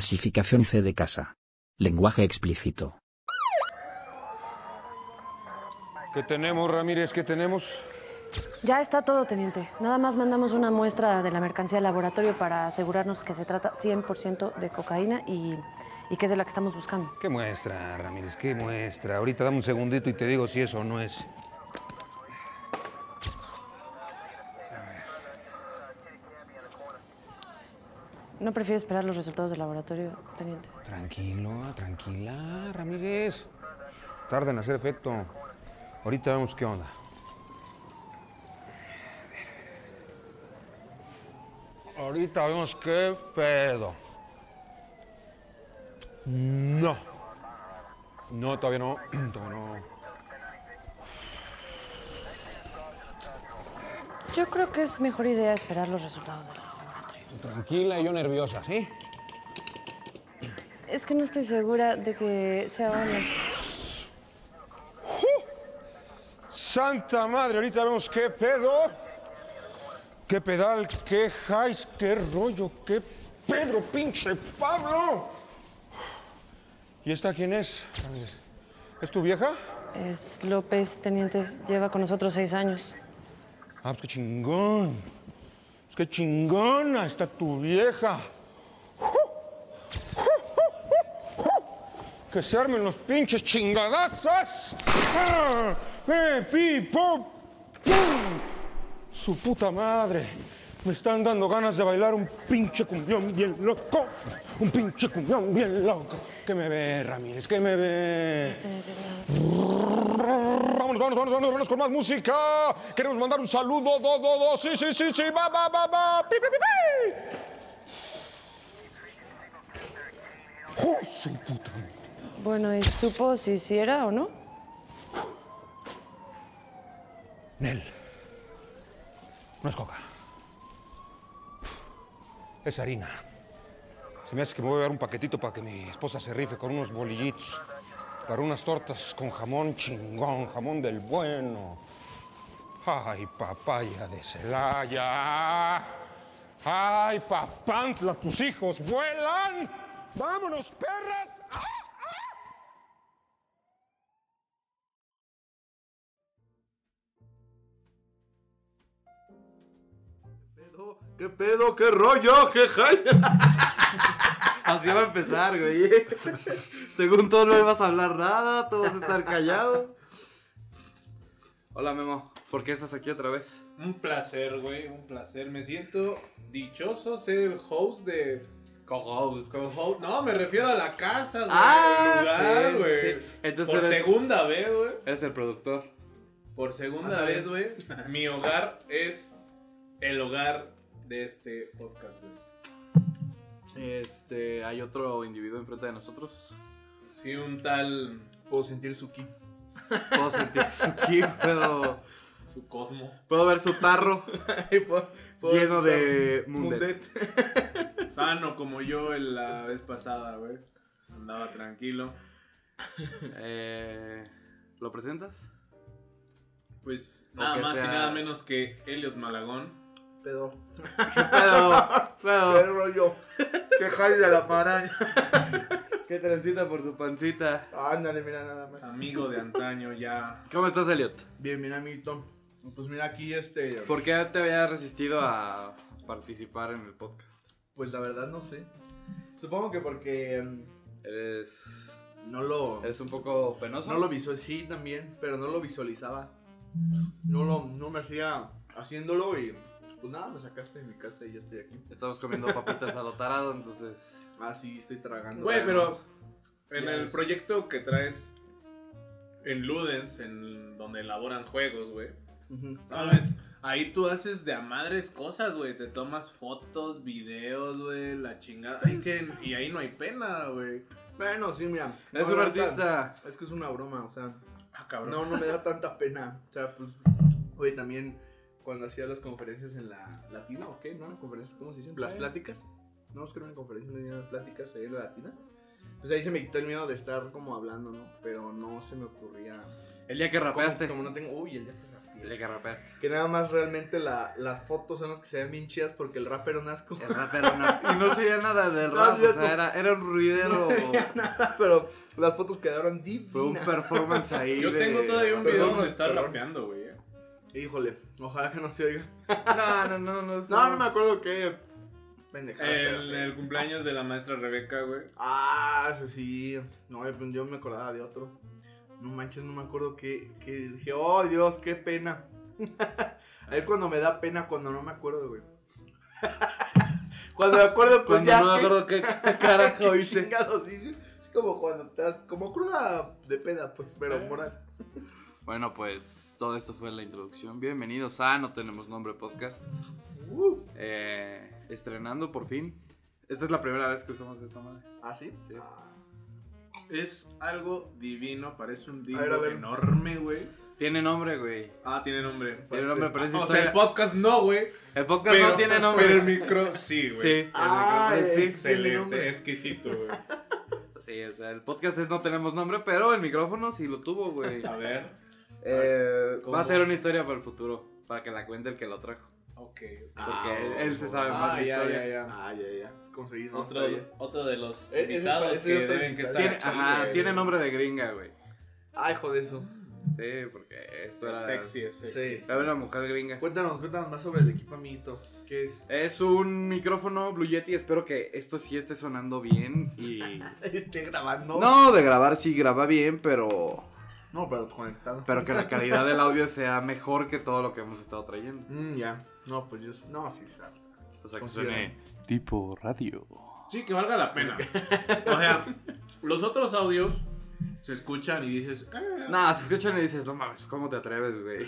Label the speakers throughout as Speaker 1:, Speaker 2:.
Speaker 1: Clasificación C de casa. Lenguaje explícito.
Speaker 2: ¿Qué tenemos, Ramírez? ¿Qué tenemos?
Speaker 3: Ya está todo, teniente. Nada más mandamos una muestra de la mercancía al laboratorio para asegurarnos que se trata 100% de cocaína y, y que es de la que estamos buscando.
Speaker 2: ¿Qué muestra, Ramírez? ¿Qué muestra? Ahorita dame un segundito y te digo si eso o no es.
Speaker 3: ¿No prefiere esperar los resultados del laboratorio, teniente?
Speaker 2: Tranquilo, tranquila, Ramírez. Tarda en hacer efecto. Ahorita vemos qué onda. Ahorita vemos qué pedo. No. No, todavía no. Todavía no.
Speaker 3: Yo creo que es mejor idea esperar los resultados del laboratorio.
Speaker 2: Tranquila y yo nerviosa, ¿sí?
Speaker 3: Es que no estoy segura de que sea bueno.
Speaker 2: Santa madre, ahorita vemos qué pedo. Qué pedal, qué highs, qué rollo, qué Pedro, pinche Pablo. ¿Y esta quién es? Ramírez? ¿Es tu vieja?
Speaker 3: Es López, teniente. Lleva con nosotros seis años.
Speaker 2: Ah, pues qué chingón. Pues qué chingona está tu vieja. Que se armen los pinches chingadazas. ¡Ah! ¡Eh, pi, pop! ¡Pum! Su puta madre. Me están dando ganas de bailar un pinche cumbión bien loco. Un pinche cumbión bien loco. Que me ve, Ramírez, que me ve. Vámonos, vámonos, vámonos, vámonos, vámonos con más música. Queremos mandar un saludo, do, do, do. Sí, sí, sí, sí, va, va, va, va. Pi, pi, pi, pi. ¡Oh, su puta madre!
Speaker 3: Bueno, ¿y supo si sí era o no?
Speaker 2: Nel. No es coca. Es harina. Se me hace que me voy a dar un paquetito para que mi esposa se rife con unos bolillitos. Para unas tortas con jamón chingón, jamón del bueno. ¡Ay, papaya de Celaya! ¡Ay, papantla, tus hijos vuelan! ¡Vámonos, perras! ¡Ah!
Speaker 4: ¿Qué pedo? ¿Qué rollo? ¿Qué jay?
Speaker 5: Así va a empezar, güey. Según todo no vas a hablar nada, todo vas a estar callado. Hola Memo, ¿por qué estás aquí otra vez?
Speaker 6: Un placer, güey, un placer. Me siento dichoso ser el host de.
Speaker 5: Co-host.
Speaker 6: co-host. No, me refiero a la casa, güey.
Speaker 5: Ah,
Speaker 6: el lugar,
Speaker 5: sí,
Speaker 6: güey.
Speaker 5: sí. Entonces
Speaker 6: Por
Speaker 5: eres-
Speaker 6: segunda vez, güey.
Speaker 5: Eres el productor.
Speaker 6: Por segunda vez, güey. Mi hogar es el hogar de este podcast, güey.
Speaker 5: Este, hay otro individuo enfrente de nosotros.
Speaker 6: Sí, un tal.
Speaker 7: Puedo sentir su ki.
Speaker 5: Puedo sentir su ki, puedo,
Speaker 6: Su Cosmo.
Speaker 5: puedo ver su tarro
Speaker 7: Puedo- puedo
Speaker 5: lleno de
Speaker 7: Mundet.
Speaker 5: mundet.
Speaker 6: Sano como yo en la vez pasada, güey. Andaba tranquilo.
Speaker 5: Eh, ¿Lo presentas?
Speaker 6: Pues
Speaker 5: O
Speaker 6: nada
Speaker 5: que
Speaker 6: más y
Speaker 5: sea-
Speaker 6: nada menos que Elliot Malagón.
Speaker 7: Pedo.
Speaker 5: Pero,
Speaker 7: ¿Qué
Speaker 5: pero,
Speaker 7: rollo? Ah. ¿Qué jale de la maraña?
Speaker 5: qué trencita por su pancita.
Speaker 7: Ándale, mira nada más.
Speaker 6: Amigo de antaño ya.
Speaker 5: ¿Cómo estás, Elliot?
Speaker 7: Ah, Bien, mira, amiguito. Pues mira aquí este.
Speaker 5: ¿Por qué te habías resistido a participar en el podcast?
Speaker 7: Pues la verdad no sé. Supongo que porque mm,
Speaker 5: Eres,
Speaker 7: no lo.
Speaker 5: eres un poco penoso.
Speaker 7: No lo visualizaba. Sí, también, pero no lo visualizaba. No lo, no me hacía haciéndolo y. Pues nada, me sacaste de mi casa y ya estoy aquí.
Speaker 5: Estamos comiendo papitas a lo tarado, entonces.
Speaker 7: Ah, sí, estoy tragando.
Speaker 6: Güey, pero en
Speaker 7: Ya
Speaker 6: el
Speaker 7: es.
Speaker 6: proyecto que traes en Ludens, en donde elaboran juegos, güey.
Speaker 7: Ujú.
Speaker 6: ¿Sabes? Ahí tú haces de a madres cosas, güey. Te tomas fotos, videos, güey, la chingada. Ay, que, y ahí no hay pena, güey.
Speaker 7: Bueno, sí, mira.
Speaker 5: Es
Speaker 7: No,
Speaker 5: un
Speaker 7: la neta,
Speaker 5: artista.
Speaker 7: Es que es una broma, o sea.
Speaker 6: Ah, cabrón.
Speaker 7: No, no me da tanta pena. O sea, pues, güey, también cuando hacía las conferencias en la Latina, ¿o qué? ¿No eran conferencias? ¿Cómo se dicen? Las
Speaker 5: Sí.
Speaker 7: pláticas. No, es que no eran conferencias, no eran pláticas ahí en la Latina. Pues ahí se me quitó el miedo de estar como hablando, ¿no? Pero no se me ocurría.
Speaker 5: El día que
Speaker 7: Como,
Speaker 5: rapeaste.
Speaker 7: como no tengo. Uy, el día que rapeé.
Speaker 5: Le que rapeaste.
Speaker 7: Que nada más realmente la- las fotos son las que se ven bien chidas porque el rap era un asco.
Speaker 5: El rap era una... Y no se oía nada del
Speaker 7: No,
Speaker 5: rap,
Speaker 7: sí,
Speaker 5: o sea,
Speaker 7: no.
Speaker 5: era, era un ruidero.
Speaker 7: Pero las fotos quedaron divinas.
Speaker 5: Fue un performance ahí.
Speaker 6: Yo
Speaker 5: de-
Speaker 6: tengo todavía un
Speaker 7: Perdón,
Speaker 6: video donde estás
Speaker 7: perdón.
Speaker 6: rapeando, güey. eh.
Speaker 7: Híjole, ojalá que no se oiga.
Speaker 5: No, no, no, no.
Speaker 7: No, no me acuerdo qué. Pendejada. Ah, pero
Speaker 6: El,
Speaker 7: sí.
Speaker 6: el cumpleaños de la maestra Rebeca, güey.
Speaker 7: Ah, eso sí. No, yo- pues, yo me acordaba de otro. No manches, no me acuerdo qué. qué dije, oh Dios, qué pena. Ahí es cuando me da pena cuando no me acuerdo, güey. cuando me acuerdo, pues
Speaker 5: Cuando
Speaker 7: ya.
Speaker 5: no me
Speaker 7: ¿qué-
Speaker 5: acuerdo qué qué
Speaker 7: qué
Speaker 5: carajo hice.
Speaker 7: chingados hice? Es como cuando estás. Como cruda de peda, pues, pero
Speaker 5: Ah.
Speaker 7: moral.
Speaker 5: Bueno, pues todo esto fue la introducción. Bienvenidos a No Tenemos Nombre Podcast.
Speaker 7: Uh,
Speaker 5: Eh, estrenando por fin. Esta es la primera vez que usamos esta madre.
Speaker 7: ¿Ah, sí?
Speaker 5: Sí.
Speaker 7: Ah.
Speaker 6: Es algo divino, parece un
Speaker 7: A ver, a
Speaker 6: dildo
Speaker 7: ver.
Speaker 6: enorme, güey.
Speaker 5: Tiene nombre, güey.
Speaker 6: Ah, tiene nombre.
Speaker 5: Tiene nombre, pero es
Speaker 6: o sea, el
Speaker 5: historia.
Speaker 6: podcast no, güey.
Speaker 5: El podcast no tiene nombre.
Speaker 6: Pero el micro sí, güey.
Speaker 5: Sí, el
Speaker 7: Ah,
Speaker 5: micrófono sí.
Speaker 7: es- tiene
Speaker 6: Excelente,
Speaker 7: nombre.
Speaker 6: exquisito, güey.
Speaker 5: Sí, o sea, el podcast es No Tenemos Nombre, pero el micrófono sí lo tuvo, güey.
Speaker 6: A ver.
Speaker 5: Eh,
Speaker 6: ¿Cómo?
Speaker 5: va a ser una historia para el futuro, para que la cuente el que lo trajo.
Speaker 6: Ok.
Speaker 5: Porque él, él se sabe más
Speaker 6: Ah,
Speaker 5: la
Speaker 6: ya,
Speaker 5: historia.
Speaker 6: ya, ya.
Speaker 7: Ah, ya, ya. Es conseguido. ¿no?
Speaker 6: Otro,
Speaker 7: Está bien.
Speaker 6: otro de los
Speaker 7: E- ese es
Speaker 6: invitados
Speaker 7: parecido a
Speaker 6: que
Speaker 7: otro
Speaker 6: deben que
Speaker 7: invitado.
Speaker 6: estar
Speaker 5: Tiene,
Speaker 6: aquí,
Speaker 5: ajá,
Speaker 6: güey.
Speaker 5: tiene nombre de gringa, güey.
Speaker 7: Ay, joder, eso.
Speaker 5: Sí, porque esto
Speaker 6: Es
Speaker 5: era...
Speaker 6: sexy, es sexy.
Speaker 7: Sí.
Speaker 5: Era una mujer gringa.
Speaker 7: Cuéntanos, cuéntanos más sobre el equipamiento. ¿Qué es?
Speaker 5: Es un micrófono Blue Yeti, espero que esto sí esté sonando bien y...
Speaker 7: Estoy grabando.
Speaker 5: No, de grabar sí graba bien, pero...
Speaker 7: No, pero conectado.
Speaker 5: Pero que la calidad del audio sea mejor que todo lo que hemos estado trayendo.
Speaker 7: Mm, ya. No, pues yo. No, sí, sabe.
Speaker 5: O sea, que
Speaker 7: Considero.
Speaker 5: suene tipo radio.
Speaker 6: Sí, que valga la pena. O sea, los otros audios se escuchan y dices, "Ah,
Speaker 5: Nah, se escuchan y dices, no mames, ¿cómo te atreves, güey?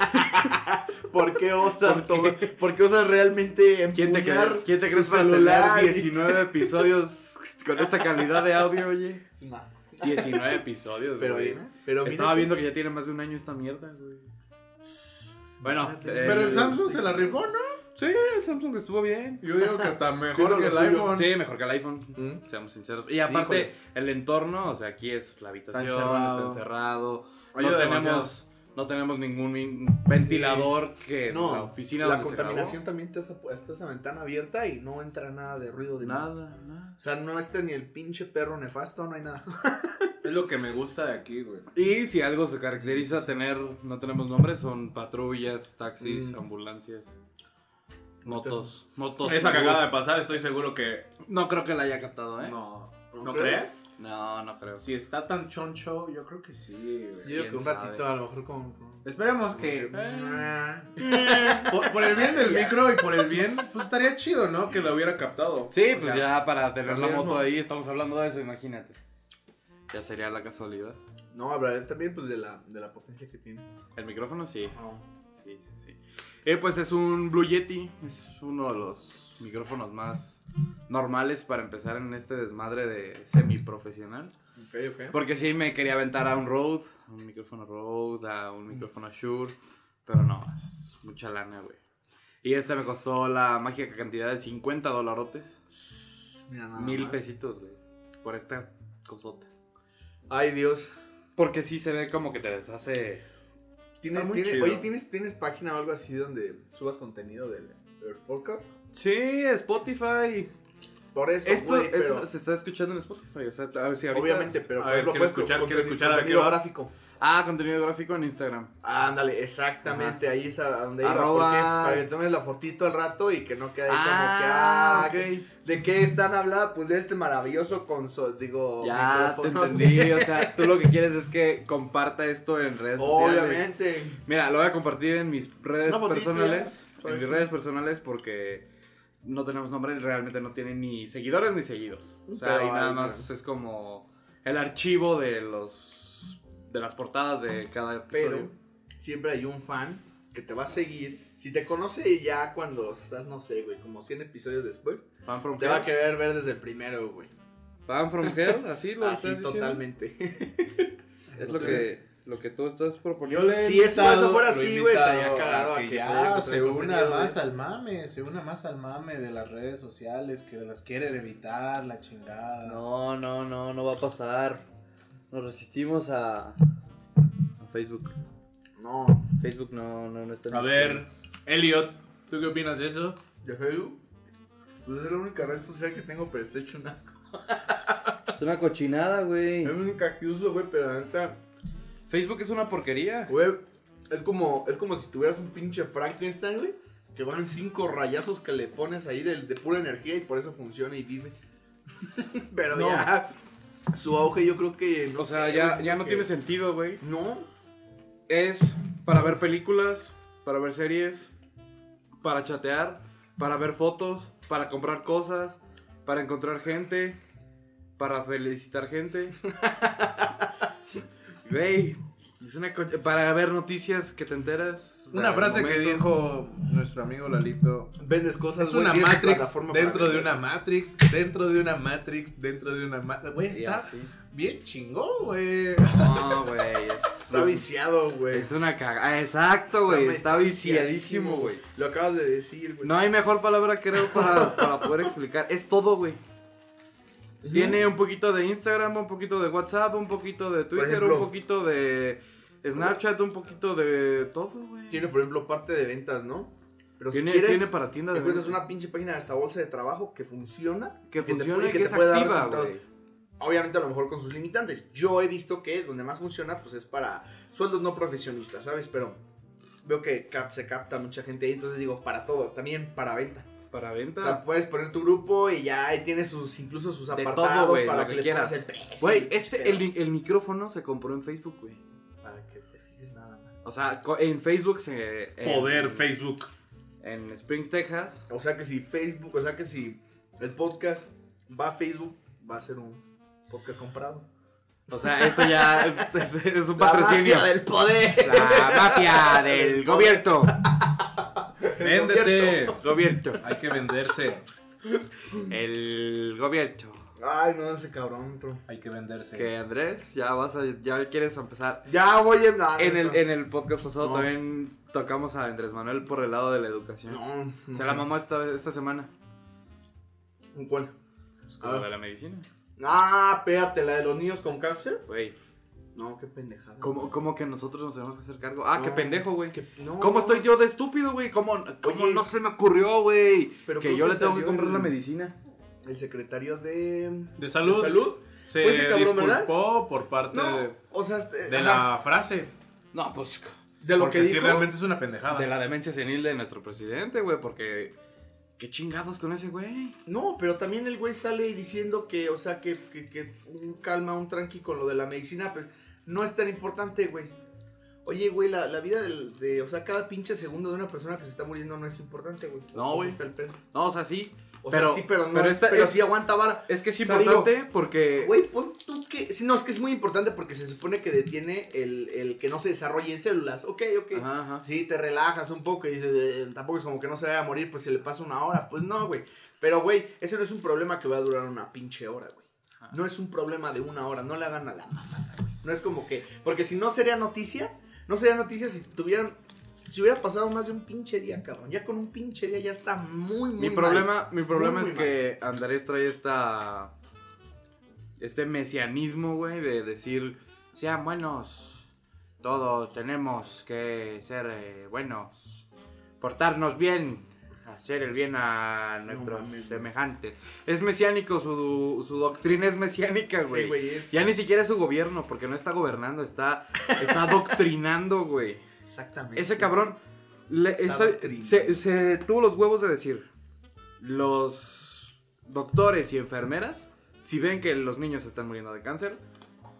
Speaker 7: ¿Por qué osas
Speaker 5: ¿Por
Speaker 7: tomar- ¿Por qué osas realmente empuñar
Speaker 5: ¿Quién te crees? ¿Quién te
Speaker 7: tu
Speaker 5: crees para
Speaker 7: celular?
Speaker 5: tener 19 episodios con esta calidad de audio, oye?
Speaker 7: Es más.
Speaker 5: 19 episodios,
Speaker 7: Pero,
Speaker 5: Pues, güey.
Speaker 7: pero mira.
Speaker 5: Estaba viendo que ya tiene más de un año esta mierda, güey. Bueno,
Speaker 7: Ah, tiene-
Speaker 6: Pero
Speaker 5: eh,
Speaker 6: el Samsung se la rifó, ¿no?
Speaker 5: Sí, el Samsung estuvo bien.
Speaker 6: Yo digo que hasta
Speaker 7: Pero
Speaker 6: mejor que el
Speaker 7: lo suyo.
Speaker 6: iPhone.
Speaker 5: Sí, mejor que el iPhone,
Speaker 7: Mm.
Speaker 5: seamos sinceros. Y aparte,
Speaker 7: Híjole.
Speaker 5: el entorno, o sea, aquí es la habitación, está encerrado.
Speaker 7: encerrado.
Speaker 5: No
Speaker 6: Ayuda
Speaker 5: tenemos, no tenemos ningún min- ventilador que
Speaker 7: No,
Speaker 5: la oficina
Speaker 7: la
Speaker 5: donde se
Speaker 7: contaminación también te hace esta esa ventana abierta y no entra nada de ruido de
Speaker 5: grabó. Nada, nada.
Speaker 7: O sea, no está ni el pinche perro nefasto, no hay nada.
Speaker 5: Pues,
Speaker 6: Es lo que me gusta de aquí, güey.
Speaker 5: Y si algo se caracteriza tener, no tenemos nombres, son patrullas, taxis,
Speaker 7: Mm.
Speaker 5: ambulancias, motos, motos.
Speaker 6: Esa cagada de pasar, estoy seguro que.
Speaker 5: No creo que la haya captado, ¿eh?
Speaker 6: No.
Speaker 7: ¿No
Speaker 6: ¿No
Speaker 7: crees?
Speaker 6: crees?
Speaker 5: no, no creo.
Speaker 6: Si está tan choncho, yo creo que sí,
Speaker 7: Yo
Speaker 6: güey.
Speaker 7: digo
Speaker 5: quién
Speaker 7: que un
Speaker 5: sabe.
Speaker 7: ratito, a lo mejor con. con-
Speaker 6: Esperemos que. ah,
Speaker 5: Eh.
Speaker 6: Por, por el bien del micro y por el bien, pues estaría chido, ¿no? Que lo hubiera captado.
Speaker 5: Sí,
Speaker 6: O
Speaker 5: pues
Speaker 6: sea,
Speaker 5: ya para tener la
Speaker 7: mismo.
Speaker 5: moto ahí, estamos hablando de eso, imagínate. Ya sería la casualidad.
Speaker 7: No, hablaré también pues de la, de la potencia que tiene.
Speaker 5: El micrófono sí. Sí, sí, sí. Eh, pues es un Blue Yeti, es uno de los micrófonos más normales para empezar en este desmadre de semiprofesional.
Speaker 7: Ok, ok.
Speaker 5: Porque sí me quería aventar a un Rode, a un micrófono Rode, a un micrófono Shure, pero no, es mucha lana, güey. Y este me costó la mágica cantidad de 50 dolarotes,
Speaker 7: Mira, nada
Speaker 5: mil
Speaker 7: más.
Speaker 5: pesitos, güey, por esta cosota.
Speaker 7: Ay, Dios.
Speaker 5: Porque sí se ve como que te deshace.
Speaker 7: Tiene-
Speaker 6: Está muy
Speaker 7: tiene-
Speaker 6: chido.
Speaker 7: oye, ¿tienes, ¿tienes página o algo así donde subas contenido del, del podcast?
Speaker 5: Sí, Spotify.
Speaker 7: Por eso,
Speaker 5: Esto,
Speaker 7: güey,
Speaker 5: esto
Speaker 7: pero...
Speaker 5: se está escuchando en Spotify. O sea, a ver si ahorita-
Speaker 7: Obviamente, pero...
Speaker 6: A
Speaker 7: por
Speaker 6: ver,
Speaker 7: ejemplo,
Speaker 6: quiero
Speaker 7: puedes
Speaker 6: escuchar, quiero
Speaker 7: contenido-
Speaker 6: escuchar a qué
Speaker 7: contenido
Speaker 6: va.
Speaker 7: gráfico.
Speaker 5: Ah, contenido gráfico en Instagram.
Speaker 7: Ah, ándale, exactamente, ahí es a a donde iba.
Speaker 5: Arroba.
Speaker 7: ¿Por qué? Para que tomes la fotito al rato y que no quede ahí
Speaker 5: Ah,
Speaker 7: como que... ah, que- ¿De qué están hablando? Pues de este maravilloso console, digo...
Speaker 5: Ya te
Speaker 7: micrófono.
Speaker 5: entendí. O sea, tú lo que quieres es que comparta esto en redes sociales.
Speaker 7: Obviamente.
Speaker 5: Mira, lo voy a compartir en mis redes
Speaker 7: Una fotito,
Speaker 5: personales.
Speaker 7: ya.
Speaker 5: En mis redes personales porque no tenemos nombre y realmente no tiene ni seguidores ni seguidos. O sea,
Speaker 7: Pero
Speaker 5: y nada
Speaker 7: ahí,
Speaker 5: más es como el archivo de los de las portadas de cada
Speaker 7: Pero
Speaker 5: episodio.
Speaker 7: siempre hay un fan que te va a seguir. Si te conoce ya cuando estás, no sé, güey, como 100 episodios después,
Speaker 5: Fan from
Speaker 7: te va a
Speaker 5: Hell.
Speaker 7: querer ver desde el primero, güey.
Speaker 5: Fan from Hell, así lo
Speaker 7: Así
Speaker 5: estás diciendo?
Speaker 7: totalmente.
Speaker 5: Es lo que, lo que tú estás proponiendo.
Speaker 6: Yo le he
Speaker 7: Si eso-
Speaker 6: invitado-
Speaker 7: eso fuera
Speaker 6: lo he
Speaker 7: así, güey, estaría
Speaker 6: invitado
Speaker 7: cagado a que
Speaker 6: ya
Speaker 7: pudiera
Speaker 6: se
Speaker 7: encontrar
Speaker 6: una
Speaker 7: contenido,
Speaker 6: más
Speaker 7: güey.
Speaker 6: al mame, se una más al mame de las redes sociales que las quieren evitar, la chingada.
Speaker 5: No, no, no, no va a pasar. Nos resistimos a, a Facebook.
Speaker 7: No.
Speaker 5: Facebook no, no, no está en
Speaker 6: A ver, Elliot, ¿tú qué opinas de eso?
Speaker 7: ¿De Facebook? Pues es la única red social que tengo, pero está hecho un asco.
Speaker 5: Es una cochinada, güey.
Speaker 7: Es la única que uso, güey, pero la neta,
Speaker 5: Facebook es una porquería.
Speaker 7: güey, es como, es como si tuvieras un pinche Frankenstein, güey, que van cinco rayazos que le pones ahí de, de pura energía y por eso funciona y vive. pero
Speaker 5: No.
Speaker 7: ya, su auge yo creo que... no
Speaker 5: O sea,
Speaker 7: sé,
Speaker 5: ya,
Speaker 7: güey,
Speaker 5: ya no
Speaker 7: que-
Speaker 5: tiene sentido, güey.
Speaker 7: No,
Speaker 5: Es para ver películas, para ver series, para chatear, para ver fotos, para comprar cosas, para encontrar gente, para felicitar gente. Güey, es una co- para ver noticias que te enteras.
Speaker 6: Una
Speaker 5: del
Speaker 6: frase que
Speaker 5: momento.
Speaker 6: dijo nuestro amigo Lalito.
Speaker 7: vendes cosas,
Speaker 6: Es
Speaker 7: güey,
Speaker 6: una
Speaker 7: tienes tu
Speaker 6: Matrix
Speaker 7: plataforma para
Speaker 6: dentro de
Speaker 7: vender.
Speaker 6: una Matrix, dentro de una Matrix, dentro de una Matrix. Güey,
Speaker 5: Y
Speaker 6: está
Speaker 5: así.
Speaker 6: bien chingón, güey.
Speaker 5: No, güey, es,
Speaker 7: Está viciado, güey.
Speaker 5: es una cagada. Exacto, güey, está viciadísimo, güey.
Speaker 7: Lo acabas de decir, güey.
Speaker 5: No hay mejor palabra, creo, para, para poder explicar. Es todo, güey. Tiene un poquito de Instagram, un poquito de WhatsApp, un poquito de Twitter,
Speaker 7: ejemplo.
Speaker 5: un poquito de Snapchat, un poquito de todo, güey.
Speaker 7: Tiene, por ejemplo, parte de ventas, ¿no? Pero
Speaker 5: Tiene-
Speaker 7: si quieres,
Speaker 5: tiene para tienda de
Speaker 7: encuentras
Speaker 5: ventas.
Speaker 7: una pinche página de hasta bolsa de trabajo que funciona.
Speaker 5: que
Speaker 7: te
Speaker 5: funciona
Speaker 7: puede-
Speaker 5: y que, es
Speaker 7: te puede dar
Speaker 5: activa,
Speaker 7: resultados.
Speaker 5: güey.
Speaker 7: Obviamente, a lo mejor con sus limitantes. Yo he visto que donde más funciona, pues es para sueldos no profesionistas, ¿sabes? Pero veo que cap- se capta mucha gente ahí, entonces digo, para todo, también para venta.
Speaker 5: Para
Speaker 7: O
Speaker 5: venta.
Speaker 7: sea, puedes poner tu grupo y ya ahí tienes sus, incluso sus
Speaker 5: De todo,
Speaker 7: apartados
Speaker 5: güey,
Speaker 7: para
Speaker 5: lo que
Speaker 7: que, le pongas
Speaker 5: quieras.
Speaker 7: el precio.
Speaker 5: güey,
Speaker 7: y
Speaker 5: este,
Speaker 7: pedo.
Speaker 5: el, mi- el micrófono se compró en Facebook, güey.
Speaker 7: Para que te fijes nada más.
Speaker 5: O sea, co- en Facebook se... en-
Speaker 6: Poder, Facebook.
Speaker 5: En Spring, Texas.
Speaker 7: O sea que si Facebook, o sea que si el podcast va a Facebook, va a ser un podcast comprado.
Speaker 5: O sea, esto ya es, es un
Speaker 7: La
Speaker 5: patrocinio.
Speaker 7: magia del poder.
Speaker 5: La mafia del gobierno.
Speaker 6: Véndete.
Speaker 5: Gobierno.
Speaker 6: Hay que venderse.
Speaker 5: El gobierno.
Speaker 7: Ay, no, ese cabrón, tro.
Speaker 6: Hay que venderse.
Speaker 5: Que Andrés, ya vas a, ya quieres empezar.
Speaker 7: Ya voy a no,
Speaker 5: En el,
Speaker 7: no.
Speaker 5: en el podcast pasado
Speaker 7: No.
Speaker 5: también tocamos a Andrés Manuel por el lado de la educación.
Speaker 7: No, no.
Speaker 5: Se la mamó esta, esta semana.
Speaker 7: ¿Con ¿Cuál?
Speaker 5: Con lo de la medicina.
Speaker 7: Ah, espérate, la de los niños con cáncer.
Speaker 5: Güey.
Speaker 7: No, qué pendejada.
Speaker 5: ¿Cómo, cómo que nosotros nos tenemos que hacer cargo? Ah,
Speaker 7: No,
Speaker 5: qué pendejo, güey.
Speaker 7: que- no.
Speaker 5: ¿Cómo estoy yo de estúpido, güey? ¿Cómo, cómo
Speaker 7: Oye.
Speaker 5: no se me ocurrió, güey?
Speaker 7: Pero
Speaker 5: Que
Speaker 7: creo
Speaker 5: yo
Speaker 7: que
Speaker 5: le tengo que
Speaker 7: salió
Speaker 5: comprar
Speaker 7: el-
Speaker 5: la medicina.
Speaker 7: El secretario de.
Speaker 6: De salud.
Speaker 7: ¿De salud?
Speaker 6: Se
Speaker 7: Fue ese cabrón,
Speaker 6: disculpó
Speaker 7: ¿verdad?
Speaker 6: por parte
Speaker 7: No,
Speaker 6: de,
Speaker 7: o sea, este,
Speaker 6: de
Speaker 7: ajá,
Speaker 6: la frase.
Speaker 5: No, pues.
Speaker 7: de lo
Speaker 6: porque
Speaker 7: que
Speaker 6: sí,
Speaker 7: dijo.
Speaker 6: realmente es una pendejada.
Speaker 5: De la demencia senil de nuestro presidente, güey, porque. ¿Qué chingados con ese, güey?
Speaker 7: No, pero también el güey sale diciendo que, o sea, que, que- que un calma, un tranqui con lo de la medicina, pues no es tan importante, güey. Oye, güey, la, la vida del- de, o sea, cada pinche segundo de una persona que se está muriendo no es importante, güey.
Speaker 5: No,
Speaker 7: ¿Cómo
Speaker 5: güey.
Speaker 7: está el pedo?
Speaker 5: No, o sea, sí.
Speaker 7: O
Speaker 5: pero,
Speaker 7: sea, sí, pero no.
Speaker 5: Pero,
Speaker 7: es-
Speaker 5: esta-
Speaker 7: pero
Speaker 5: es,
Speaker 7: sí aguanta vara.
Speaker 5: es que es
Speaker 7: O sea,
Speaker 5: importante porque.
Speaker 7: Güey, pon tú que. Sí, no, es que es muy importante porque se supone que detiene el, el que no se desarrolle en células. Ok, ok.
Speaker 5: Ajá, ajá.
Speaker 7: Sí, te relajas un poco y dices, "Eh, tampoco es como que no se vaya a morir, pues si le pasa una hora. Pues no, güey. Pero, güey, ese no es un problema que va a durar una pinche hora, güey. No es un problema de una hora, no le hagan a la mamada, güey. No es como que. Porque si no sería noticia, no sería noticia si tuvieran. Si hubiera pasado más de un pinche día, cabrón. Ya con un pinche día ya está muy, muy
Speaker 5: Mi
Speaker 7: mal.
Speaker 5: problema, mi problema
Speaker 7: Muy,
Speaker 5: es
Speaker 7: muy
Speaker 5: que Andrés trae esta. Este mesianismo, güey, de decir. Sean buenos. Todos tenemos que ser eh, buenos. Portarnos bien. Hacer el bien a nuestros
Speaker 7: mames, güey.
Speaker 5: semejantes. Es mesiánico, su, su doctrina es mesiánica,
Speaker 7: Sí, güey, es.
Speaker 5: Ya ni siquiera es su gobierno, porque no está gobernando, está, está adoctrinando, güey.
Speaker 7: Exactamente.
Speaker 5: Ese cabrón le-
Speaker 7: Está
Speaker 5: está-
Speaker 7: adoctrinando.
Speaker 5: se, se tuvo los huevos de decir, los doctores y enfermeras, si ven que los niños están muriendo de cáncer,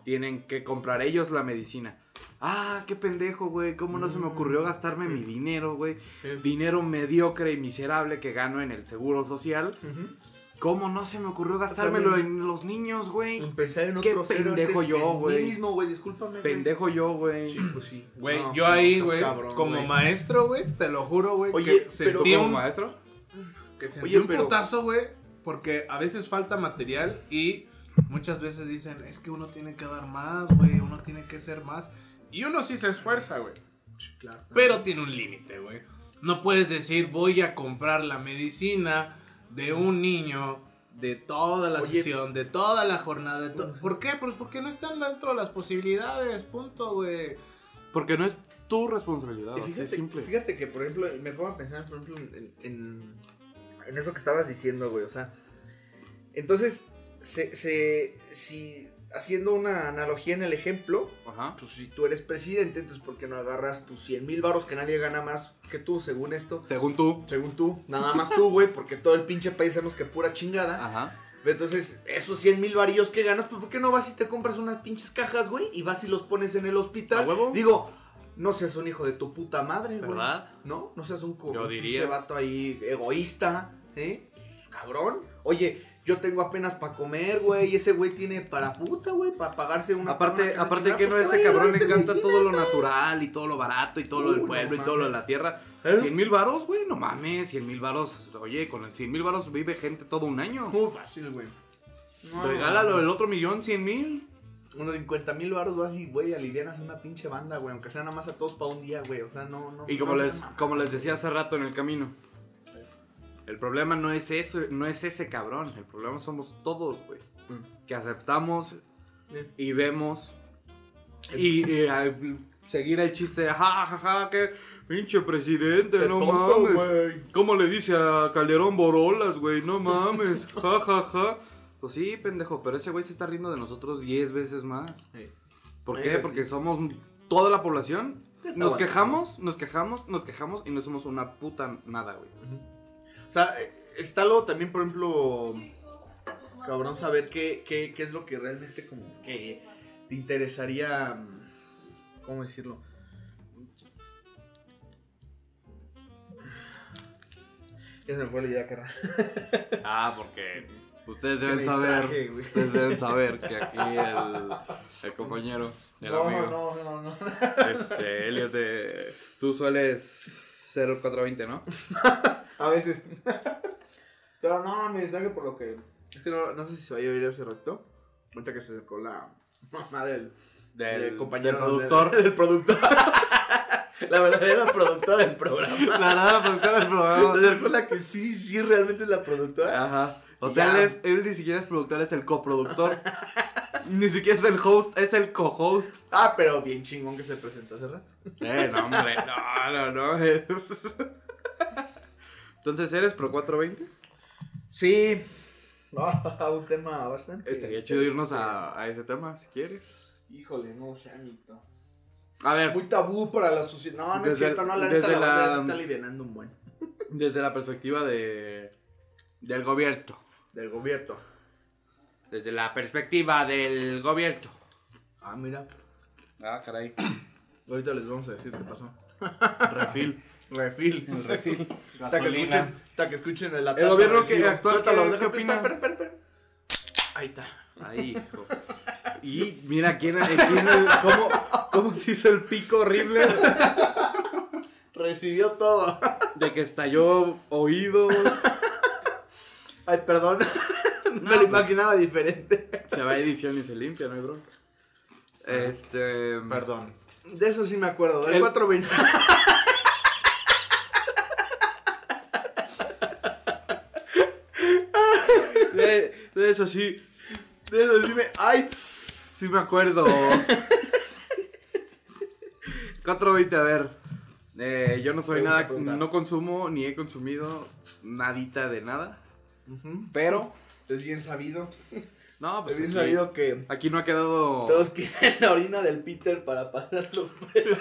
Speaker 5: tienen que comprar ellos la medicina. Ah, qué pendejo, güey. ¿Cómo no se me
Speaker 7: Mm,
Speaker 5: ocurrió gastarme mi dinero, güey? Dinero mediocre y miserable que gano en el seguro social.
Speaker 7: Ujú.
Speaker 5: ¿Cómo no se me ocurrió gastármelo en los niños, güey?
Speaker 7: Pensar en
Speaker 5: Qué
Speaker 7: otro ser
Speaker 5: pendejo
Speaker 7: antes que
Speaker 5: yo,
Speaker 7: en mí
Speaker 5: güey.
Speaker 7: mismo, güey, discúlpame. güey.
Speaker 5: Pendejo yo, güey.
Speaker 7: Sí, pues sí.
Speaker 6: Güey,
Speaker 7: No,
Speaker 6: yo
Speaker 7: no,
Speaker 6: ahí,
Speaker 7: estás
Speaker 6: güey,
Speaker 7: cabrón,
Speaker 6: como
Speaker 7: güey.
Speaker 6: maestro, güey, te lo juro, güey,
Speaker 7: Oye,
Speaker 6: que
Speaker 7: pero
Speaker 6: sentí
Speaker 5: como
Speaker 6: un,
Speaker 5: maestro?
Speaker 6: que sentí
Speaker 7: Oye,
Speaker 6: un
Speaker 7: pero-
Speaker 6: putazo, güey, porque a veces falta material y muchas veces dicen, es que uno tiene que dar más, güey, uno tiene que ser más. Y uno sí se esfuerza, güey,
Speaker 7: Sí, claro.
Speaker 6: pero tiene un límite, güey. No puedes decir, voy a comprar la medicina de un niño de toda la
Speaker 7: Oye.
Speaker 6: sesión, de toda la jornada. de Pues to- ¿Por qué? Pues porque no están dentro de las posibilidades, punto, güey.
Speaker 5: Porque no es tu responsabilidad.
Speaker 7: Y
Speaker 5: así de
Speaker 7: fíjate,
Speaker 5: simple.
Speaker 7: fíjate que, por ejemplo, me pongo a pensar, por ejemplo, en, en- en eso que estabas diciendo, güey. O sea, entonces, se, se- si haciendo una analogía en el ejemplo,
Speaker 5: Ajá.
Speaker 7: pues si tú eres presidente, entonces, ¿por qué no agarras tus 100 mil varos que nadie gana más que tú, según esto?
Speaker 5: Según tú.
Speaker 7: Según tú, nada más tú, güey, porque todo el pinche país sabemos que pura chingada.
Speaker 5: Ajá.
Speaker 7: Entonces, esos 100 mil varillos que ganas, pues ¿por qué no vas y te compras unas pinches cajas, güey? Y vas y los pones en el hospital.
Speaker 5: ¿A huevo?
Speaker 7: Digo, no seas un hijo de tu puta madre, güey.
Speaker 5: ¿Verdad?
Speaker 7: ¿No? No seas un, co-
Speaker 5: Yo
Speaker 7: un
Speaker 5: diría.
Speaker 7: pinche vato ahí egoísta, ¿eh? Pues, cabrón. Oye, yo tengo apenas para comer, güey. Y ese güey tiene para puta, güey, para pagarse una
Speaker 5: Aparte,
Speaker 7: perra
Speaker 5: aparte
Speaker 7: se
Speaker 5: que no,
Speaker 7: chingada, pues,
Speaker 5: ese
Speaker 7: te va a
Speaker 5: cabrón
Speaker 7: ir a
Speaker 5: le
Speaker 7: la
Speaker 5: encanta
Speaker 7: medicina,
Speaker 5: todo lo natural y todo lo barato y todo lo del
Speaker 7: Uh, no
Speaker 5: pueblo y todo lo de la tierra.
Speaker 7: ¿Eh?
Speaker 5: 100 mil varos, güey, no mames, 100 mil varos. Oye, con el 100 mil varos vive gente todo un año.
Speaker 6: Muy fácil, güey.
Speaker 7: No,
Speaker 5: Regálalo el otro millón, 100 mil.
Speaker 7: Unos 50 mil baros vas y, güey, alivianas una pinche banda, güey. Aunque sea nada más a todos para un día, güey. O sea, no, no.
Speaker 5: Y como,
Speaker 7: no seas
Speaker 5: les,
Speaker 7: mamón.
Speaker 5: como les decía hace rato en el camino, el problema no es eso, no es ese cabrón, el problema somos todos, güey. Que aceptamos
Speaker 7: Mm. Sí.
Speaker 5: y vemos y, y al seguir el chiste de ja, ja, ja, que pinche presidente,
Speaker 7: Qué
Speaker 5: no
Speaker 7: tonto,
Speaker 5: mames.
Speaker 7: güey.
Speaker 5: ¿Cómo le dice a Calderón Borolas, güey? No mames, ja, ja, ja. Pues sí, pendejo, pero ese güey se está riendo de nosotros 10 veces más. ¿Por
Speaker 7: Eh,
Speaker 5: qué?
Speaker 7: sí.
Speaker 5: Porque somos toda la población.
Speaker 7: Está
Speaker 5: Nos
Speaker 7: bueno.
Speaker 5: quejamos, nos quejamos, nos quejamos y no somos una puta nada, güey.
Speaker 7: O sea, eh, está lo también, por ejemplo, cabrón, saber qué, qué, qué es lo que realmente como que te interesaría, mm, ¿cómo decirlo? Ya se me fue la idea, carnal.
Speaker 5: Ah, porque ustedes
Speaker 7: Que
Speaker 5: deben
Speaker 7: me
Speaker 5: saber,
Speaker 7: distraje, güey.
Speaker 5: ustedes deben saber que aquí el, el compañero, el
Speaker 7: No,
Speaker 5: amigo,
Speaker 7: no, no, no.
Speaker 5: este, Elliot, eh, tú sueles ser 420, ¿no?
Speaker 7: A veces. Pero no, me distraje por lo que... Es que no, no sé si se va a oír hace rato. Ahorita que se acercó la mamá del... del compañero
Speaker 5: del productor.
Speaker 7: del productor. la verdadera productora del programa.
Speaker 5: La nada, pues, productor del
Speaker 7: Se
Speaker 5: programa.
Speaker 7: acercó la que sí, sí, realmente es la productora.
Speaker 5: Ajá. O
Speaker 7: Ya.
Speaker 5: sea, él, es- él ni siquiera es productor, es el coproductor. ni siquiera es el host, es el co-host.
Speaker 7: Ah, pero bien chingón que se presentó hace rato.
Speaker 5: Eh, no, hombre, no, no, no. es- Entonces, ¿eres pro 420?
Speaker 7: Sí. Ah, un tema bastante.
Speaker 5: Estaría chido irnos a, a ese tema, si quieres.
Speaker 7: Híjole, no sé, amito.
Speaker 5: A ver,
Speaker 7: Muy tabú para la sociedad. No, no es
Speaker 5: Desde-
Speaker 7: cierto, no, la neta
Speaker 5: desde
Speaker 7: la, banda
Speaker 5: la-
Speaker 7: se está alivianando un buen.
Speaker 5: desde la perspectiva de del gobierno.
Speaker 7: Del gobierno.
Speaker 5: Desde la perspectiva del gobierno.
Speaker 7: Ah, mira.
Speaker 5: Ah, caray.
Speaker 7: Ahorita les vamos a decir qué pasó.
Speaker 5: Refil.
Speaker 7: Refil.
Speaker 5: Refil.
Speaker 7: Hasta que escuchen, hasta que escuchen el ataque.
Speaker 5: El gobierno que actual, ¿qué- qué opina?
Speaker 7: Ahí está.
Speaker 5: Ay, hijo. Y mira quién, eh, quién- cómo, cómo se hizo el pico horrible
Speaker 7: Recibió todo.
Speaker 5: de que estalló oídos.
Speaker 7: Ay, perdón. Me lo imaginaba diferente.
Speaker 5: Se va a edición y se limpia, no hay bronca. Este.
Speaker 6: Perdón.
Speaker 7: De eso sí me acuerdo, del
Speaker 5: El-
Speaker 7: 420.
Speaker 5: De, de eso sí. De eso sí me. ¡Ay! tss, Sí me acuerdo. 420, a ver. Eh, yo no soy
Speaker 7: Pregunta,
Speaker 5: nada.
Speaker 7: pregunta.
Speaker 5: No consumo ni he consumido nadita de nada. Pero.
Speaker 7: Es bien sabido.
Speaker 5: No, pues.
Speaker 7: es bien
Speaker 5: aquí-
Speaker 7: sabido que
Speaker 5: Aquí no ha quedado.
Speaker 7: todos quieren la orina del Peter para pasar los pelos.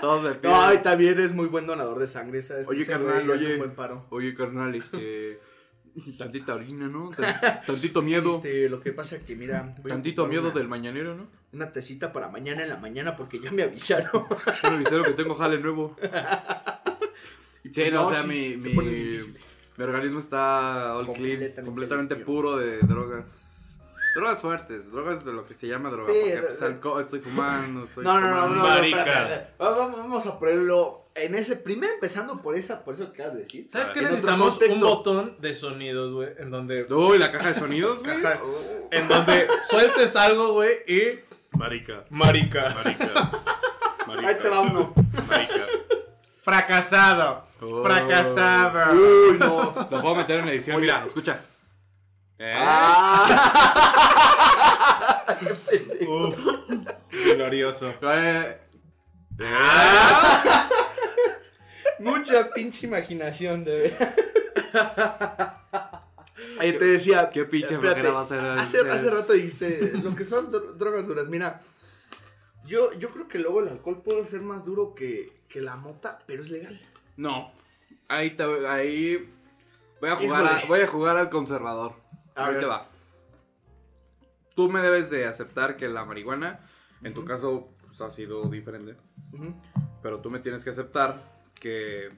Speaker 5: todos de pie.
Speaker 7: Ay, también es muy buen donador de sangre. ¿sabes?
Speaker 5: Oye,
Speaker 7: Ese
Speaker 5: carnal,
Speaker 7: güey hace
Speaker 5: oye.
Speaker 7: un buen paro.
Speaker 5: Oye, carnal, este. Tantita orina, ¿no? Tan- Tantito miedo.
Speaker 7: Este, lo que pasa es que, mira. voy a
Speaker 5: Tantito
Speaker 7: ocupar
Speaker 5: miedo
Speaker 7: una-
Speaker 5: del mañanero, ¿no?
Speaker 7: Una tecita para mañana en la mañana porque ya me avisaron.
Speaker 5: Un avisero que tengo jale nuevo. Sí,
Speaker 7: pues,
Speaker 5: no,
Speaker 7: no,
Speaker 5: o sea,
Speaker 7: sí,
Speaker 5: mi,
Speaker 7: se
Speaker 5: mi-
Speaker 7: pone difícil.
Speaker 5: mi organismo está all
Speaker 7: Completamente
Speaker 5: clean, completamente
Speaker 7: limpio.
Speaker 5: puro de drogas. Drogas fuertes, drogas de lo que se llama droga.
Speaker 7: Sí,
Speaker 5: porque
Speaker 7: de-
Speaker 5: pues,
Speaker 7: de-
Speaker 5: alcohol, estoy fumando, estoy
Speaker 7: No, no, no, no,
Speaker 5: fumando.
Speaker 7: no,
Speaker 6: Marica.
Speaker 7: espera, espera, espera. Va- va- Vamos a ponerlo en ese. Primero empezando por esa, por eso que acabas de decir.
Speaker 6: ¿Sabes
Speaker 5: Ah,
Speaker 6: qué
Speaker 7: En otro
Speaker 6: necesitamos? Un
Speaker 7: contexto.
Speaker 6: botón de sonidos, güey. En donde.
Speaker 5: Uy, la caja de sonidos, güey.
Speaker 6: Caja- en donde sueltes algo, güey, y.
Speaker 8: Marica,
Speaker 6: Marica.
Speaker 8: marica, marica.
Speaker 7: Ahí te va uno.
Speaker 8: Marica.
Speaker 6: Fracasado.
Speaker 5: Oh.
Speaker 6: Fracasado.
Speaker 5: Uy, no. Lo puedo meter en la edición, mira, escucha. Eh,
Speaker 6: Glorioso.
Speaker 5: eh,
Speaker 7: Mucha pinche imaginación, de ver. Ahí te decía.
Speaker 5: Qué pinche
Speaker 7: espérate,
Speaker 5: flojera va a ser el-
Speaker 7: Hace, hace rato dijiste lo que son dro- drogas duras. Mira, yo, yo creo que luego el alcohol puede ser más duro que, que la mota, pero es legal.
Speaker 5: No. Ahí te ahí voy a jugar a-
Speaker 7: Híjole.
Speaker 5: voy a jugar al conservador.
Speaker 7: A
Speaker 5: ahí
Speaker 7: ver.
Speaker 5: te va. Tú me debes de aceptar que la marihuana en tu caso pues, ha sido diferente,
Speaker 7: Ujú.
Speaker 5: pero tú me tienes que aceptar que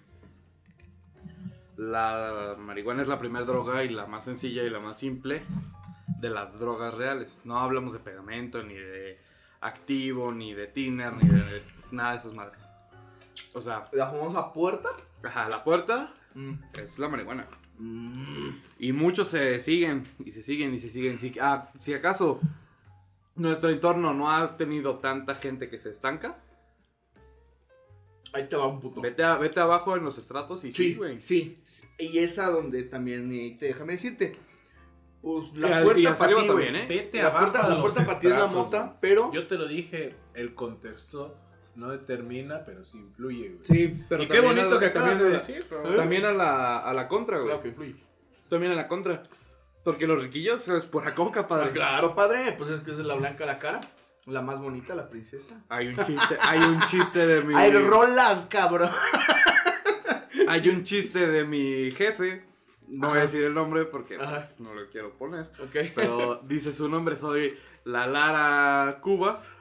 Speaker 5: la marihuana es la primera droga y la más sencilla y la más simple de las drogas reales. No hablamos de pegamento ni de activo ni de tiner ni de nada de esas madres. O sea,
Speaker 7: La famosa puerta.
Speaker 5: Ajá, la puerta
Speaker 7: Mm.
Speaker 5: es la marihuana. Y muchos se siguen, y se siguen, y se siguen. Si, ah, si acaso nuestro entorno no ha tenido tanta gente que se estanca,
Speaker 7: Ahí te va un puto.
Speaker 5: vete, a- vete abajo en los estratos y sí,
Speaker 7: Sí,
Speaker 5: güey.
Speaker 7: sí, sí. Y esa donde también, eh, te déjame decirte. Pues
Speaker 5: Y
Speaker 7: la
Speaker 5: al- y
Speaker 7: puerta
Speaker 5: hasta
Speaker 7: para
Speaker 5: arriba
Speaker 7: ti, güey.
Speaker 5: también, ¿eh?
Speaker 6: Vete
Speaker 7: La
Speaker 6: abajo
Speaker 7: puerta,
Speaker 6: de
Speaker 7: la
Speaker 6: los
Speaker 7: puerta para ti es la
Speaker 6: estratos,
Speaker 7: mota,
Speaker 6: güey.
Speaker 7: pero.
Speaker 6: Yo te lo dije, el contexto no determina, pero sí influye, güey.
Speaker 5: Sí, pero
Speaker 6: y qué bonito que
Speaker 5: también
Speaker 6: acabas de
Speaker 5: a la- ¿eh?
Speaker 6: decir, bro.
Speaker 5: También a la, a la contra, güey.
Speaker 7: Claro que influye.
Speaker 5: También a la contra. Porque los riquillos es por la coca,
Speaker 7: Ah,
Speaker 5: padre.
Speaker 7: Claro, padre, pues es que esa es la blanca la cara. La más bonita, la princesa.
Speaker 5: Hay un chiste, hay un chiste de mi.
Speaker 7: Hay rolas, cabrón.
Speaker 5: Hay un chiste de mi jefe. No voy a
Speaker 7: Ajá.
Speaker 5: decir el nombre porque
Speaker 7: Ajá.
Speaker 5: pues, no lo quiero poner.
Speaker 7: Ok.
Speaker 5: Pero dice su nombre, soy la Lara Cubas.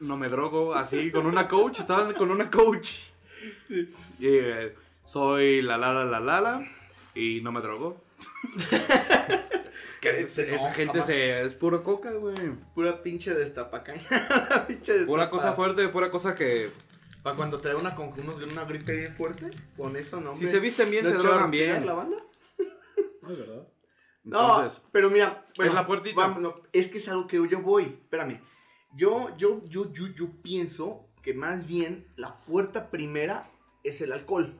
Speaker 5: No me drogo, así, con una coach, estaban con una coach. Y, eh, soy la Lara la Lara y no me drogo. Es que esa- esa
Speaker 7: No,
Speaker 5: gente
Speaker 7: jamás.
Speaker 5: se, es puro coca, güey.
Speaker 7: Pura pinche destapacaña. pinche
Speaker 5: Pura cosa
Speaker 7: fuerte.
Speaker 5: fuerte, pura cosa que...
Speaker 7: Para cuando te da una, con unos- una gripe bien fuerte, con eso no.
Speaker 5: Si
Speaker 7: hombre.
Speaker 5: se visten bien,
Speaker 7: ¿No
Speaker 5: se
Speaker 7: echaba a
Speaker 5: drogan
Speaker 7: respirar
Speaker 5: bien.
Speaker 7: la banda?
Speaker 6: ¿verdad?
Speaker 7: No,
Speaker 5: Entonces,
Speaker 7: pero mira, bueno,
Speaker 5: la puertita.
Speaker 7: vamos, no, es que es algo que yo voy. Espérame. Yo, yo, yo, yo, yo pienso que más bien la puerta primera es el alcohol.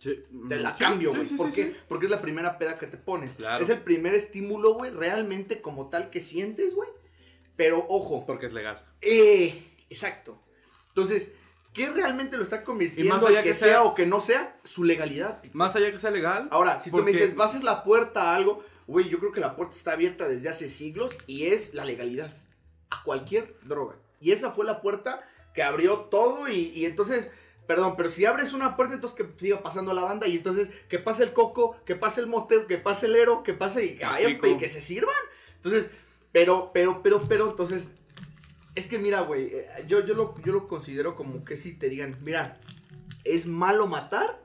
Speaker 7: Te la
Speaker 5: Sí,
Speaker 7: cambio,
Speaker 5: sí,
Speaker 7: güey.
Speaker 5: sí,
Speaker 7: ¿Por
Speaker 5: sí,
Speaker 7: qué?
Speaker 5: sí.
Speaker 7: Porque es la primera peda que te pones.
Speaker 5: Claro.
Speaker 7: Es el primer estímulo, güey, realmente como tal que sientes, güey. Pero ojo.
Speaker 5: Porque es legal.
Speaker 7: Eh, exacto. Entonces, ¿qué realmente lo está convirtiendo
Speaker 5: Y más allá
Speaker 7: en que,
Speaker 5: que
Speaker 7: sea,
Speaker 5: sea-
Speaker 7: o que no sea su legalidad? pi-
Speaker 5: Más allá que sea legal.
Speaker 7: Ahora, si tú me
Speaker 5: porque-
Speaker 7: dices, va a ser la puerta a algo, güey, yo creo que la puerta está abierta desde hace siglos y es la legalidad a cualquier droga. Y esa fue la puerta que abrió todo y, y entonces, perdón, pero si abres una puerta, entonces que siga pasando la banda y entonces que pase el coco, que pase el mote, que pase el ero, que pase y que,
Speaker 5: El
Speaker 7: vayan,
Speaker 5: pico.
Speaker 7: y que se sirvan. Entonces, pero, pero, pero, pero, entonces, es que mira, güey, eh, yo, yo, lo, yo lo considero como que si te digan, mira, es malo matar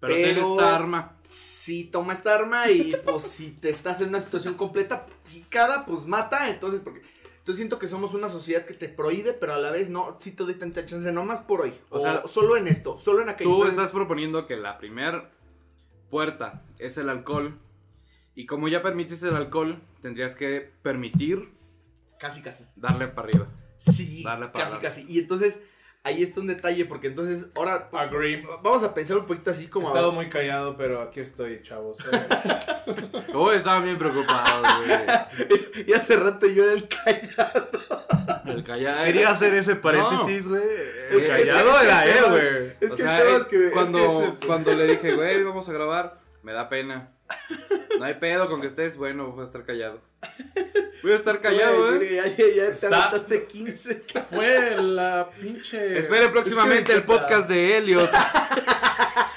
Speaker 5: Pero, ten
Speaker 7: pero-
Speaker 5: esta arma.
Speaker 7: si toma esta arma y pues si te estás en una situación completa picada, pues mata, entonces porque yo siento que somos una sociedad que te prohíbe, pero a la vez no, si te doy tanta chance, no más por hoy.
Speaker 5: O
Speaker 7: O,
Speaker 5: sea,
Speaker 7: sea, solo en esto, solo en aquello.
Speaker 5: Tú
Speaker 7: Entonces,
Speaker 5: estás proponiendo que la primer puerta es el alcohol. Y como ya permitiste el alcohol, tendrías que permitir
Speaker 7: Casi, casi.
Speaker 5: darle para arriba.
Speaker 7: Sí,
Speaker 5: Darle para
Speaker 7: casi,
Speaker 5: darle.
Speaker 7: casi. Y entonces, ahí está un detalle, porque entonces, ahora
Speaker 6: Agree.
Speaker 7: vamos a pensar un poquito así
Speaker 6: He
Speaker 7: como...
Speaker 6: estado muy callado, pero aquí estoy, chavos. Eh,
Speaker 5: Oh, estaba bien preocupado, güey.
Speaker 7: y hace rato yo era el callado.
Speaker 5: El callado.
Speaker 8: Quería hacer ese paréntesis, güey. El callado era él, güey.
Speaker 7: Es
Speaker 5: o
Speaker 7: que
Speaker 5: sea,
Speaker 7: el tema es
Speaker 5: eh,
Speaker 7: que- es
Speaker 5: cuando,
Speaker 7: que ese-
Speaker 5: cuando le dije, güey, vamos a grabar, me da pena. No hay pedo con que estés, bueno, voy a estar callado. Voy a estar callado,
Speaker 7: Güey,
Speaker 5: eh.
Speaker 7: Ya, ya, ya te
Speaker 6: Está-
Speaker 7: anotaste 15.
Speaker 6: Fue la pinche.
Speaker 5: Espere próximamente el podcast de Elliot.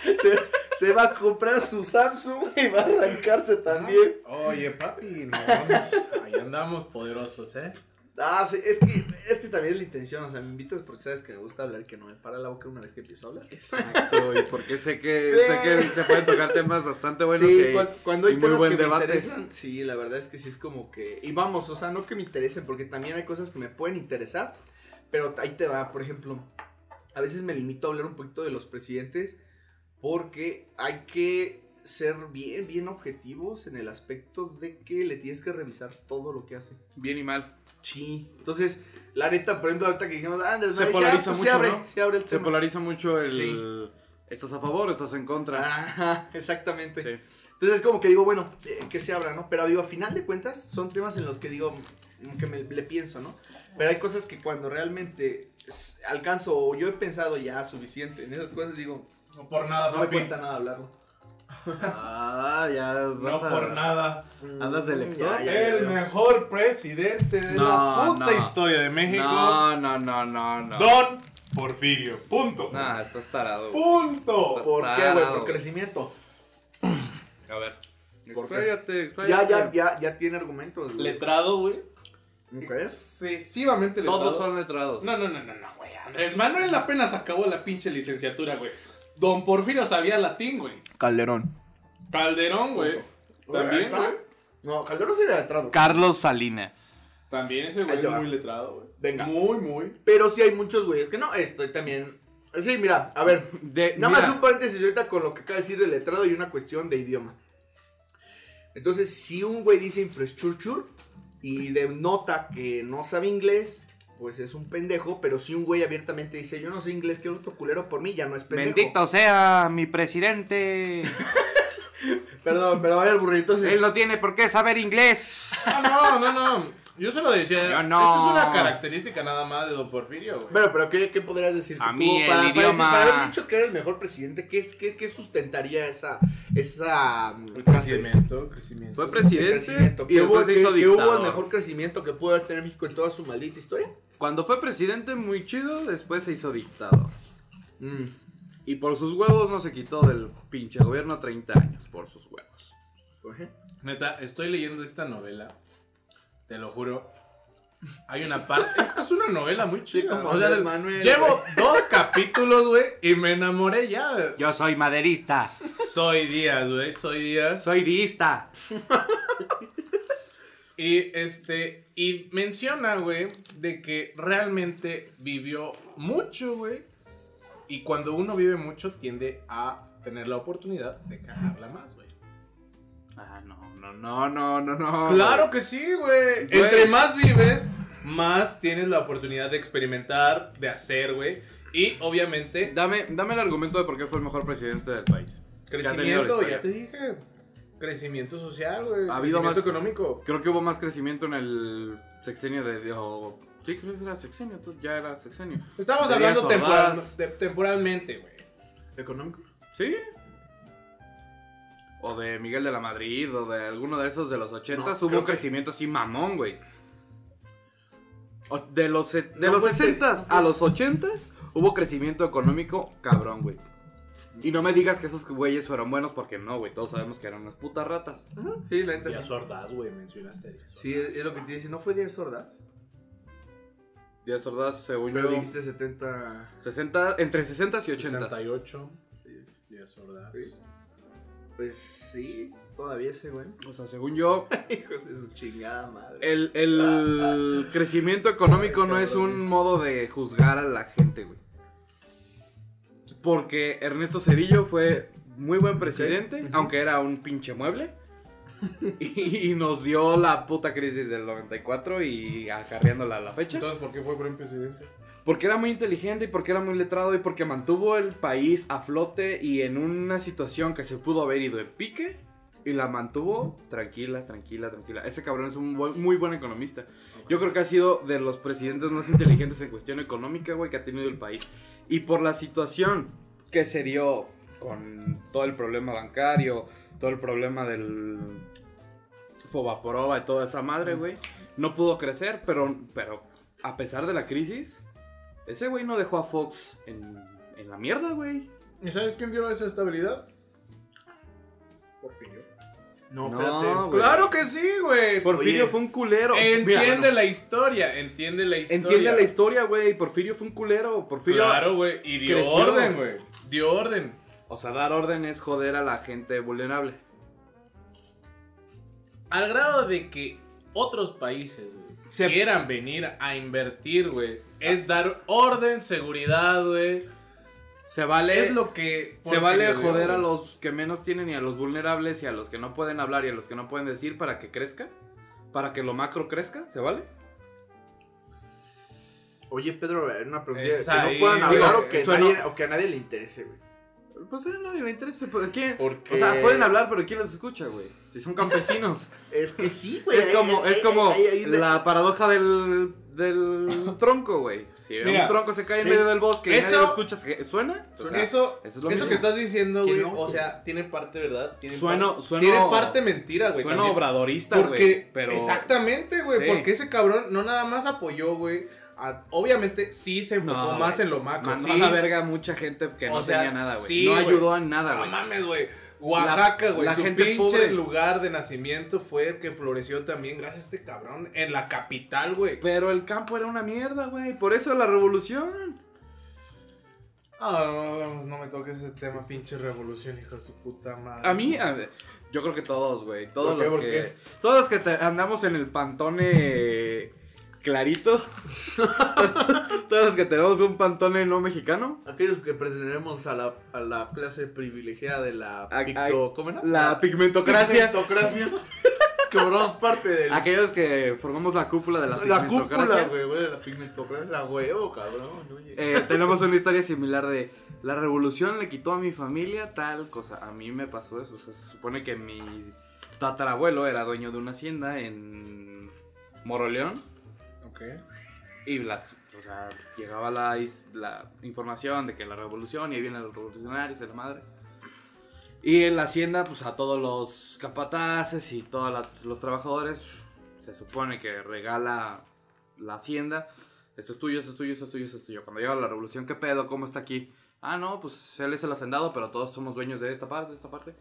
Speaker 7: se, se va a comprar su Samsung y va a arrancarse también.
Speaker 6: Oye, papi, no, vamos, ahí andamos poderosos, ¿eh?
Speaker 7: Ah, sí, es que, es que también es la intención, o sea, me invitas porque sabes que me gusta hablar y que no me para la boca una vez que empiezo a hablar.
Speaker 5: Exacto, y porque sé que, sé que se pueden tocar temas bastante buenos.
Speaker 7: sí,
Speaker 5: que-
Speaker 7: cuan- cuando hay
Speaker 5: y muy
Speaker 7: temas
Speaker 5: buen
Speaker 7: que
Speaker 5: debate.
Speaker 7: me interesan, sí, la verdad es que sí es como que, y vamos, o sea, no que me interesen, porque también hay cosas que me pueden interesar, pero ahí te va, por ejemplo, a veces me limito a hablar un poquito de los presidentes, porque hay que ser bien, bien objetivos en el aspecto de que le tienes que revisar todo lo que hace.
Speaker 5: Bien y mal.
Speaker 7: Sí. Entonces, la neta, por ejemplo, ahorita que dijimos, ah, Andrés,
Speaker 5: Se
Speaker 7: Manuel,
Speaker 5: polariza
Speaker 7: pues,
Speaker 5: mucho,
Speaker 7: se abre,
Speaker 5: ¿no?
Speaker 7: se abre el
Speaker 5: Se
Speaker 7: tema.
Speaker 5: polariza mucho el.
Speaker 7: Sí. Ah,
Speaker 5: ¿Estás a favor o estás en contra?
Speaker 7: Ajá, exactamente.
Speaker 5: Sí.
Speaker 7: Entonces, es como que digo, bueno, eh, que se abra, ¿no? Pero digo, a final de cuentas, son temas en los que digo, como que me, le pienso, ¿no? Pero hay cosas que cuando realmente es- alcanzo o yo he pensado ya suficiente en esas cosas, digo,
Speaker 6: No pues, por nada,
Speaker 7: no
Speaker 6: Ah,
Speaker 7: me
Speaker 6: papi.
Speaker 7: cuesta nada hablarlo.
Speaker 5: Ah, ya
Speaker 6: No
Speaker 5: vas a.
Speaker 6: por nada.
Speaker 5: Andas de lector.
Speaker 7: Mm, Ya, ya,
Speaker 6: El
Speaker 7: ya.
Speaker 6: mejor presidente de la
Speaker 5: No,
Speaker 6: puta
Speaker 5: no.
Speaker 6: historia de México.
Speaker 5: No, no, no, no, no.
Speaker 6: Don Porfirio. Punto.
Speaker 5: Nah, estás tarado. güey.
Speaker 6: Punto.
Speaker 7: ¿Por qué, güey?
Speaker 5: tarado,
Speaker 7: Por
Speaker 5: güey.
Speaker 7: crecimiento.
Speaker 6: A ver.
Speaker 7: ¿Por qué?
Speaker 6: Expláyate,
Speaker 7: Ya,
Speaker 6: expláyate.
Speaker 7: ya, ya, ya tiene argumentos. güey.
Speaker 6: Letrado, güey.
Speaker 7: Ok.
Speaker 6: Excesivamente letrado.
Speaker 5: Todos son letrados.
Speaker 6: No, no, no, no, no, güey. Andrés Manuel apenas acabó la pinche licenciatura, güey. Don Porfirio sabía latín, güey.
Speaker 5: Calderón.
Speaker 6: Calderón, güey. También, güey.
Speaker 7: No, Calderón sería letrado.
Speaker 5: Carlos Salinas.
Speaker 6: También ese güey
Speaker 7: Ahí
Speaker 6: es
Speaker 7: te va.
Speaker 6: muy letrado, güey.
Speaker 7: Venga.
Speaker 6: Muy, muy.
Speaker 7: Pero sí hay muchos güeyes que no, estoy también. Sí, mira, a ver.
Speaker 5: De- Eh,
Speaker 7: nada
Speaker 5: mira.
Speaker 7: más un paréntesis ahorita con lo que acaba de decir de letrado y una cuestión de idioma. Entonces, si un güey dice infrastructure y denota que no sabe inglés, pues es un pendejo. Pero si un güey abiertamente dice yo no sé inglés, quiero otro culero por mí, ya no es pendejo.
Speaker 5: Bendito sea mi presidente.
Speaker 7: Perdón, pero a ver, burrito. sí.
Speaker 5: Él no tiene por qué saber inglés.
Speaker 6: No, no, no, no. Yo se lo decía.
Speaker 5: Yo no.
Speaker 6: Esta es una característica nada más de Don Porfirio, güey.
Speaker 7: Pero, pero ¿qué, qué podrías decir?
Speaker 5: A
Speaker 7: tú,
Speaker 5: mí el
Speaker 7: para, para
Speaker 5: idioma.
Speaker 7: decir- para haber dicho que era el mejor presidente, ¿qué, es- qué, qué sustentaría esa, esa mm,
Speaker 6: El
Speaker 7: frase?
Speaker 6: Crecimiento, el crecimiento.
Speaker 5: Fue
Speaker 7: de
Speaker 5: presidente
Speaker 7: crecimiento.
Speaker 5: y
Speaker 7: Que hubo,
Speaker 5: después se
Speaker 7: que-
Speaker 5: hizo
Speaker 7: que hubo el
Speaker 5: dictador.
Speaker 7: mejor crecimiento que pudo haber tenido México en toda su maldita historia.
Speaker 5: Cuando fue presidente muy chido, después se hizo dictador.
Speaker 7: Mm.
Speaker 5: Y por sus huevos no se quitó del pinche gobierno 30 años, por sus huevos.
Speaker 7: Ujú.
Speaker 6: Neta, estoy leyendo esta novela. Te lo juro. Hay una parte. Es que es una novela muy chida.
Speaker 7: como
Speaker 6: o sea,
Speaker 7: Andrés
Speaker 6: del-
Speaker 7: Manuel,
Speaker 6: llevo
Speaker 7: güey.
Speaker 6: dos capítulos, güey, y me enamoré ya.
Speaker 5: Yo soy maderista,
Speaker 6: Soy Díaz, güey, soy Díaz.
Speaker 5: soy diista.
Speaker 6: Y este, y menciona, güey, de que realmente vivió mucho, güey. Y cuando uno vive mucho, tiende a tener la oportunidad de cagarla más, güey.
Speaker 5: Ah, no, no, no, no, no, no.
Speaker 6: Claro que sí, güey.
Speaker 5: Güey.
Speaker 6: Entre más vives, más tienes la oportunidad de experimentar, de hacer, güey. Y obviamente,
Speaker 5: Dame, dame el argumento de por qué fue el mejor presidente del país. Que ha tenido la
Speaker 6: crecimiento,
Speaker 5: historia.
Speaker 6: ya te dije. Crecimiento social, güey.
Speaker 5: Ha habido
Speaker 6: crecimiento
Speaker 5: más-
Speaker 6: económico.
Speaker 5: Creo que hubo más crecimiento en el sexenio de... de- o- sí, creo que era sexenio, tú- ya era sexenio.
Speaker 6: Estamos
Speaker 5: De
Speaker 6: hablando
Speaker 5: Díaz
Speaker 6: temporal-
Speaker 5: Ordaz.
Speaker 6: de- temporalmente, güey.
Speaker 7: Económico.
Speaker 5: ¿Sí? O de Miguel de la Madrid, o de alguno de esos de los 80
Speaker 7: No,
Speaker 5: hubo
Speaker 7: creo
Speaker 5: un
Speaker 7: que-
Speaker 5: crecimiento así mamón, güey. O- De los, se- de
Speaker 7: No
Speaker 5: los
Speaker 7: fue ese-
Speaker 5: 60
Speaker 7: no fue
Speaker 5: a
Speaker 7: ese.
Speaker 5: los 80 hubo crecimiento económico cabrón, güey. Y no me digas que esos güeyes fueron buenos porque no, güey. Todos sabemos que eran unas putas ratas.
Speaker 7: Sí, la neta.
Speaker 6: Díaz
Speaker 7: Sí,
Speaker 6: Ordaz, güey, mencionaste a Díaz
Speaker 7: Sí, es, es lo que te dice. ¿No fue 10 sordas?
Speaker 5: Díaz Ordaz, según
Speaker 7: Pero
Speaker 5: yo,
Speaker 7: dijiste 70.
Speaker 5: 60, entre 60 y 80.
Speaker 6: 68. Díaz Ordaz.
Speaker 7: Pues sí, todavía ese güey.
Speaker 5: O sea, según yo,
Speaker 7: Hijos de su chingada madre.
Speaker 5: el, el crecimiento económico no es un modo de juzgar a la gente, güey. Porque Ernesto Cedillo fue muy buen presidente, aunque era un pinche mueble. Y, y nos dio la puta crisis del 94 y acarreándola a la fecha.
Speaker 6: Entonces, ¿por qué fue buen presidente?
Speaker 5: Porque era muy inteligente y porque era muy letrado y porque mantuvo el país a flote y en una situación que se pudo haber ido en pique y la mantuvo tranquila, tranquila, tranquila. Ese cabrón es un buen- muy buen economista. Yo creo que ha sido de los presidentes más inteligentes en cuestión económica, güey, que ha tenido el país. Y por la situación que se dio con todo el problema bancario, todo el problema del Fobaproba y toda esa madre, güey, no pudo crecer, pero, pero a pesar de la crisis, ese güey no dejó a Fox en, en la mierda, güey.
Speaker 6: ¿Y sabes quién dio esa estabilidad? Porfirio.
Speaker 7: No,
Speaker 5: No,
Speaker 7: espérate.
Speaker 5: güey.
Speaker 6: Claro que sí, güey.
Speaker 5: Porfirio
Speaker 7: Oye,
Speaker 5: fue un culero. Mira,
Speaker 6: Entiende
Speaker 5: no.
Speaker 6: la historia, entiende la historia.
Speaker 5: Entiende la historia, güey. Porfirio fue un culero. Porfirio.
Speaker 6: Claro, güey. Y dio
Speaker 5: creció.
Speaker 6: orden, güey. Dio orden.
Speaker 5: O sea, dar órdenes, joder a la gente vulnerable.
Speaker 6: Al grado de que otros países, güey,
Speaker 5: Se-
Speaker 6: quieran venir a invertir, güey. Es dar orden, seguridad, güey.
Speaker 5: Se vale.
Speaker 6: Es lo que.
Speaker 5: Se vale
Speaker 6: Porfirio dio,
Speaker 5: joder a
Speaker 6: güey.
Speaker 5: los que menos tienen y a los vulnerables y a los que no pueden hablar y a los que no pueden decir para que crezca. Para que lo macro crezca, ¿se vale?
Speaker 7: Oye, Pedro, a ver, una pregunta.
Speaker 6: Es
Speaker 7: que no
Speaker 6: ahí,
Speaker 7: puedan
Speaker 6: güey.
Speaker 7: hablar o que,
Speaker 5: Suena-
Speaker 7: nadie, o que a nadie le interese, güey.
Speaker 5: Pues a nadie le interesa. pues, ¿quién?
Speaker 6: ¿Por
Speaker 5: O sea,
Speaker 7: qué?
Speaker 5: pueden hablar, pero ¿quién los escucha, güey? Si son campesinos.
Speaker 7: Es que sí,
Speaker 6: Pues
Speaker 7: güey.
Speaker 5: es
Speaker 7: ahí-
Speaker 5: como,
Speaker 6: eh,
Speaker 7: ahí-
Speaker 5: es como
Speaker 7: ahí- ahí-
Speaker 5: la paradoja del, del tronco, güey. Si
Speaker 6: Mira,
Speaker 5: un tronco se cae
Speaker 6: sí.
Speaker 5: en medio del bosque y
Speaker 6: Eso-
Speaker 5: nadie lo escucha, ¿se- ¿suena? O sea, eso
Speaker 6: eso, eso,
Speaker 5: es lo mismo.
Speaker 6: que estás diciendo,
Speaker 5: Que
Speaker 6: güey,
Speaker 5: no,
Speaker 6: o
Speaker 5: güey.
Speaker 6: sea, tiene parte verdad, tiene,
Speaker 5: Sueno-
Speaker 6: parte,
Speaker 5: sueno-
Speaker 6: tiene parte mentira, güey.
Speaker 5: suena
Speaker 6: también.
Speaker 5: obradorista, güey.
Speaker 6: Porque,
Speaker 5: pero...
Speaker 6: exactamente, güey,
Speaker 5: Sí.
Speaker 6: porque ese cabrón no nada más apoyó, güey. a- obviamente sí se
Speaker 5: No,
Speaker 6: enfocó más
Speaker 5: güey.
Speaker 6: en lo macro.
Speaker 5: Mandó
Speaker 6: sí,
Speaker 5: a la verga a mucha gente que
Speaker 6: o
Speaker 5: no
Speaker 6: sea,
Speaker 5: tenía nada, güey.
Speaker 6: sí,
Speaker 5: no
Speaker 6: güey.
Speaker 5: ayudó en nada,
Speaker 6: No
Speaker 5: güey.
Speaker 6: mames, güey. Oaxaca, güey.
Speaker 5: la
Speaker 6: Su
Speaker 5: gente
Speaker 6: pinche
Speaker 5: pobre.
Speaker 6: lugar de nacimiento fue el que floreció también gracias a este cabrón en la capital, güey.
Speaker 5: Pero el campo era una mierda, güey. Por eso la revolución.
Speaker 6: Ah, no, no, no me toques ese tema, pinche revolución, hijo de su puta madre.
Speaker 5: A mí, a ver, yo creo que todos, güey. Todos
Speaker 6: ¿Por qué?
Speaker 5: los
Speaker 6: ¿Por
Speaker 5: que.
Speaker 6: qué?
Speaker 5: Todos los que te- andamos en el pantone clarito. todos los que tenemos un pantone no mexicano.
Speaker 7: Aquellos que pretenderemos a la, a la clase privilegiada de la
Speaker 5: A-
Speaker 7: picto... ¿Cómo era?
Speaker 5: La pigmentocracia.
Speaker 7: Pigmentocracia. que formamos parte de la,
Speaker 5: Aquellos que formamos la cúpula de la,
Speaker 7: cúpula,
Speaker 5: pigmentocracia.
Speaker 7: güey, güey, de la pigmentocracia. La huevo, cabrón. oye.
Speaker 5: Eh, tenemos una historia similar de la revolución le quitó a mi familia tal cosa. A mí me pasó eso. O sea, se supone que mi tatarabuelo era dueño de una hacienda en Moroleón.
Speaker 6: Ok.
Speaker 5: Y las, o sea, llegaba la, is- la información de que la revolución y ahí vienen los revolucionarios y la madre. Y en la hacienda, pues a todos los capataces y todos las- los trabajadores, se supone que regala la hacienda. Esto es tuyo, esto es tuyo, esto es tuyo, esto es tuyo. Cuando llega la revolución, ¿qué pedo? ¿Cómo está aquí? Ah, no, pues él es el hacendado, pero todos somos dueños de esta parte, de esta parte.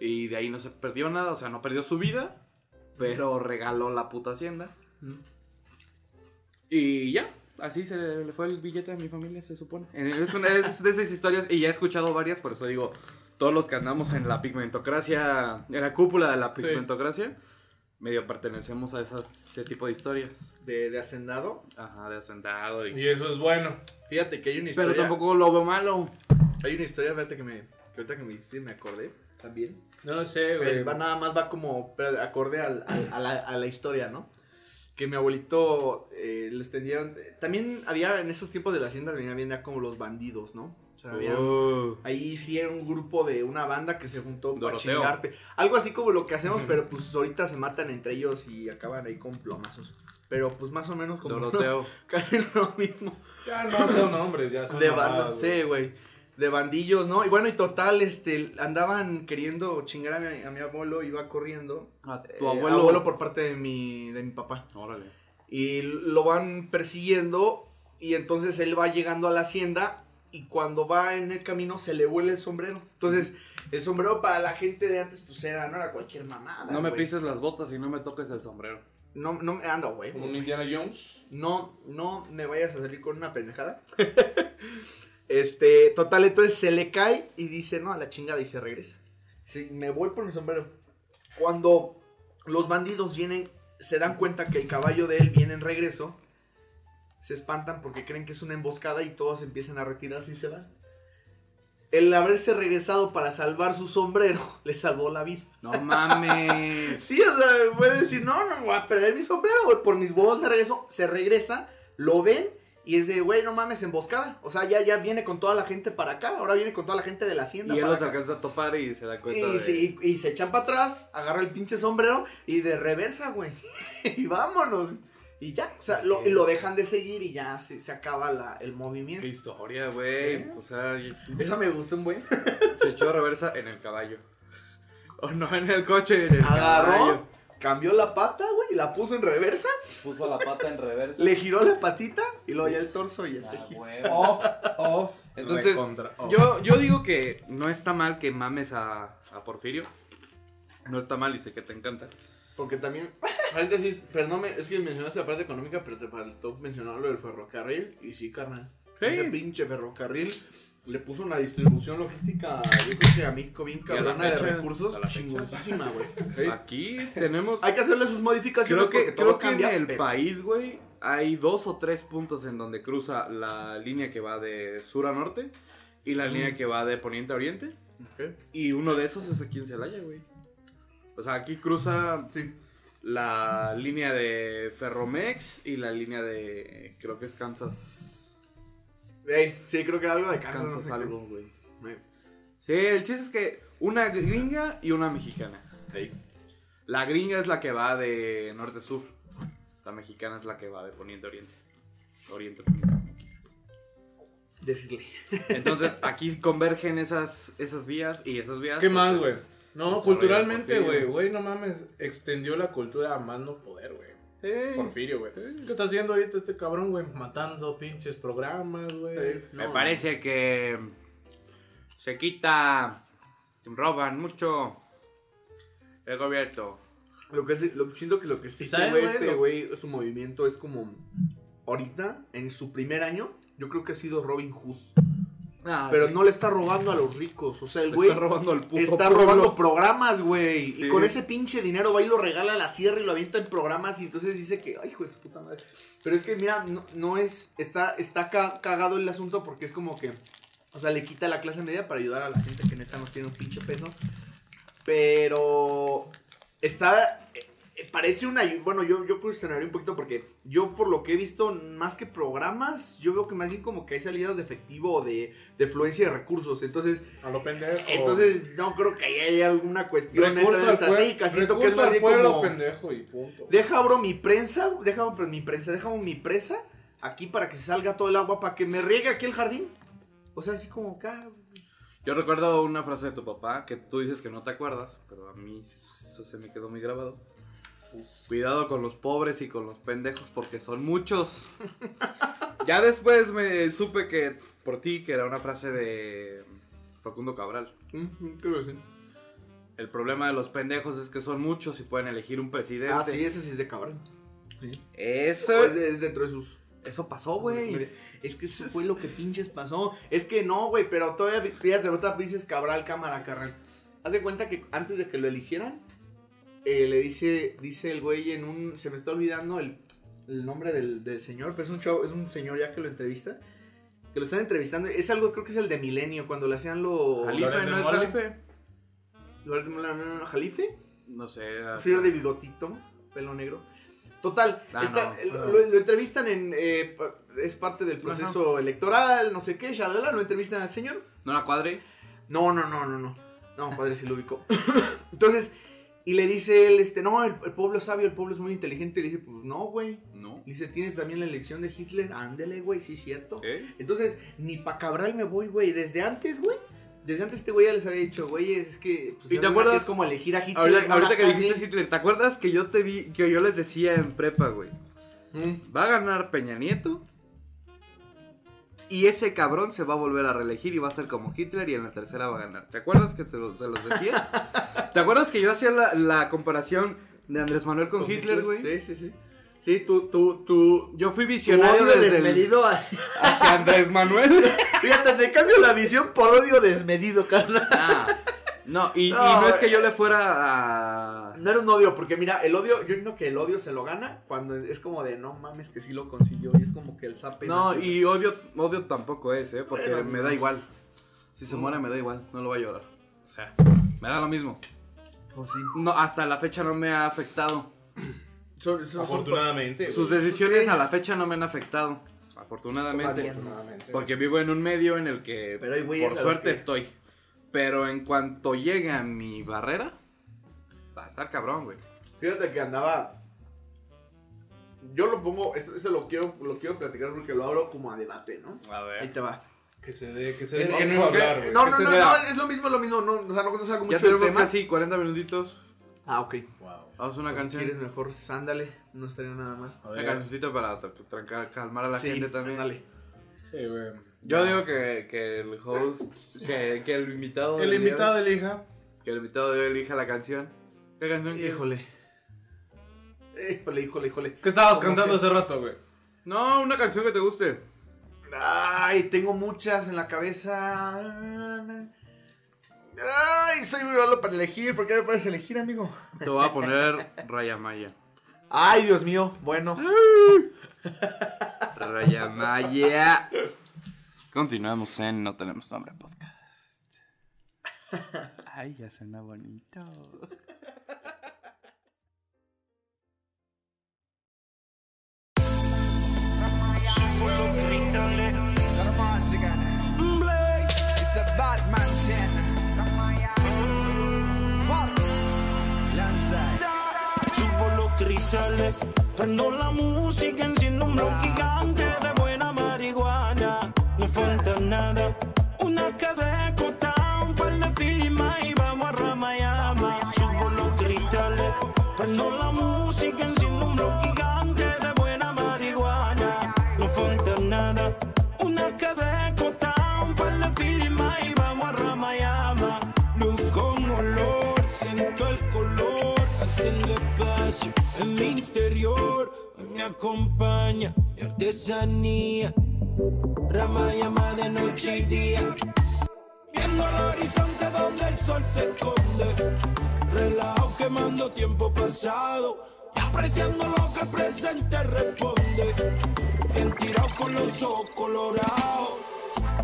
Speaker 5: Y de ahí no se perdió nada, o sea, no perdió su vida, pero regaló la puta hacienda. Y ya, así se le fue el billete a mi familia, se supone. Es una es de esas historias, y ya he escuchado varias, por eso digo, todos los que andamos en la pigmentocracia, en la cúpula de la pigmentocracia, medio pertenecemos a esas, ese tipo de historias.
Speaker 7: De, de hacendado.
Speaker 5: Ajá, de asentado y...
Speaker 6: Y eso es bueno.
Speaker 7: Fíjate que hay una historia.
Speaker 5: Pero tampoco lo veo malo.
Speaker 7: Hay una historia, fíjate que me. Que ahorita que me dijiste me acordé. También.
Speaker 6: No lo sé, güey.
Speaker 5: Eh,
Speaker 7: Pues va, nada más va como pero acorde al- al- a, la, a la historia, ¿no? Que mi abuelito eh, les tendieron. También había en esos tiempos de la hacienda, venía bien ya como los bandidos, ¿no? O sea, había-
Speaker 5: Oh.
Speaker 7: Ahí sí era un grupo de una banda que se juntó para
Speaker 5: Doroteo.
Speaker 7: chingarte. Algo así como lo que hacemos, pero pues ahorita se matan entre ellos y acaban ahí con plomazos. Pero pues más o menos como
Speaker 5: Doroteo.
Speaker 7: casi lo mismo.
Speaker 6: Ya no son hombres,
Speaker 5: Ah,
Speaker 6: ya son
Speaker 7: De
Speaker 6: mamadas,
Speaker 7: bandas,
Speaker 6: güey.
Speaker 7: sí, güey. De bandillos, ¿no? Y bueno, y total, este, andaban queriendo chingar a mi, a mi abuelo, iba corriendo.
Speaker 5: A
Speaker 7: Eh,
Speaker 5: tu abuelo.
Speaker 7: por parte de mi, de mi papá.
Speaker 5: Órale.
Speaker 7: Y lo van persiguiendo y entonces él va llegando a la hacienda y cuando va en el camino se le vuela el sombrero. Entonces, el sombrero para la gente de antes pues era, no era cualquier mamada.
Speaker 5: No me
Speaker 7: Ah, güey.
Speaker 5: pises las botas y no me toques el sombrero.
Speaker 7: No, no, me- anda, güey.
Speaker 6: Como un Indiana Jones.
Speaker 7: no, no me vayas a salir con una pendejada. este, total, entonces se le cae y dice, no, a la chingada y se regresa. Sí, me voy por mi sombrero. Cuando los bandidos vienen, se dan cuenta que el caballo de él viene en regreso, se espantan porque creen que es una emboscada y todos empiezan a retirarse y se van. El haberse regresado para salvar su sombrero le salvó la vida.
Speaker 5: No mames.
Speaker 7: Sí, o sea, puede decir, no, no, me voy a perder mi sombrero, güey. Por mis huevos me regreso. Se regresa, lo ven y es de, güey, no mames, emboscada. O sea, ya, ya viene con toda la gente para acá. Ahora viene con toda la gente de la hacienda.
Speaker 5: y él
Speaker 7: para
Speaker 5: los
Speaker 7: acá.
Speaker 5: alcanza a topar y se da cuenta
Speaker 7: Y,
Speaker 5: de...
Speaker 7: se, y- y se echan para atrás, agarra el pinche sombrero y de reversa, güey. y vámonos. Y ya, o sea, lo, lo dejan de seguir y ya se, se acaba la- el movimiento.
Speaker 5: Qué historia, güey. O sea, y-
Speaker 7: Esa me gustó un buen.
Speaker 5: se echó reversa en el caballo. O no en el coche, en el
Speaker 7: Agarró,
Speaker 5: caballo.
Speaker 7: cambió la pata, güey, y la puso en reversa.
Speaker 5: Puso la pata en reversa.
Speaker 7: Le giró la patita y luego ya el torso y ya se giró.
Speaker 6: Off, off.
Speaker 5: Entonces,
Speaker 6: recontra off.
Speaker 5: yo, yo digo que no está mal que mames a, a Porfirio. No está mal y sé que te encanta.
Speaker 7: Porque también. Paréntesis, perdóname, es que mencionaste la parte económica, pero te faltó mencionar lo del ferrocarril. Y sí, carnal.
Speaker 5: Sí.
Speaker 7: Ese pinche ferrocarril le puso una distribución logística, yo creo que a México bien
Speaker 5: a la
Speaker 7: cabrona de
Speaker 5: fecha,
Speaker 7: recursos.
Speaker 5: a la fecha.
Speaker 7: Chingoncísima, güey. Sí.
Speaker 5: Aquí tenemos...
Speaker 7: Hay que hacerle sus modificaciones
Speaker 5: Creo que,
Speaker 7: porque
Speaker 5: creo
Speaker 7: todo
Speaker 5: que en
Speaker 7: cambia.
Speaker 5: el
Speaker 7: pero-
Speaker 5: país, güey, hay dos o tres puntos en donde cruza la línea que va de sur a norte y la línea que va de poniente a oriente.
Speaker 7: Ok.
Speaker 5: Y uno de esos es aquí en Celaya, güey. O sea, aquí cruza la línea de Ferromex y la línea de. Creo que es Kansas.
Speaker 7: Ey, sí, creo que algo de Kansas.
Speaker 5: Kansas
Speaker 7: Ah, no sé
Speaker 5: algo, güey.
Speaker 7: qué. Ey.
Speaker 5: Sí, el chiste es que una gringa y una mexicana. ¿ok? La gringa es la que va de norte a sur. La mexicana es la que va de poniente a oriente. Oriente a poniente, como quieras.
Speaker 7: Decirle.
Speaker 5: Entonces aquí convergen esas, esas vías y esas vías.
Speaker 6: ¿Qué
Speaker 5: pues,
Speaker 6: más,
Speaker 5: es-
Speaker 6: güey? No,
Speaker 5: desarrollo
Speaker 6: culturalmente,
Speaker 5: Porfirio.
Speaker 6: güey, güey, no mames, extendió la cultura a más no poder, güey.
Speaker 5: Sí.
Speaker 6: Porfirio, güey. ¿Qué está haciendo ahorita este cabrón, güey? Matando pinches programas, güey.
Speaker 5: Me
Speaker 6: No,
Speaker 5: parece que se quita, roban mucho el gobierno.
Speaker 7: Lo que es, lo, siento que lo que está
Speaker 6: ¿Sabes,
Speaker 7: güey,
Speaker 6: güey?
Speaker 7: este
Speaker 6: Lo-
Speaker 7: güey, su movimiento es como ahorita, en su primer año, yo creo que ha sido Robin Hood. pero no le está robando a los ricos. O sea, el
Speaker 5: Ah, Le
Speaker 7: güey
Speaker 5: está robando al puto
Speaker 7: está
Speaker 5: pueblo.
Speaker 7: robando programas, güey.
Speaker 5: Sí.
Speaker 7: Y con ese pinche dinero va y lo regala a la sierra y lo avienta en programas. Y entonces dice que, ay, hijo de su puta madre. Pero es que, mira, no, no es. Está, está ca- cagado el asunto porque es como que. O sea, le quita la clase media para ayudar a la gente que neta no tiene un pinche peso. Pero. Está. eh, eh, Parece una. ayu- Bueno, yo, yo cuestionaría un poquito porque yo, por lo que he visto, más que programas, yo veo que más bien como que hay salidas de efectivo o de, de fluencia de recursos. Entonces,
Speaker 6: A lo pendejo.
Speaker 7: entonces, no creo que ahí haya alguna cuestión neta
Speaker 6: recurso al
Speaker 7: estratégica.
Speaker 6: pueblo,
Speaker 7: Siento que es
Speaker 6: recurso
Speaker 7: más
Speaker 6: al
Speaker 7: bien
Speaker 6: pueblo,
Speaker 7: como.
Speaker 6: pendejo y punto.
Speaker 7: Deja abro mi prensa, deja abro mi prensa, deja abro mi presa aquí para que se salga todo el agua, para que me riegue aquí el jardín. O sea, así como acá.
Speaker 5: Yo recuerdo una frase de tu papá que tú dices que no te acuerdas, pero a mí eso se me quedó muy grabado. Cuidado con los pobres y con los pendejos porque son muchos. ya después me supe que por ti que era una frase de Facundo Cabral.
Speaker 7: Creo que sí.
Speaker 5: El problema de los pendejos es que son muchos y pueden elegir un presidente.
Speaker 7: Ah,
Speaker 6: Este.
Speaker 7: sí, ese sí es de cabrón.
Speaker 5: Eso,
Speaker 6: Eh,
Speaker 7: O Es, de- es dentro de sus.
Speaker 5: eso pasó, güey.
Speaker 7: Es que eso fue lo que pinches pasó. Es que no, güey, pero todavía, vi- fíjate, ahorita dices Cabral, cámara, carnal. Haz de cuenta que antes de que lo eligieran, eh, le dice, dice el güey en un, se me está olvidando el, el nombre del, del señor, pero es un chavo, es un señor ya que lo entrevista, que lo están entrevistando, es algo, creo que es el de Milenio, cuando le hacían lo...
Speaker 5: Jalife,
Speaker 6: Lorenzo
Speaker 5: ¿no es
Speaker 6: Mola.
Speaker 5: Jalife?
Speaker 7: lo- ¿Jalife?
Speaker 5: No sé.
Speaker 7: Un señor de bigotito, pelo negro. Total,
Speaker 5: Ah,
Speaker 7: está-
Speaker 5: no,
Speaker 7: lo-
Speaker 5: no.
Speaker 7: Lo, entrevistan en. eh, pa- es parte del proceso electoral, no sé qué, shalala, lo entrevistan al señor.
Speaker 5: ¿No la cuadre?
Speaker 7: No, no, no, no, no. No, padre, sí lo ubicó. Entonces, y le dice él, este, no, el, el pueblo es sabio, el pueblo es muy inteligente. Y le dice, pues no, güey.
Speaker 5: No.
Speaker 7: Le dice, tienes también la elección de Hitler, ándele, güey, sí, cierto.
Speaker 5: ¿Eh?
Speaker 7: Entonces, ni pa' Cabral me voy, güey. Desde antes, güey. Desde antes este güey ya les había dicho, güey, es que. pues,
Speaker 5: ¿Y te
Speaker 7: haz cuenta que
Speaker 5: acuerdas?
Speaker 7: Es como elegir a Hitler. no
Speaker 5: Ahorita,
Speaker 7: la
Speaker 5: ahorita que
Speaker 7: cagues.
Speaker 5: dijiste Hitler, ¿te acuerdas que yo te di, que yo les decía en prepa, güey? Va a ganar Peña Nieto y ese cabrón se va a volver a reelegir y va a ser como Hitler y en la tercera va a ganar. ¿Te acuerdas que te lo- se los decía? ¿Te acuerdas que yo hacía la, la comparación de Andrés Manuel con, Hitler, güey?
Speaker 7: Sí, sí, sí. Sí, tú, tú, tú.
Speaker 5: Yo fui
Speaker 7: Tu odio
Speaker 5: visionario desde el-
Speaker 7: desmedido hacia...
Speaker 5: hacia Andrés Manuel.
Speaker 7: Fíjate, te cambio la visión por odio desmedido, carnal.
Speaker 5: Ah, no, y y no,
Speaker 7: No, eh,
Speaker 5: es que yo le fuera a...
Speaker 7: No era un odio, porque mira, el odio, yo entiendo que el odio se lo gana cuando es como de no mames que sí lo consiguió. Y es como que el sape.
Speaker 5: No,
Speaker 7: nació.
Speaker 5: y odio, odio tampoco es, ¿eh? Porque
Speaker 7: Bueno,
Speaker 5: me da igual. Si se muere, me da igual. No lo voy a llorar. O sea, me da lo mismo.
Speaker 7: Pues sí.
Speaker 5: No, hasta la fecha no me ha afectado.
Speaker 7: Son- son- son-
Speaker 6: Afortunadamente. güey.
Speaker 5: Sus decisiones
Speaker 7: Ok.
Speaker 5: a la fecha no me han afectado. Afortunadamente.
Speaker 7: Todavía no.
Speaker 6: Afortunadamente.
Speaker 5: Porque vivo en un medio en el que,
Speaker 7: Pero hay güeyes
Speaker 5: por
Speaker 7: a los
Speaker 5: suerte,
Speaker 7: que-
Speaker 5: estoy. Pero en cuanto llegue a mi barrera, va a estar cabrón, güey.
Speaker 7: Fíjate que andaba. Yo lo pongo, esto, esto lo quiero, lo quiero platicar porque lo abro como a debate, ¿no?
Speaker 5: A
Speaker 7: Ahí
Speaker 5: ver.
Speaker 7: te va.
Speaker 6: Que se dé, que se dé.
Speaker 5: En-
Speaker 6: Que
Speaker 5: en-
Speaker 6: no iba a
Speaker 5: que-
Speaker 6: hablar, güey.
Speaker 7: No,
Speaker 5: que
Speaker 7: no,
Speaker 5: se
Speaker 7: no,
Speaker 5: vea.
Speaker 7: no, es lo mismo, es lo mismo, no, o sea, no, no
Speaker 5: Ya
Speaker 7: salgo mucho del
Speaker 5: tenemos
Speaker 7: tema.
Speaker 5: casi 40 minutitos.
Speaker 7: Ah, ok.
Speaker 6: Wow.
Speaker 5: Vamos a una
Speaker 7: Pues, si
Speaker 5: canción.
Speaker 7: quieres mejor, sándale, no estaría nada mal.
Speaker 6: A
Speaker 5: Una
Speaker 6: ver.
Speaker 5: cancioncita para tra- trancar- calmar a la gente también.
Speaker 7: Dale.
Speaker 6: Sí, güey.
Speaker 5: Yo digo que, que el host, que, que el invitado.
Speaker 6: El
Speaker 5: del día-
Speaker 6: invitado elija.
Speaker 5: que el invitado de hoy elija la canción. ¿Qué canción? quieres?
Speaker 7: Híjole. Híjole, híjole, híjole.
Speaker 6: ¿Qué estabas
Speaker 7: ¿Cómo
Speaker 6: cantando
Speaker 7: que?
Speaker 6: hace rato, güey?
Speaker 5: No, una canción que te guste.
Speaker 7: Ay, tengo muchas en la cabeza. Ay, soy muy malo para elegir. ¿Por qué me puedes elegir, amigo?
Speaker 5: Te voy a poner Rayamaya.
Speaker 7: Ay, Dios mío. Bueno.
Speaker 5: Rayamaya. Continuamos en No Tenemos Nombre Podcast. Ay, ya suena bonito.
Speaker 9: Blaze, it's a bad man ten.
Speaker 10: chale. Prendo la música, enciendo un blog gigante de buena marihuana. No falta nada. Una que de cota, un par de filmas y vamos a Ramayama. Subo los cristales. Prendo la música, enciendo un blog gigante de buena marihuana. No falta nada. Una que de cota, un par de filmas y vamos a Ramayama. Luz con olor, siento el color, haciendo espacio en mi interior. Hoy Me acompaña mi artesanía, rama llama de noche y día. Viendo el horizonte donde el sol se esconde, relajo quemando tiempo pasado. Y apreciando lo que el presente responde, bien tirado con los ojos colorados.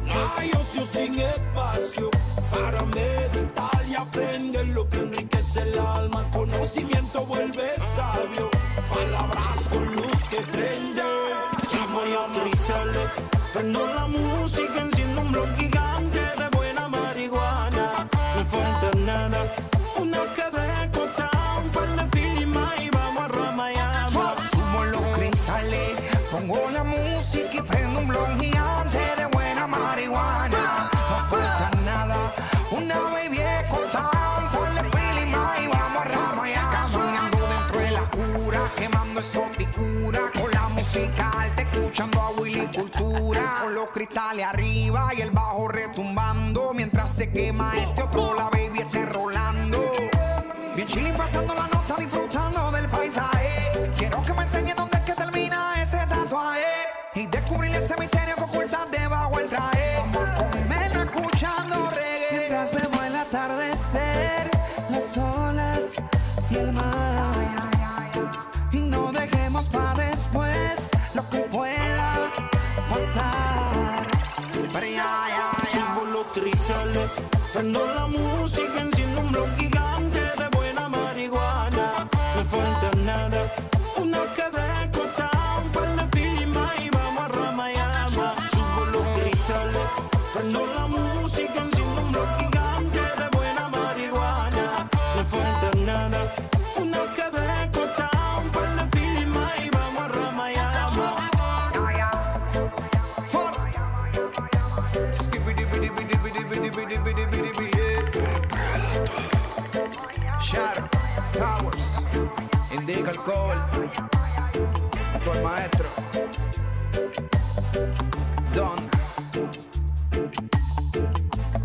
Speaker 10: No hay ocio sin espacio para meditar y aprender lo que enriquece el alma. Conocimiento vuelve sabio, palabras con luz que prende. Chamo y cristales, prendo la música, enciendo un blog gigante de buena marihuana. No falta nada, una que ve corta, un par de filmas y vamos a Ramayama.
Speaker 11: Sumo los cristales, pongo la música y prendo un blog gigante de buena marihuana. No falta nada, una baby cortada, ponle pila y más y vamos a ramayar. Soñando dentro de la cura, quemando exoticura, con la música alta, escuchando a Willy Cultura. Con los cristales arriba y el bajo retumbando, mientras se quema este otro, la baby está rolando. Bien chilling pasando la nota, disfrutando del paisaje. Quiero que me enseñe dónde es que termina ese tatuaje. Y descubrir ese misterio que oculta debajo el traje. Vamos a comer escuchando reggae. Mientras vemos el atardecer, las olas y el mar. Y no dejemos para después lo que pueda pasar. Pero ya, ya, ya.
Speaker 10: Subo los cristales, prendo la música, enciendo un blog gigante de buena marihuana. No falta nada, una que ve corta, un par de filmas y vamos a Ramayama. Subo los cristales, prendo la música, enciendo un blog gigante de buena marihuana. No falta nada, una que ve corta, un par de filmas y vamos a Ramayama.
Speaker 11: Sharp Powers indica alcohol actual maestro Don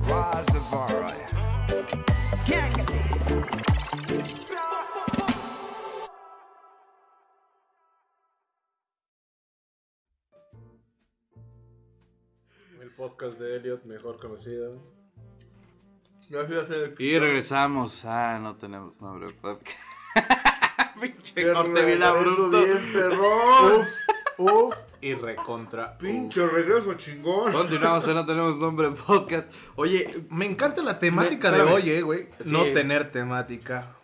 Speaker 11: Rastafari Gang.
Speaker 6: El podcast de Elliot, mejor conocido.
Speaker 5: Y regresamos. Ah, no tenemos nombre. podcast. Pinche
Speaker 7: Qué
Speaker 5: corte bien
Speaker 7: regreso
Speaker 5: abrupto.
Speaker 7: bien, perrón. Uf,
Speaker 6: Y recontra.
Speaker 7: pinche regreso chingón.
Speaker 5: Continuamos en No Tenemos Nombre Podcast. Oye,
Speaker 6: Me encanta la temática
Speaker 5: Me-
Speaker 6: de
Speaker 5: espérame.
Speaker 6: hoy, eh, güey.
Speaker 5: Sí.
Speaker 6: No tener temática.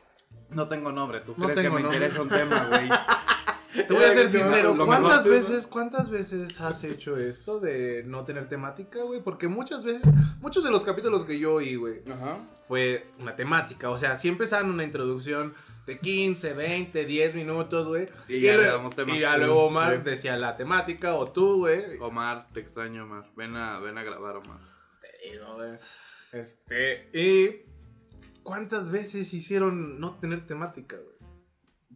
Speaker 5: no tengo nombre. ¿Tú
Speaker 6: No
Speaker 5: crees que
Speaker 6: tengo
Speaker 5: me
Speaker 6: nombre.
Speaker 5: interesa un tema, güey?
Speaker 6: Te voy a ser
Speaker 5: Lo
Speaker 6: sincero,
Speaker 5: mejor.
Speaker 6: ¿cuántas veces, cuántas veces has hecho esto de no tener temática, güey? Porque muchas veces, muchos de los capítulos que yo oí, güey,
Speaker 5: Ajá.
Speaker 6: fue una temática. O sea, si empezaban una introducción de 15, 20, 10 minutos, güey.
Speaker 5: Y ya le
Speaker 6: lue-
Speaker 5: damos tema.
Speaker 6: y ya luego
Speaker 5: Sí.
Speaker 6: Omar decía la temática, o tú, güey.
Speaker 5: Omar, te extraño, Omar. Ven a, ven a grabar, Omar.
Speaker 6: Te digo, güey. Este, y ¿cuántas veces hicieron no tener temática, güey?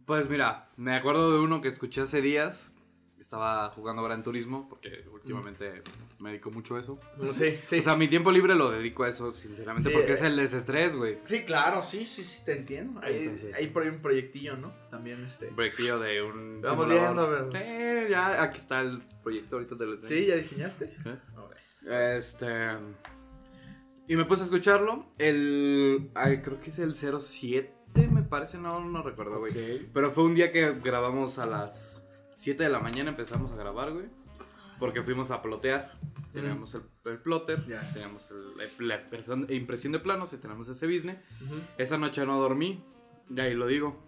Speaker 5: Pues mira, me acuerdo de uno que escuché hace días. Estaba jugando Gran Turismo, porque últimamente me dedico mucho a eso.
Speaker 7: Sí, sí.
Speaker 5: O sea, mi tiempo libre lo dedico a eso, sinceramente,
Speaker 7: Sí,
Speaker 5: porque
Speaker 7: eh.
Speaker 5: es el desestrés, güey.
Speaker 7: Sí, claro, sí, sí, sí, te entiendo. Ahí,
Speaker 5: Entonces.
Speaker 7: ahí por ahí un proyectillo, ¿no? También este.
Speaker 5: Un proyectillo de un.
Speaker 7: Vamos
Speaker 5: simulador.
Speaker 7: viendo, a ver.
Speaker 5: Eh, ya, aquí está el proyecto, ahorita te lo enseño.
Speaker 7: Sí, ya diseñaste.
Speaker 5: Este. Y me puse a escucharlo. El. ay, creo que es el 07, me parece. No, no recuerdo, güey. Pero fue un día que grabamos a las 7 de la mañana. Empezamos a grabar, güey. Porque fuimos a plotear. Teníamos el, el plotter,
Speaker 7: Ya.
Speaker 5: teníamos el- la, la person- impresión de planos y tenemos ese business. Esa noche no dormí. Y ahí lo digo.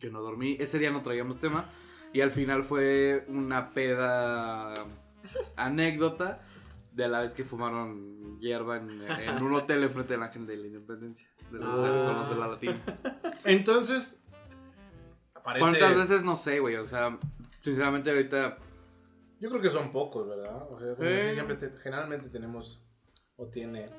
Speaker 5: Que no dormí. Ese día no traíamos tema. Y al final fue una peda anécdota de la vez que fumaron hierba en, en un hotel enfrente de la gente de la Independencia. De los, con los de la Latina.
Speaker 6: Entonces, Parece-
Speaker 5: ¿Cuántas veces? No sé, güey. O sea, sinceramente ahorita...
Speaker 6: Yo creo que son pocos, ¿verdad? O sea, como
Speaker 5: Sí.
Speaker 6: que siempre te- generalmente tenemos o tiene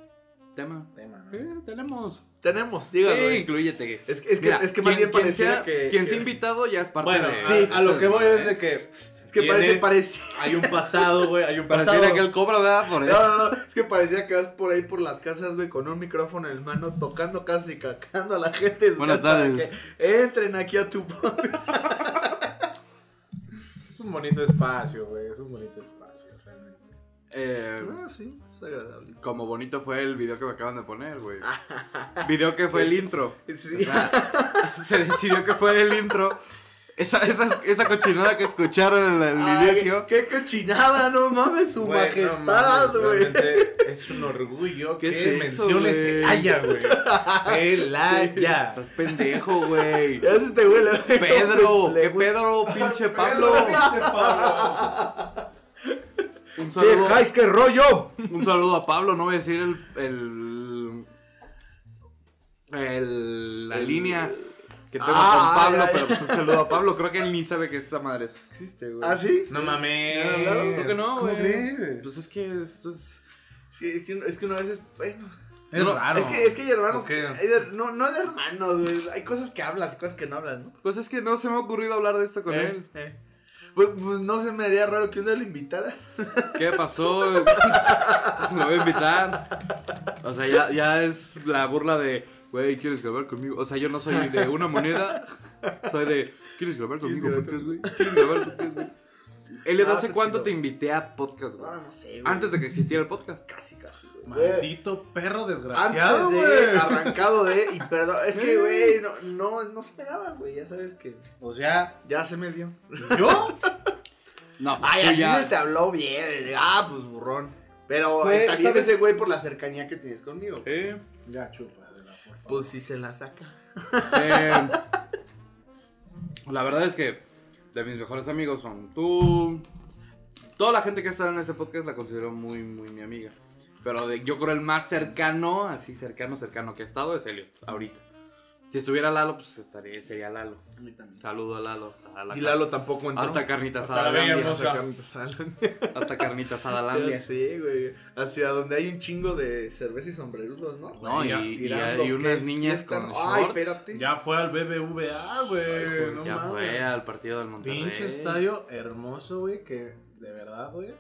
Speaker 5: Tema.
Speaker 6: tema, ¿no?
Speaker 5: tenemos.
Speaker 7: Tenemos, dígalo. eh.
Speaker 5: Sí,
Speaker 7: güey.
Speaker 5: incluyete.
Speaker 7: Es que- es que- es que más bien pareciera que-
Speaker 5: Quien
Speaker 7: que-
Speaker 5: se ha invitado ya es parte
Speaker 6: Bueno,
Speaker 5: de...
Speaker 6: a- a, lo que voy es de que.
Speaker 7: Es que
Speaker 6: tiene-
Speaker 7: parece, parece.
Speaker 6: Hay un pasado, güey. Hay un pasado.
Speaker 5: Pareciera que él cobra, ¿verdad? Por
Speaker 7: No, no, no, es que parecía que vas por ahí por las casas, güey, con un micrófono en mano, tocando casi cacando a la gente.
Speaker 5: Buenas
Speaker 7: para
Speaker 5: tardes.
Speaker 7: que entren aquí a tu podcast.
Speaker 6: Es un bonito espacio, güey. Es un bonito espacio, realmente.
Speaker 5: Eh,
Speaker 7: No, sí, es agradable.
Speaker 5: como bonito fue el video que me acaban de poner, güey. video que fue el intro. O
Speaker 7: Sí.
Speaker 5: sea, se decidió que fuera el intro. Esa, esa, esa cochinada que escucharon en el
Speaker 7: Ay,
Speaker 5: inicio.
Speaker 7: Qué cochinada, no mames, su
Speaker 6: Güey, no
Speaker 7: majestad,
Speaker 6: mames,
Speaker 7: güey.
Speaker 6: realmente es un orgullo
Speaker 5: ¿Qué
Speaker 6: que
Speaker 5: es eso,
Speaker 6: menciones
Speaker 5: güey?
Speaker 6: Celaya, güey. Celaya.
Speaker 5: Estás pendejo, güey.
Speaker 7: ya se te huele.
Speaker 5: Pedro, qué Pedro, pinche Pablo. Un saludo,
Speaker 7: ¡Dejáis qué rollo!
Speaker 5: un saludo a Pablo, no voy a decir el. el, el- la línea que tengo
Speaker 7: Ah,
Speaker 5: con Pablo,
Speaker 7: ya, ya.
Speaker 5: pero pues un saludo a Pablo. Creo que él ni sabe que esta madre existe, güey.
Speaker 7: ¿Ah, sí?
Speaker 6: No mames.
Speaker 5: Claro, creo que no,
Speaker 6: ¿Cómo
Speaker 5: güey.
Speaker 6: crees?
Speaker 5: Pues es que esto es.
Speaker 7: Sí, es que, es que uno a veces. Bueno.
Speaker 6: Es raro.
Speaker 7: Es que, es que hay hermanos.
Speaker 6: Ok.
Speaker 7: hay de- no, no de hermanos, güey. Hay cosas que hablas y cosas que no hablas, ¿no?
Speaker 5: Pues es que no se me ha ocurrido hablar de esto con
Speaker 7: Eh,
Speaker 5: él.
Speaker 7: eh. Pues, pues, no se me haría raro que uno lo invitara.
Speaker 5: ¿Qué pasó? Lo voy a invitar. O sea, ya, ya es la burla de, güey, ¿quieres grabar conmigo? O sea, yo no soy de una moneda, soy de, ¿quieres grabar conmigo podcast, güey? ¿Quieres grabar podcast, güey? L,
Speaker 7: Ah,
Speaker 5: ¿hace
Speaker 7: está
Speaker 5: cuánto
Speaker 7: chido.
Speaker 5: te invité a podcast, güey?
Speaker 7: Ah, no sé, güey.
Speaker 5: Antes de que existiera el podcast.
Speaker 7: Casi, casi, güey.
Speaker 6: Maldito perro desgraciado,
Speaker 7: Antes de
Speaker 6: güey.
Speaker 7: arrancado de. Y perdón. Es que, güey, no, no, no se me daba, güey. Ya sabes que.
Speaker 6: O sea,
Speaker 7: Ya se me dio.
Speaker 6: yo.
Speaker 5: No,
Speaker 7: Ay,
Speaker 5: tú
Speaker 7: a ti
Speaker 5: ya-
Speaker 7: se te habló bien. de, Ah, pues burrón. Pero
Speaker 6: Fue,
Speaker 7: también
Speaker 6: ¿sabes?
Speaker 7: ese güey por la cercanía que tienes conmigo.
Speaker 5: Eh,
Speaker 6: Ya chupa, de la por favor.
Speaker 7: Pues si se la saca.
Speaker 5: eh, la verdad es que de mis mejores amigos son tú. Toda la gente que está en este podcast la considero muy, muy mi amiga. Pero de- yo creo el más cercano, así cercano, cercano que ha estado es Elliot, ahorita. Si estuviera Lalo, pues estaría, sería Lalo. Saludo a Lalo hasta la
Speaker 7: Y
Speaker 5: car-
Speaker 7: Lalo tampoco entró.
Speaker 5: Hasta carnita
Speaker 6: Ah, Hasta la
Speaker 5: asada.
Speaker 6: bella
Speaker 5: Landia,
Speaker 6: hermosa.
Speaker 5: Hasta carnita asada
Speaker 7: Ya
Speaker 5: Landia.
Speaker 7: sé, güey. Hacia donde hay un chingo de cerveza y sombrerudos, ¿no?
Speaker 5: No, y,
Speaker 6: Ya,
Speaker 5: y-
Speaker 7: Tirando,
Speaker 5: y unas
Speaker 7: ¿qué?
Speaker 5: niñas
Speaker 7: Fiesta,
Speaker 5: con
Speaker 7: ¿no? Ay,
Speaker 5: shorts.
Speaker 7: espérate.
Speaker 6: Ya fue al BBVA, güey. No
Speaker 5: ya
Speaker 6: mames.
Speaker 5: fue al partido del Monterrey.
Speaker 6: Pinche estadio hermoso, güey, que de verdad, güey.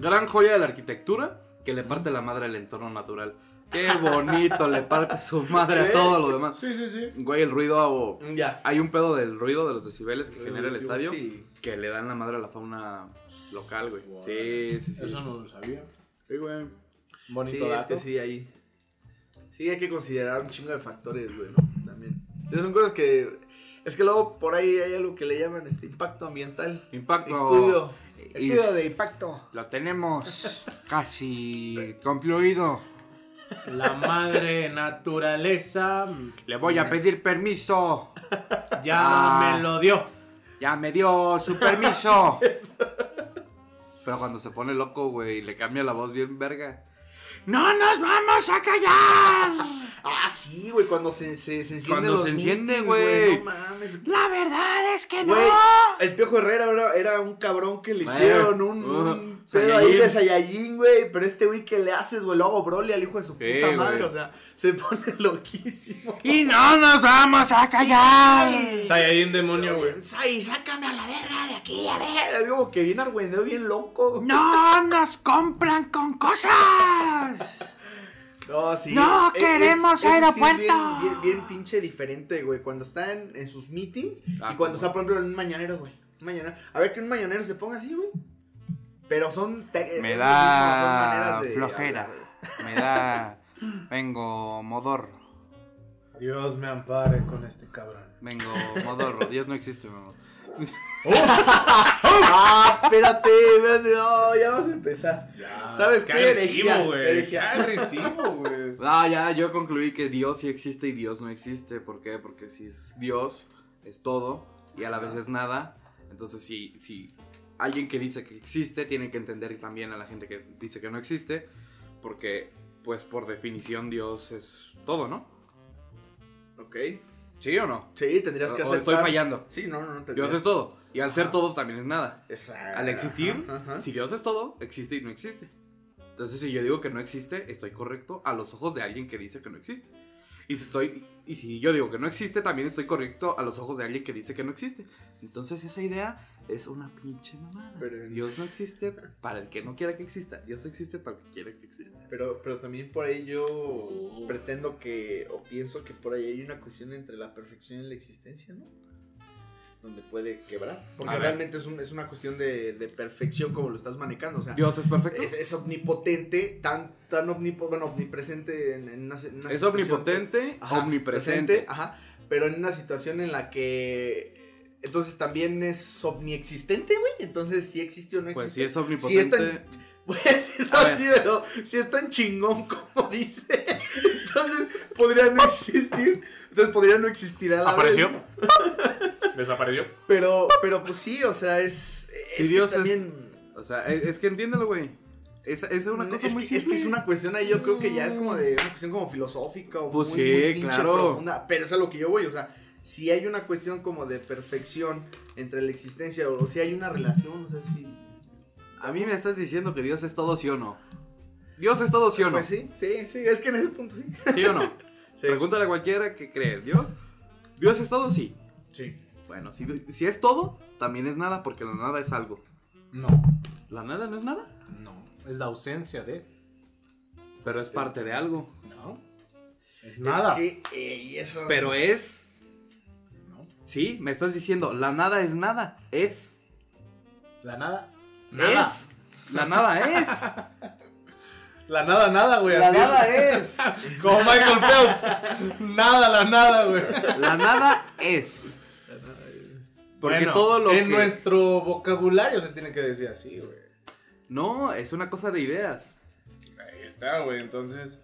Speaker 5: Gran joya de la arquitectura que le parte la madre al entorno natural. Qué bonito, le parte su madre a todo lo demás.
Speaker 6: Sí, sí, sí.
Speaker 5: Güey, el ruido. o-
Speaker 7: Mm, Ya.
Speaker 5: Hay un pedo del ruido de los decibeles que genera el
Speaker 7: Yo
Speaker 5: estadio
Speaker 7: sí.
Speaker 5: que le dan la madre a la fauna local, güey.
Speaker 6: Wow.
Speaker 5: Sí, sí, sí.
Speaker 6: Eso no lo sabía.
Speaker 5: Sí, güey.
Speaker 6: Bonito
Speaker 7: Sí, es
Speaker 6: dato.
Speaker 7: que sí, ahí. Sí, hay que considerar un chingo de factores, güey, ¿no? También. Entonces, son cosas que. Es que luego por ahí hay algo que le llaman este impacto ambiental.
Speaker 5: Impacto.
Speaker 7: Estudio.
Speaker 5: Y-
Speaker 7: Estudio de impacto.
Speaker 5: Lo tenemos casi concluido.
Speaker 6: La madre naturaleza
Speaker 5: Le voy a pedir permiso.
Speaker 6: ya
Speaker 5: Ah.
Speaker 6: me lo dio.
Speaker 5: Ya me dio su permiso. Pero cuando se pone loco, güey, y le cambia la voz bien verga. ¡No nos vamos a callar!
Speaker 7: Ah, sí, güey, cuando se, se, se enciende.
Speaker 5: Cuando
Speaker 7: los
Speaker 5: se enciende,
Speaker 7: mitis,
Speaker 5: güey.
Speaker 7: No mames.
Speaker 5: ¡La verdad es que
Speaker 7: Güey,
Speaker 5: no!
Speaker 7: el Piojo Herrera era, era un cabrón que le
Speaker 5: Güey,
Speaker 7: hicieron un,
Speaker 5: uh,
Speaker 7: un pedo ahí
Speaker 5: Saiyajin.
Speaker 7: de Saiyajin, güey. Pero este güey, ¿qué le haces, güey? Luego Broly al hijo de su
Speaker 5: Sí,
Speaker 7: puta madre.
Speaker 5: güey.
Speaker 7: O sea, se pone loquísimo.
Speaker 5: ¡Y no nos vamos a callar!
Speaker 6: Saiyajin demonio, güey.
Speaker 7: Sai, sácame a la verga de aquí, a ver. Es como que bien argüendeo, bien loco. güey.
Speaker 5: ¡No nos compran con cosas!
Speaker 7: No, sí.
Speaker 5: ¡No
Speaker 7: Es- es-
Speaker 5: queremos
Speaker 7: eso sí es
Speaker 5: aeropuerto!
Speaker 7: bien, bien, bien pinche diferente, güey. Cuando está en, en sus meetings
Speaker 5: Ah,
Speaker 7: y cuando
Speaker 5: cómo.
Speaker 7: está, por ejemplo, en un mañanero, güey. Un mañanero. A ver que un mañanero se ponga así, güey. Pero son. te-
Speaker 5: Me
Speaker 7: es lo mismo, son
Speaker 5: da
Speaker 7: maneras de
Speaker 5: flojera.
Speaker 7: hablar, güey.
Speaker 5: Me da... Vengo modorro.
Speaker 6: Dios me ampare con este cabrón.
Speaker 5: Vengo modorro. Dios no existe, mi amor.
Speaker 7: Ah, espérate, espérate, no, ya vas a empezar. ¿Sabes qué? Herejía,
Speaker 6: agresivo, güey. Qué
Speaker 7: herejía.
Speaker 6: agresivo, güey.
Speaker 5: Ah, ya, yo concluí que Dios sí existe y Dios no existe. ¿Por qué? Porque si es Dios, es todo y a la vez es nada. Entonces, si, si alguien que dice que existe, tiene que entender también a la gente que dice que no existe. Porque, pues, por definición, Dios es todo, ¿no?
Speaker 7: Ok.
Speaker 5: ¿Sí o no?
Speaker 7: Sí, tendrías que
Speaker 5: O- o
Speaker 7: aceptar.
Speaker 5: estoy fallando.
Speaker 7: Sí, no, no, no. tendrías-
Speaker 5: Dios es todo. Y al ser todo también es nada.
Speaker 7: Exacto.
Speaker 5: Al existir,
Speaker 7: Ajá, ajá.
Speaker 5: si Dios es todo, existe y no existe. Entonces, si yo digo que no existe, estoy correcto a los ojos de alguien que dice que no existe. Y si, estoy, y si yo digo que no existe, también estoy correcto a los ojos de alguien que dice que no existe. Entonces, esa idea es una pinche mamada.
Speaker 7: Pero-
Speaker 5: Dios no existe para el que no quiera que exista. Dios existe para el que quiera que exista.
Speaker 7: Pero, pero también por ahí yo pretendo que, o pienso que por ahí hay una cuestión entre la perfección y la existencia, ¿no? Donde puede quebrar. Porque
Speaker 6: A ver.
Speaker 7: realmente es, un- es una cuestión de, de perfección como lo estás manejando. O sea,
Speaker 5: Dios es perfecto.
Speaker 7: es, es omnipotente, tan, tan omnipo- bueno, omnipresente en, en una, en una
Speaker 5: Es
Speaker 7: situación-
Speaker 5: omnipotente,
Speaker 7: Ajá,
Speaker 5: omnipresente.
Speaker 7: presente, Ajá, pero en una situación en la que... Entonces también es omniexistente, güey. Entonces, si existe o no
Speaker 5: Pues
Speaker 7: existe.
Speaker 5: si es
Speaker 7: Si es
Speaker 5: omnipotente.
Speaker 7: tan- Pues no,
Speaker 5: A ver.
Speaker 7: sí, pero si es tan chingón como dice, entonces podría no existir. Entonces podría no existir a la
Speaker 8: ¿Apareció?
Speaker 7: vez.
Speaker 8: ¿Desapareció?
Speaker 7: Pero, pero pues sí, o sea, es.
Speaker 5: Si
Speaker 7: es
Speaker 5: Dios es-
Speaker 7: que también.
Speaker 5: O sea, e, es, es que entiéndelo, güey. Es, Mm, es una cosa
Speaker 7: es,
Speaker 5: muy
Speaker 7: que, es que
Speaker 5: simple.
Speaker 7: es una cuestión ahí, yo creo que ya es como de una cuestión como filosófica o
Speaker 5: Pues
Speaker 7: muy,
Speaker 5: sí,
Speaker 7: muy pinche
Speaker 5: claro.
Speaker 7: profunda. Pero es a lo que yo voy, o sea, si hay una cuestión como de perfección entre la existencia o si hay una relación, o sea, si.
Speaker 5: A mí me estás diciendo que Dios es todo, sí o no. Dios es todo, sí o no.
Speaker 7: Pues sí, sí, sí, es que en ese punto sí.
Speaker 5: ¿Sí o no? Pregúntale a cualquiera que cree. ¿Dios? ¿Dios es todo? Sí.
Speaker 7: Sí.
Speaker 5: Bueno, si, si es todo, también es nada, porque la nada es algo.
Speaker 6: No,
Speaker 5: ¿La nada no es nada?
Speaker 6: no. Es la ausencia de.
Speaker 5: Pero es parte de algo.
Speaker 6: No. Es nada.
Speaker 7: Es que, eh, y eso.
Speaker 5: Pero es.
Speaker 6: No.
Speaker 5: Sí, me estás diciendo, la nada es nada. Es.
Speaker 6: La nada. Nada.
Speaker 5: Es. La nada es.
Speaker 6: La nada, nada, güey.
Speaker 5: la
Speaker 6: así.
Speaker 5: nada es.
Speaker 6: Como Michael Phelps. nada, la nada, güey.
Speaker 5: La nada es. Porque
Speaker 6: Bueno,
Speaker 5: todo lo
Speaker 6: en
Speaker 5: que.
Speaker 6: nuestro vocabulario se tiene que decir así, güey.
Speaker 5: No, es una cosa de ideas.
Speaker 6: Ahí está, güey. Entonces,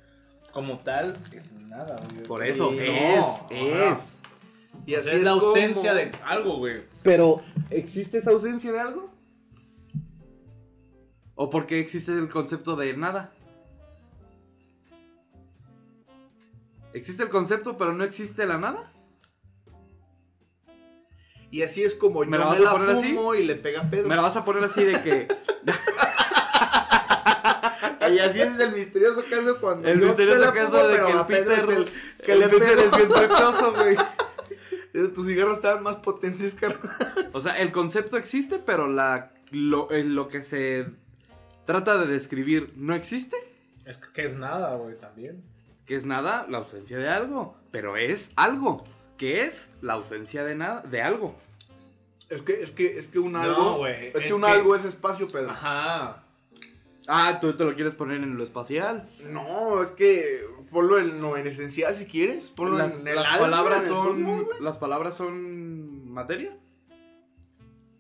Speaker 6: como tal, es nada, güey.
Speaker 5: Por eso,
Speaker 6: No,
Speaker 5: es,
Speaker 6: ajá.
Speaker 5: es.
Speaker 7: Y
Speaker 6: O sea, es la
Speaker 7: como-
Speaker 6: ausencia de algo, güey.
Speaker 5: Pero, ¿existe esa ausencia de algo? ¿O por qué existe el concepto de nada? ¿Existe el concepto pero no existe la nada?
Speaker 7: Y así es como
Speaker 5: ¿Me
Speaker 7: yo
Speaker 5: la vas
Speaker 7: me
Speaker 5: a
Speaker 7: la
Speaker 5: poner
Speaker 7: fumo y le pega pedo.
Speaker 5: Me la vas a poner así de que
Speaker 7: Y así es el misterioso caso cuando
Speaker 5: el
Speaker 7: yo me
Speaker 5: misterioso
Speaker 7: la
Speaker 5: caso
Speaker 7: fumo,
Speaker 5: de
Speaker 7: pero
Speaker 5: que el
Speaker 7: a Pedro
Speaker 5: Peter,
Speaker 7: es el que
Speaker 5: el
Speaker 7: le
Speaker 5: Peter
Speaker 7: pega.
Speaker 5: es bien trechoso, güey.
Speaker 7: Eh, Tus cigarros estaban más potentes, carnal.
Speaker 5: O sea, el concepto existe pero la lo, en lo que se trata de describir no existe,
Speaker 6: Es que, que es nada, güey, también.
Speaker 5: que es nada, la ausencia de algo, pero es algo, que es la ausencia de nada de algo.
Speaker 7: Es que, es que, es que un
Speaker 6: No,
Speaker 7: algo.
Speaker 6: güey,
Speaker 7: es, que
Speaker 6: es
Speaker 7: un
Speaker 6: que-
Speaker 7: algo es espacio, Pedro.
Speaker 6: Ajá.
Speaker 5: Ah, tú te lo quieres poner en lo espacial.
Speaker 7: No, es que ponlo en lo en esencial si quieres. Ponlo
Speaker 5: Las,
Speaker 7: en el
Speaker 5: las
Speaker 7: algo,
Speaker 5: palabras
Speaker 7: en el
Speaker 5: son
Speaker 7: cosmos, güey.
Speaker 5: las palabras son materia.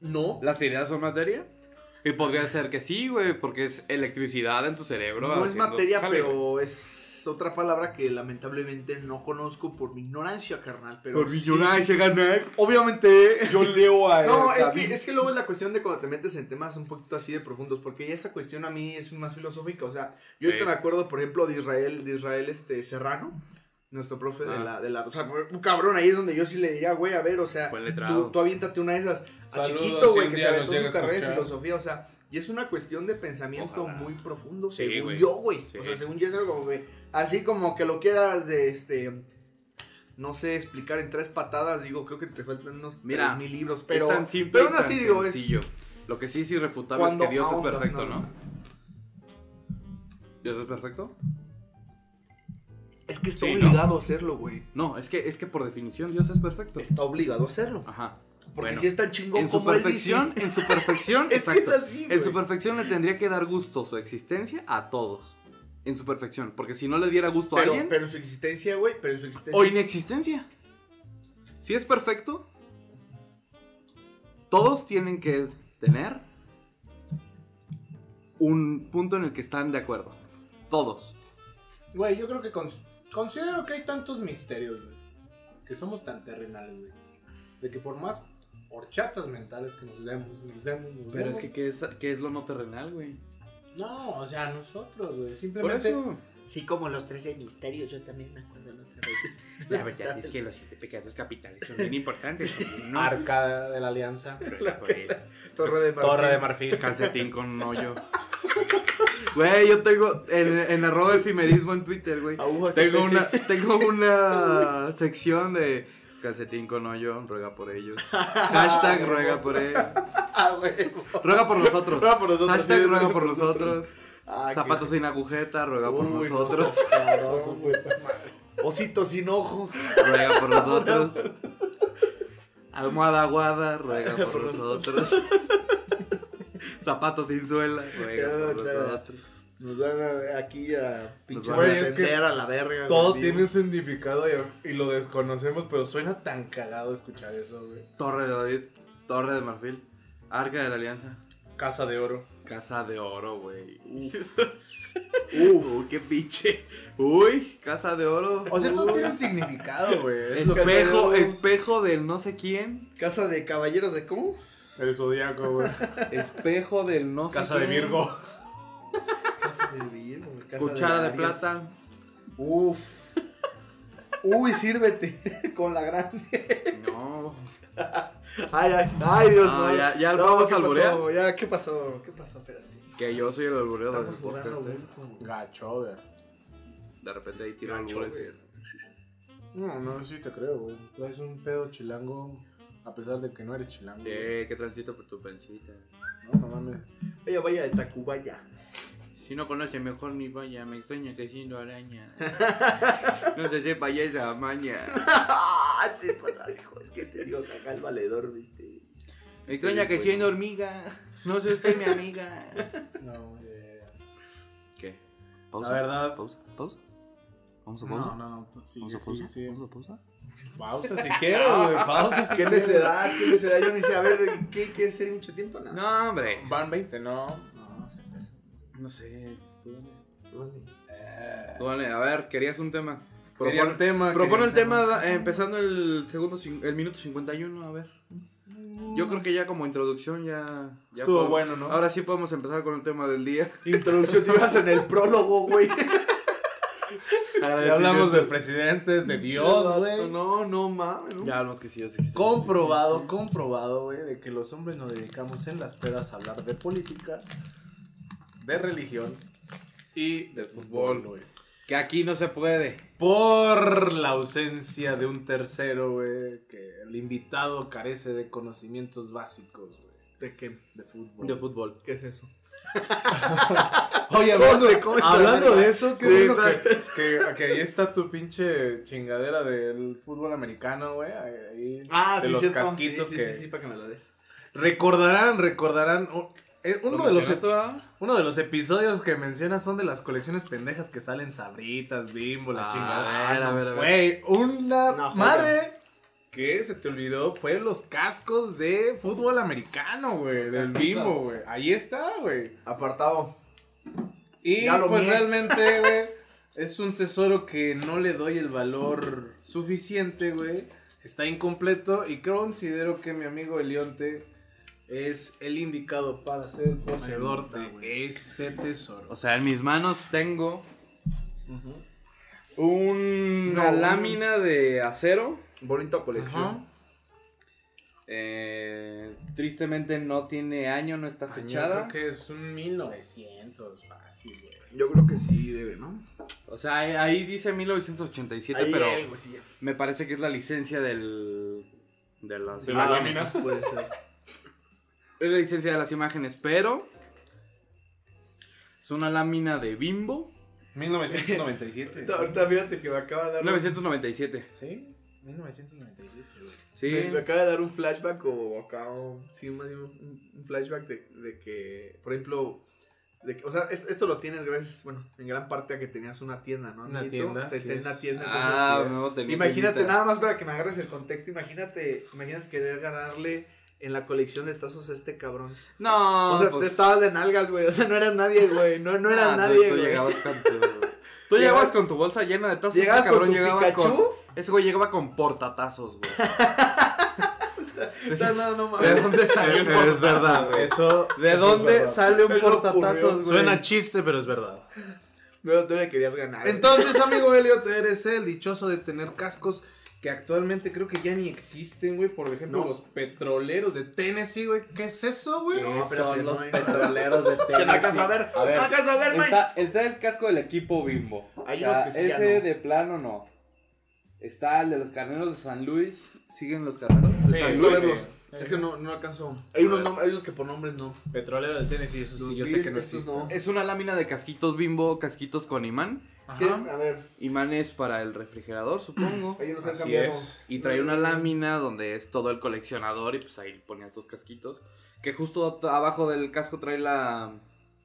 Speaker 6: No.
Speaker 5: Las ideas son materia. Y podría ser que sí, güey, porque es electricidad en tu cerebro.
Speaker 7: No es
Speaker 5: haciendo-
Speaker 7: materia,
Speaker 5: Jale, güey.
Speaker 7: pero es otra palabra que lamentablemente no conozco por mi ignorancia, carnal. Pero
Speaker 5: Por mi
Speaker 7: sí,
Speaker 5: ignorancia, carnal,
Speaker 7: Obviamente.
Speaker 5: Yo leo a
Speaker 7: No,
Speaker 5: él,
Speaker 7: es
Speaker 5: David.
Speaker 7: que, es que luego es la cuestión de cuando te metes en temas un poquito así de profundos, porque esa cuestión a mí es más filosófica, o sea, yo ahorita
Speaker 5: Sí.
Speaker 7: me acuerdo, por ejemplo, de Israel, de Israel este, Serrano, nuestro profe de,
Speaker 5: Ah.
Speaker 7: la, de la, o sea, un cabrón, ahí es donde yo sí le diría, güey, a ver, o sea,
Speaker 5: Buen letrado.
Speaker 7: tú, tú aviéntate una de esas, a
Speaker 6: Saludos,
Speaker 7: chiquito,
Speaker 6: si
Speaker 7: güey,
Speaker 6: un
Speaker 7: que se
Speaker 6: día nos
Speaker 7: aventó su
Speaker 6: llegas a
Speaker 7: carrera de
Speaker 6: escuchar.
Speaker 7: filosofía, o sea, y es una cuestión de pensamiento
Speaker 5: Ojalá.
Speaker 7: muy profundo,
Speaker 5: Sí,
Speaker 7: según
Speaker 5: güey.
Speaker 7: yo, güey,
Speaker 5: Sí.
Speaker 7: o sea, según yo es algo como que, así como que lo quieras de, este... No sé explicar en tres patadas, digo, creo que te faltan unos
Speaker 5: Mira,
Speaker 7: Mira, mil libros, pero,
Speaker 5: es tan simple.
Speaker 7: pero
Speaker 5: y
Speaker 7: aún
Speaker 5: tan
Speaker 7: así digo, es
Speaker 5: sencillo. Lo que sí es irrefutable
Speaker 7: cuando
Speaker 5: es que Dios
Speaker 7: ahondas,
Speaker 5: es perfecto,
Speaker 7: ¿no?
Speaker 5: ¿no? ¿Dios es perfecto?
Speaker 7: es que está
Speaker 5: Sí, ¿no?
Speaker 7: obligado a hacerlo, güey.
Speaker 5: No, es que, es que por definición Dios es perfecto.
Speaker 7: Está obligado a hacerlo.
Speaker 5: Ajá. Ah,
Speaker 7: Porque
Speaker 5: Bueno.
Speaker 7: si es tan chingón
Speaker 5: En su
Speaker 7: como él dice.
Speaker 5: perfección, en su perfección,
Speaker 7: Es que es
Speaker 5: exacto.
Speaker 7: así, güey.
Speaker 5: En su perfección le tendría que dar gusto su existencia a todos. En su perfección, porque si no le diera gusto a
Speaker 7: Pero,
Speaker 5: alguien,
Speaker 7: pero en su existencia, güey, pero en su existencia.
Speaker 5: o inexistencia. Si es perfecto, todos tienen que tener un punto en el que están de acuerdo. Todos.
Speaker 6: Güey, yo creo que cons- considero que hay tantos misterios, güey. Que somos tan terrenales, güey. De que por más horchatas mentales que nos demos, nos demos, nos
Speaker 5: Pero
Speaker 6: demos,
Speaker 5: es que, ¿qué es, qué es lo no terrenal, güey?
Speaker 6: No, o sea, nosotros, güey.
Speaker 5: Por
Speaker 6: Simplemente
Speaker 5: eso.
Speaker 12: Sí, como los 13 misterios, yo también me acuerdo la otra vez.
Speaker 13: La verdad es que los siete pecados capitales son bien importantes. ¿no?
Speaker 5: Ah,
Speaker 6: Arca de la Alianza.
Speaker 13: Torre de
Speaker 6: Torre de marfil.
Speaker 5: Calcetín con hoyo. Güey, yo tengo en, en arroba efimerismo en Twitter, güey. Tengo una, tengo una sección de calcetín con hoyo, ruega por ellos. Hashtag ruega por ellos.
Speaker 7: Ah,
Speaker 5: Ruega por nosotros.
Speaker 7: Ruega por nosotros,
Speaker 5: Hashtag
Speaker 7: sí,
Speaker 5: ruega por
Speaker 7: ruega por
Speaker 5: nosotros.
Speaker 7: Ah, qué
Speaker 5: Zapatos sin agujeta, ruega por
Speaker 7: Uy, no,
Speaker 5: nosotros.
Speaker 7: cabrón, güey. Osito sin ojo.
Speaker 5: Ruega por nosotros. Almohada aguada, ruega por nosotros. Zapatos sin suela, ruega por
Speaker 7: Ah, claro.
Speaker 5: nosotros.
Speaker 7: Nos van a, aquí a pinches
Speaker 6: Güey, es
Speaker 7: ascender
Speaker 6: que
Speaker 7: a la verga. güey,
Speaker 6: Todo
Speaker 7: digo.
Speaker 6: tiene un significado y, y lo desconocemos, pero suena tan cagado escuchar eso, güey.
Speaker 5: Torre de David, Torre de Marfil, Arca de la Alianza.
Speaker 6: Casa de Oro.
Speaker 5: Casa de Oro, güey. Uf. Uy, qué pinche. Uy, Casa de Oro.
Speaker 6: O sea, todo
Speaker 5: Uy.
Speaker 6: tiene un significado, güey. Es lo que-
Speaker 5: Espejo, espejo del no sé quién.
Speaker 7: Casa de caballeros de cómo?
Speaker 6: El zodiaco, güey.
Speaker 5: Espejo del no sé
Speaker 6: Casa de
Speaker 5: quién.
Speaker 6: Virgo.
Speaker 7: Casa de Virgo, güey, casa
Speaker 5: Cuchara de
Speaker 7: Aries.
Speaker 5: plata.
Speaker 7: Uf. Uy, sírvete con la grande.
Speaker 5: No.
Speaker 7: Ay, ay, ay, Dios
Speaker 5: No,
Speaker 7: mío.
Speaker 5: ya- ya lo vamos
Speaker 7: ¿qué
Speaker 5: a alburear.
Speaker 7: pasó? Ya, ¿qué pasó? ¿Qué pasó? Espérate.
Speaker 5: Que yo soy el albureo del
Speaker 7: Estamos jugando
Speaker 5: podcast. eh.
Speaker 7: Burko, güey.
Speaker 6: Gacho, güey.
Speaker 5: De repente ahí tiro
Speaker 7: Gacho,
Speaker 5: albures.
Speaker 6: No, no, sí te creo, güey. Tú eres un pedo chilango, a pesar de que no eres chilango.
Speaker 5: Eh, qué transito por tu pancita.
Speaker 6: güey. No, no mames.
Speaker 7: Vaya, vaya de Tacubaya.
Speaker 5: Si no conoce mejor ni vaya, me extraña que siendo araña. No se sepa ya esa maña.
Speaker 7: Ah, te pasa, hijo, es que te digo que acá el valedor, viste.
Speaker 5: Me extraña que siendo hormiga. No sé usted mi amiga.
Speaker 6: No, eh,
Speaker 5: ¿Qué?
Speaker 6: La verdad-
Speaker 5: Pausa, pausa. Vamos a pausa.
Speaker 6: no, no, no. Sí,
Speaker 5: Vamos a
Speaker 6: sí,
Speaker 5: pausa.
Speaker 6: sí.
Speaker 5: Vamos a pausa.
Speaker 6: Pausa si quieres, güey. Pausa si
Speaker 7: ¿Qué
Speaker 6: quieres.
Speaker 7: necedad? ¿Qué necedad? Yo ni sé, a ver, ¿qué quiere ser mucho tiempo? Nada.
Speaker 5: No, hombre.
Speaker 6: Van 20, no.
Speaker 7: No, no sé, pues,
Speaker 5: No sé. Tú dale.
Speaker 7: tú dale.
Speaker 5: Tú dale, a ver, querías un tema.
Speaker 6: Quería
Speaker 5: Propon,
Speaker 6: un tema,
Speaker 5: propon
Speaker 6: quería
Speaker 5: el
Speaker 6: un
Speaker 5: tema,
Speaker 6: tema.
Speaker 5: da- eh, empezando el segundo, cin- el minuto 51, a ver. Yo creo que ya como introducción ya... ya
Speaker 6: Estuvo
Speaker 5: podemos-
Speaker 6: bueno, ¿no?
Speaker 5: Ahora sí podemos empezar con el tema del día.
Speaker 7: Introducción, te ibas en el prólogo, güey.
Speaker 6: Ya hablamos de presidentes, de Dios, güey.
Speaker 5: No, no mames. Ya hablamos que sí, Dios existe.
Speaker 6: Comprobado, comprobado, güey, de que los hombres nos dedicamos en las pedas a hablar de política, de religión y de fútbol, güey.
Speaker 5: Que aquí no se puede.
Speaker 6: Por la ausencia de un tercero, güey, que el invitado carece de conocimientos básicos, güey,
Speaker 7: ¿De qué?
Speaker 6: de fútbol.
Speaker 5: De fútbol.
Speaker 7: ¿Qué es eso?
Speaker 6: Oye,
Speaker 7: ¿Cómo
Speaker 6: hablando,
Speaker 7: se- cómo se
Speaker 6: hablando
Speaker 7: llama?
Speaker 6: de eso, qué
Speaker 7: Sí,
Speaker 6: bueno
Speaker 7: está-
Speaker 6: que, que- que ahí está tu pinche chingadera del fútbol americano, güey, ahí,
Speaker 7: Ah,
Speaker 6: de
Speaker 7: sí,
Speaker 6: los
Speaker 7: cierto.
Speaker 6: casquitos
Speaker 7: sí, sí,
Speaker 6: que...
Speaker 7: sí, sí, para que me lo des.
Speaker 6: Recordarán, recordarán. oh, eh, uno, de los,
Speaker 5: mencionaste, ¿verdad?
Speaker 6: uno de los episodios que mencionas son de las colecciones pendejas que salen sabritas, bimbo, la
Speaker 5: Ah,
Speaker 6: chingada.
Speaker 5: a ver, a ver, a ver.
Speaker 6: Güey, una
Speaker 7: Una joya.
Speaker 6: madre que se te olvidó fue los cascos de fútbol americano, güey, del bimbo, güey. Ahí está, güey.
Speaker 7: Apartado.
Speaker 6: Y
Speaker 7: Ya lo
Speaker 6: pues
Speaker 7: mié.
Speaker 6: realmente, güey, es un tesoro que no le doy el valor suficiente, güey. Está incompleto y creo- considero que mi amigo Elionte es el indicado para ser el poseedor de este tesoro.
Speaker 5: O sea, en mis manos tengo
Speaker 6: No,
Speaker 5: una
Speaker 6: un-
Speaker 5: lámina de acero.
Speaker 7: Bonita
Speaker 6: Ajá.
Speaker 7: colección.
Speaker 5: Eh, tristemente no tiene año, no está
Speaker 6: Fechada.
Speaker 5: fechada.
Speaker 6: creo que es un 1900, fácil, güey.
Speaker 7: Yo creo que sí debe, ¿no?
Speaker 5: O sea, ahí- ahí dice 1987,
Speaker 7: Ahí
Speaker 5: pero
Speaker 7: hay algo, sí, ya.
Speaker 5: me parece que es la licencia del... De las
Speaker 6: De la
Speaker 5: imágenes.
Speaker 6: lámina.
Speaker 7: Puede ser.
Speaker 5: Es la licencia de las imágenes, pero... Es una lámina de bimbo.
Speaker 6: 1997.
Speaker 7: Ahorita fíjate que me acaba de dar. un-
Speaker 5: 1997.
Speaker 6: ¿Sí? 1997, güey.
Speaker 5: Sí.
Speaker 7: Me, me acaba de dar un flashback o acá un, sí, más bien un, un flashback de, de que, por ejemplo, de que, o sea, es- esto lo tienes gracias, bueno, en gran parte a que tenías una tienda, ¿no?
Speaker 6: Una
Speaker 7: amiguito?
Speaker 6: tienda,
Speaker 7: Te,
Speaker 6: sí,
Speaker 7: ten- una
Speaker 6: es-
Speaker 7: tienda, entonces,
Speaker 5: Ah,
Speaker 7: pues,
Speaker 5: no, tenía
Speaker 7: Imagínate,
Speaker 5: tiendita.
Speaker 7: nada más para que me agarres el contexto, imagínate, imagínate querer ganarle en la colección de tazos a este cabrón.
Speaker 5: No,
Speaker 7: o sea,
Speaker 5: pues,
Speaker 7: te estabas de nalgas, güey, o sea, no eras nadie, güey, no, no eras
Speaker 5: ah, tú-
Speaker 7: nadie,
Speaker 5: Tú,
Speaker 7: güey.
Speaker 5: llegabas con tu... Tú
Speaker 7: Llegabas-
Speaker 5: llegabas con tu bolsa llena de tazos. ese
Speaker 7: Llegabas con
Speaker 5: cabrón
Speaker 7: tu
Speaker 5: llegaba
Speaker 7: Pikachu.
Speaker 5: con... Ese güey llegaba con portatazos, güey.
Speaker 7: No, no, no, mames.
Speaker 5: ¿De dónde salió un portatazo?
Speaker 6: verdad, güey. Eso.
Speaker 5: ¿De dónde sale un
Speaker 7: Me lo ocurrió.
Speaker 5: portatazos, güey?
Speaker 6: Suena chiste, pero es verdad.
Speaker 7: No, tú le querías ganar. güey.
Speaker 6: Entonces, amigo Elliot, eres el dichoso de tener cascos que actualmente creo que ya ni existen, güey. Por ejemplo, los petroleros de Tennessee, güey. ¿Qué es eso, güey?
Speaker 7: No, espérate, no, eh.
Speaker 14: petroleros de
Speaker 7: Es que no alcanzo a ver, no alcanzo a ver, Mike.
Speaker 14: está, está el casco del equipo Bimbo.
Speaker 7: Hay
Speaker 14: O sea,
Speaker 7: unos que sí, ya
Speaker 14: Ese
Speaker 7: no.
Speaker 14: de plano no. Está el de los carneros de San Luis. ¿Siguen los carneros? de
Speaker 7: Sí,
Speaker 14: San
Speaker 7: sí,
Speaker 14: Luis?
Speaker 7: sí.
Speaker 14: Verlos.
Speaker 7: Es que no, no alcanzo. Hay unos, nom- hay unos que por nombres no.
Speaker 6: Petrolero de Tennessee, eso
Speaker 14: Los
Speaker 6: sí, yo sé
Speaker 14: Bills,
Speaker 6: que no
Speaker 14: esos
Speaker 6: existe.
Speaker 14: no. Es una lámina de casquitos bimbo, casquitos con imán.
Speaker 7: Es que, a ver.
Speaker 14: Imanes para el refrigerador, supongo.
Speaker 7: Ahí nos han
Speaker 14: Así
Speaker 7: cambiado.
Speaker 14: es. Y trae una lámina donde es todo el coleccionador y pues ahí ponías tus casquitos. Que justo at- abajo del casco trae la,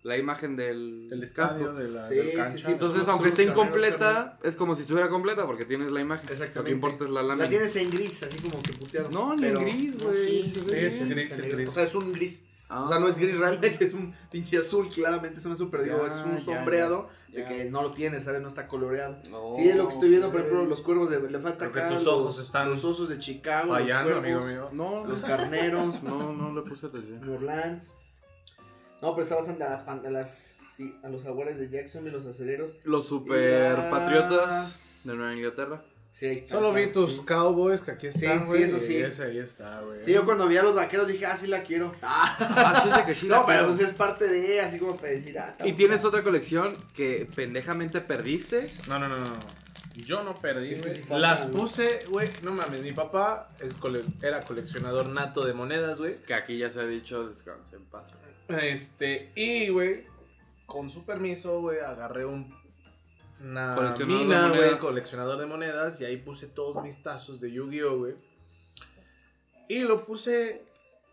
Speaker 14: la imagen del,
Speaker 6: Del
Speaker 14: casco.
Speaker 6: estadio, de la- Sí, del sí, cancha. sí,
Speaker 14: Entonces,
Speaker 6: pues,
Speaker 14: aunque
Speaker 6: son
Speaker 14: esté
Speaker 6: carreras,
Speaker 14: incompleta, es como si estuviera completa porque tienes la imagen. Lo que importa es la lámina.
Speaker 7: La tienes en gris, así como que puteado.
Speaker 14: No, ni
Speaker 7: Pero-
Speaker 14: en gris,
Speaker 7: no,
Speaker 14: güey.
Speaker 7: sí,
Speaker 14: Se
Speaker 7: sí,
Speaker 14: ve
Speaker 7: sí,
Speaker 14: bien.
Speaker 7: sí,
Speaker 14: Es
Speaker 7: sí,
Speaker 14: gris,
Speaker 7: sí,
Speaker 14: es
Speaker 7: sí.
Speaker 14: gris.
Speaker 7: O sea, es un gris.
Speaker 14: Ah.
Speaker 7: O sea, no es gris realmente, es un pinche azul, claramente. Es un azul perdido,
Speaker 14: Ah, Ya,
Speaker 7: es un
Speaker 14: ya,
Speaker 7: sombreado
Speaker 14: ya, ya.
Speaker 7: de que no lo tiene, ¿sabes? No está coloreado. sí, es lo que estoy viendo, por ejemplo, los cuervos de. Le falta
Speaker 6: Creo que
Speaker 7: acá.
Speaker 6: tus
Speaker 7: los-
Speaker 6: ojos están
Speaker 7: Los osos de Chicago.
Speaker 6: fallando,
Speaker 7: los cuervos,
Speaker 6: amigo mío.
Speaker 14: No,
Speaker 7: Los carneros.
Speaker 14: No, no le puse atención.
Speaker 7: Morlands. No, pero está bastante a las. pan- A, las, sí, a los jaguares de Jackson y los acereros.
Speaker 14: Los super patriotas de Nueva Inglaterra.
Speaker 7: Sí, ahí está.
Speaker 6: Solo vi
Speaker 7: claro,
Speaker 6: tus
Speaker 7: sí.
Speaker 6: Cowboys que aquí están,
Speaker 7: sí,
Speaker 6: güey.
Speaker 7: eso sí.
Speaker 6: y ese ahí está, güey.
Speaker 7: Sí, yo cuando vi a los vaqueros dije, ah, sí la quiero. Ah,
Speaker 14: sí, sé que sí la
Speaker 7: No, pero
Speaker 14: quiero.
Speaker 7: pues es parte de, así como para decir, ah, está
Speaker 14: Y tienes otra colección que pendejamente perdiste.
Speaker 6: No, no, no, no. Yo no perdí,
Speaker 14: Es que
Speaker 6: güey.
Speaker 14: sí falta,
Speaker 6: Las
Speaker 14: güey.
Speaker 6: puse, güey. No mames, mi papá es cole- era coleccionador nato de monedas, güey.
Speaker 14: Que aquí ya se ha dicho, descansa en paz.
Speaker 6: Este, y, güey, con su permiso, güey, agarré un, una
Speaker 14: Coleccionador de
Speaker 6: mina, güey,
Speaker 14: monedas.
Speaker 6: coleccionador de monedas, y ahí puse todos mis tazos de Yu-Gi-Oh, güey. Y lo puse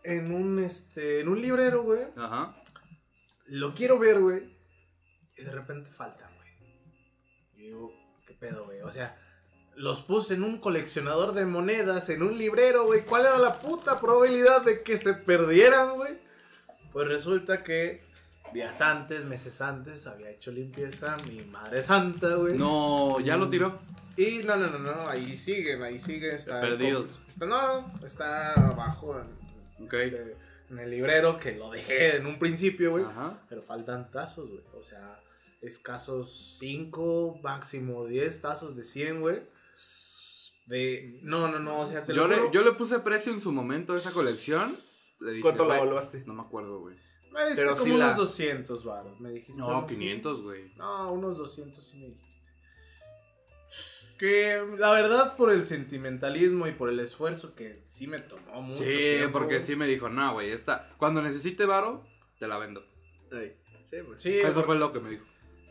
Speaker 6: en un, este, en un librero, güey.
Speaker 14: Ajá.
Speaker 6: Lo quiero ver, güey. Y de repente faltan, güey. Y digo, ¿qué pedo, güey? O sea, los puse en un coleccionador de monedas, en un librero, güey. ¿Cuál era la puta probabilidad de que se perdieran, güey? Pues resulta que días antes, meses antes, había hecho limpieza mi madre santa, güey.
Speaker 14: No, ya lo tiró.
Speaker 6: Y no, no, no, no, ahí siguen, ahí siguen. Está
Speaker 14: Perdidos.
Speaker 6: Está, no, no, está abajo en, este, en el librero que lo dejé en un principio, güey. Pero faltan tazos, güey. O sea, escasos 5, máximo 10 tazos de 100, güey. De. No, no, no, o sea, te
Speaker 14: Yo
Speaker 6: lo
Speaker 14: le,
Speaker 6: juro.
Speaker 14: yo le puse precio en su momento a esa colección. Le dije,
Speaker 7: ¿Cuánto la
Speaker 14: "Güey,
Speaker 7: evaluaste?
Speaker 14: No me acuerdo, güey.
Speaker 6: Este,
Speaker 14: pero
Speaker 6: como
Speaker 14: sí
Speaker 6: unos
Speaker 14: la-
Speaker 6: 200 varos, me dijiste.
Speaker 14: No,
Speaker 6: algo así.
Speaker 14: 500, güey.
Speaker 6: No, unos 200 sí me dijiste. Que la verdad, por el sentimentalismo y por el esfuerzo que sí me tomó mucho.
Speaker 14: Sí,
Speaker 6: tiempo,
Speaker 14: porque
Speaker 6: güey.
Speaker 14: sí me dijo, no, güey, esta. Cuando necesite varo, te la vendo.
Speaker 7: Sí, pues.
Speaker 6: Sí,
Speaker 14: Eso
Speaker 6: porque
Speaker 14: fue lo que me dijo.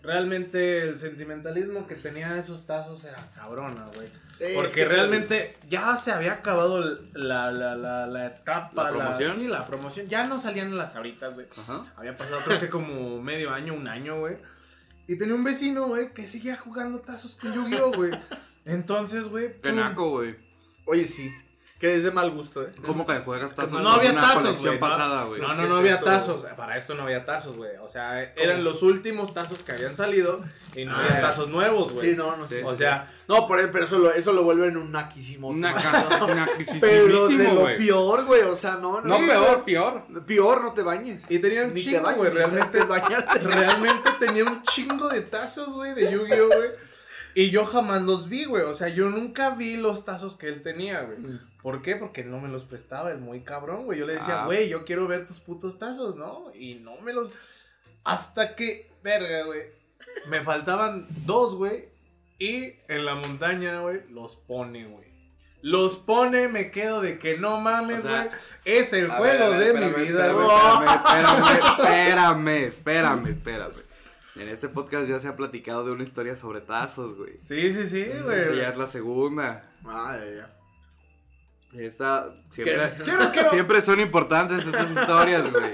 Speaker 6: Realmente el sentimentalismo que tenía esos tazos era cabrona, güey.
Speaker 14: es
Speaker 6: Porque
Speaker 14: que sí.
Speaker 6: realmente ya se había acabado el- la, la, la, la etapa.
Speaker 14: ¿La promoción?
Speaker 6: sí, la promoción. Ya no salían las abritas, güey.
Speaker 14: Ajá.
Speaker 6: Había pasado creo que como medio año, un año, güey. Y tenía un vecino, güey, que seguía jugando tazos con Yu-Gi-Oh, güey. Entonces, güey.
Speaker 14: Qué
Speaker 6: pum.
Speaker 14: naco, güey.
Speaker 7: Oye, sí. Que es de mal gusto, ¿eh?
Speaker 14: ¿Cómo que juegas tazos?
Speaker 6: No
Speaker 14: con
Speaker 6: había
Speaker 14: una
Speaker 6: tazos,
Speaker 14: colección
Speaker 6: güey.
Speaker 14: pasada, güey.
Speaker 6: No, no,
Speaker 14: ¿Qué
Speaker 6: no
Speaker 14: es
Speaker 6: había
Speaker 14: eso,
Speaker 6: tazos.
Speaker 14: güey?
Speaker 6: Para esto no había tazos, güey. O sea, eh, eran los últimos tazos que habían salido y no
Speaker 14: Ah.
Speaker 6: había tazos nuevos, güey.
Speaker 7: Sí, no, no
Speaker 6: O sea,
Speaker 7: No, por e-, pero eso lo, eso lo vuelve en un naquísimo.
Speaker 14: naca- naquisísimo,
Speaker 7: Pero de lo
Speaker 14: güey.
Speaker 7: peor, güey. O sea, no, no.
Speaker 14: No, peor, peor.
Speaker 7: Peor, no te bañes.
Speaker 6: Y tenía un
Speaker 7: Ni te
Speaker 6: chingo,
Speaker 7: bañes,
Speaker 6: güey.
Speaker 7: ni sabes
Speaker 6: Realmente,
Speaker 7: que es bañarte.
Speaker 6: realmente tenía un chingo de tazos, güey, de Yu-Gi-Oh, güey. Y yo jamás los vi, güey. O sea, yo nunca vi los tazos que él tenía, güey.
Speaker 14: Mm.
Speaker 6: ¿Por qué? Porque él no me los prestaba, el muy cabrón, güey. Yo le decía,
Speaker 14: Ah.
Speaker 6: güey, yo quiero ver tus putos tazos, ¿no? Y no me los. Hasta que, verga, güey. Me faltaban dos, güey. Y en la montaña, güey, los pone, güey. Los pone, me quedo de que no mames,
Speaker 14: O sea,
Speaker 6: güey. es el
Speaker 14: A
Speaker 6: juego
Speaker 14: ver, a ver,
Speaker 6: de mi
Speaker 14: espérame,
Speaker 6: vida,
Speaker 14: espérame,
Speaker 6: güey.
Speaker 14: Espérame, espérame, espérame, espérame, espérame. En este podcast ya se ha platicado de una historia sobre tazos, güey.
Speaker 6: Sí, sí, sí, güey.
Speaker 14: Esta ya es la segunda.
Speaker 7: Ah, ya, ya.
Speaker 14: Esta siempre,
Speaker 7: ¿Qué? Quiero, quiero.
Speaker 14: siempre son importantes estas historias, güey.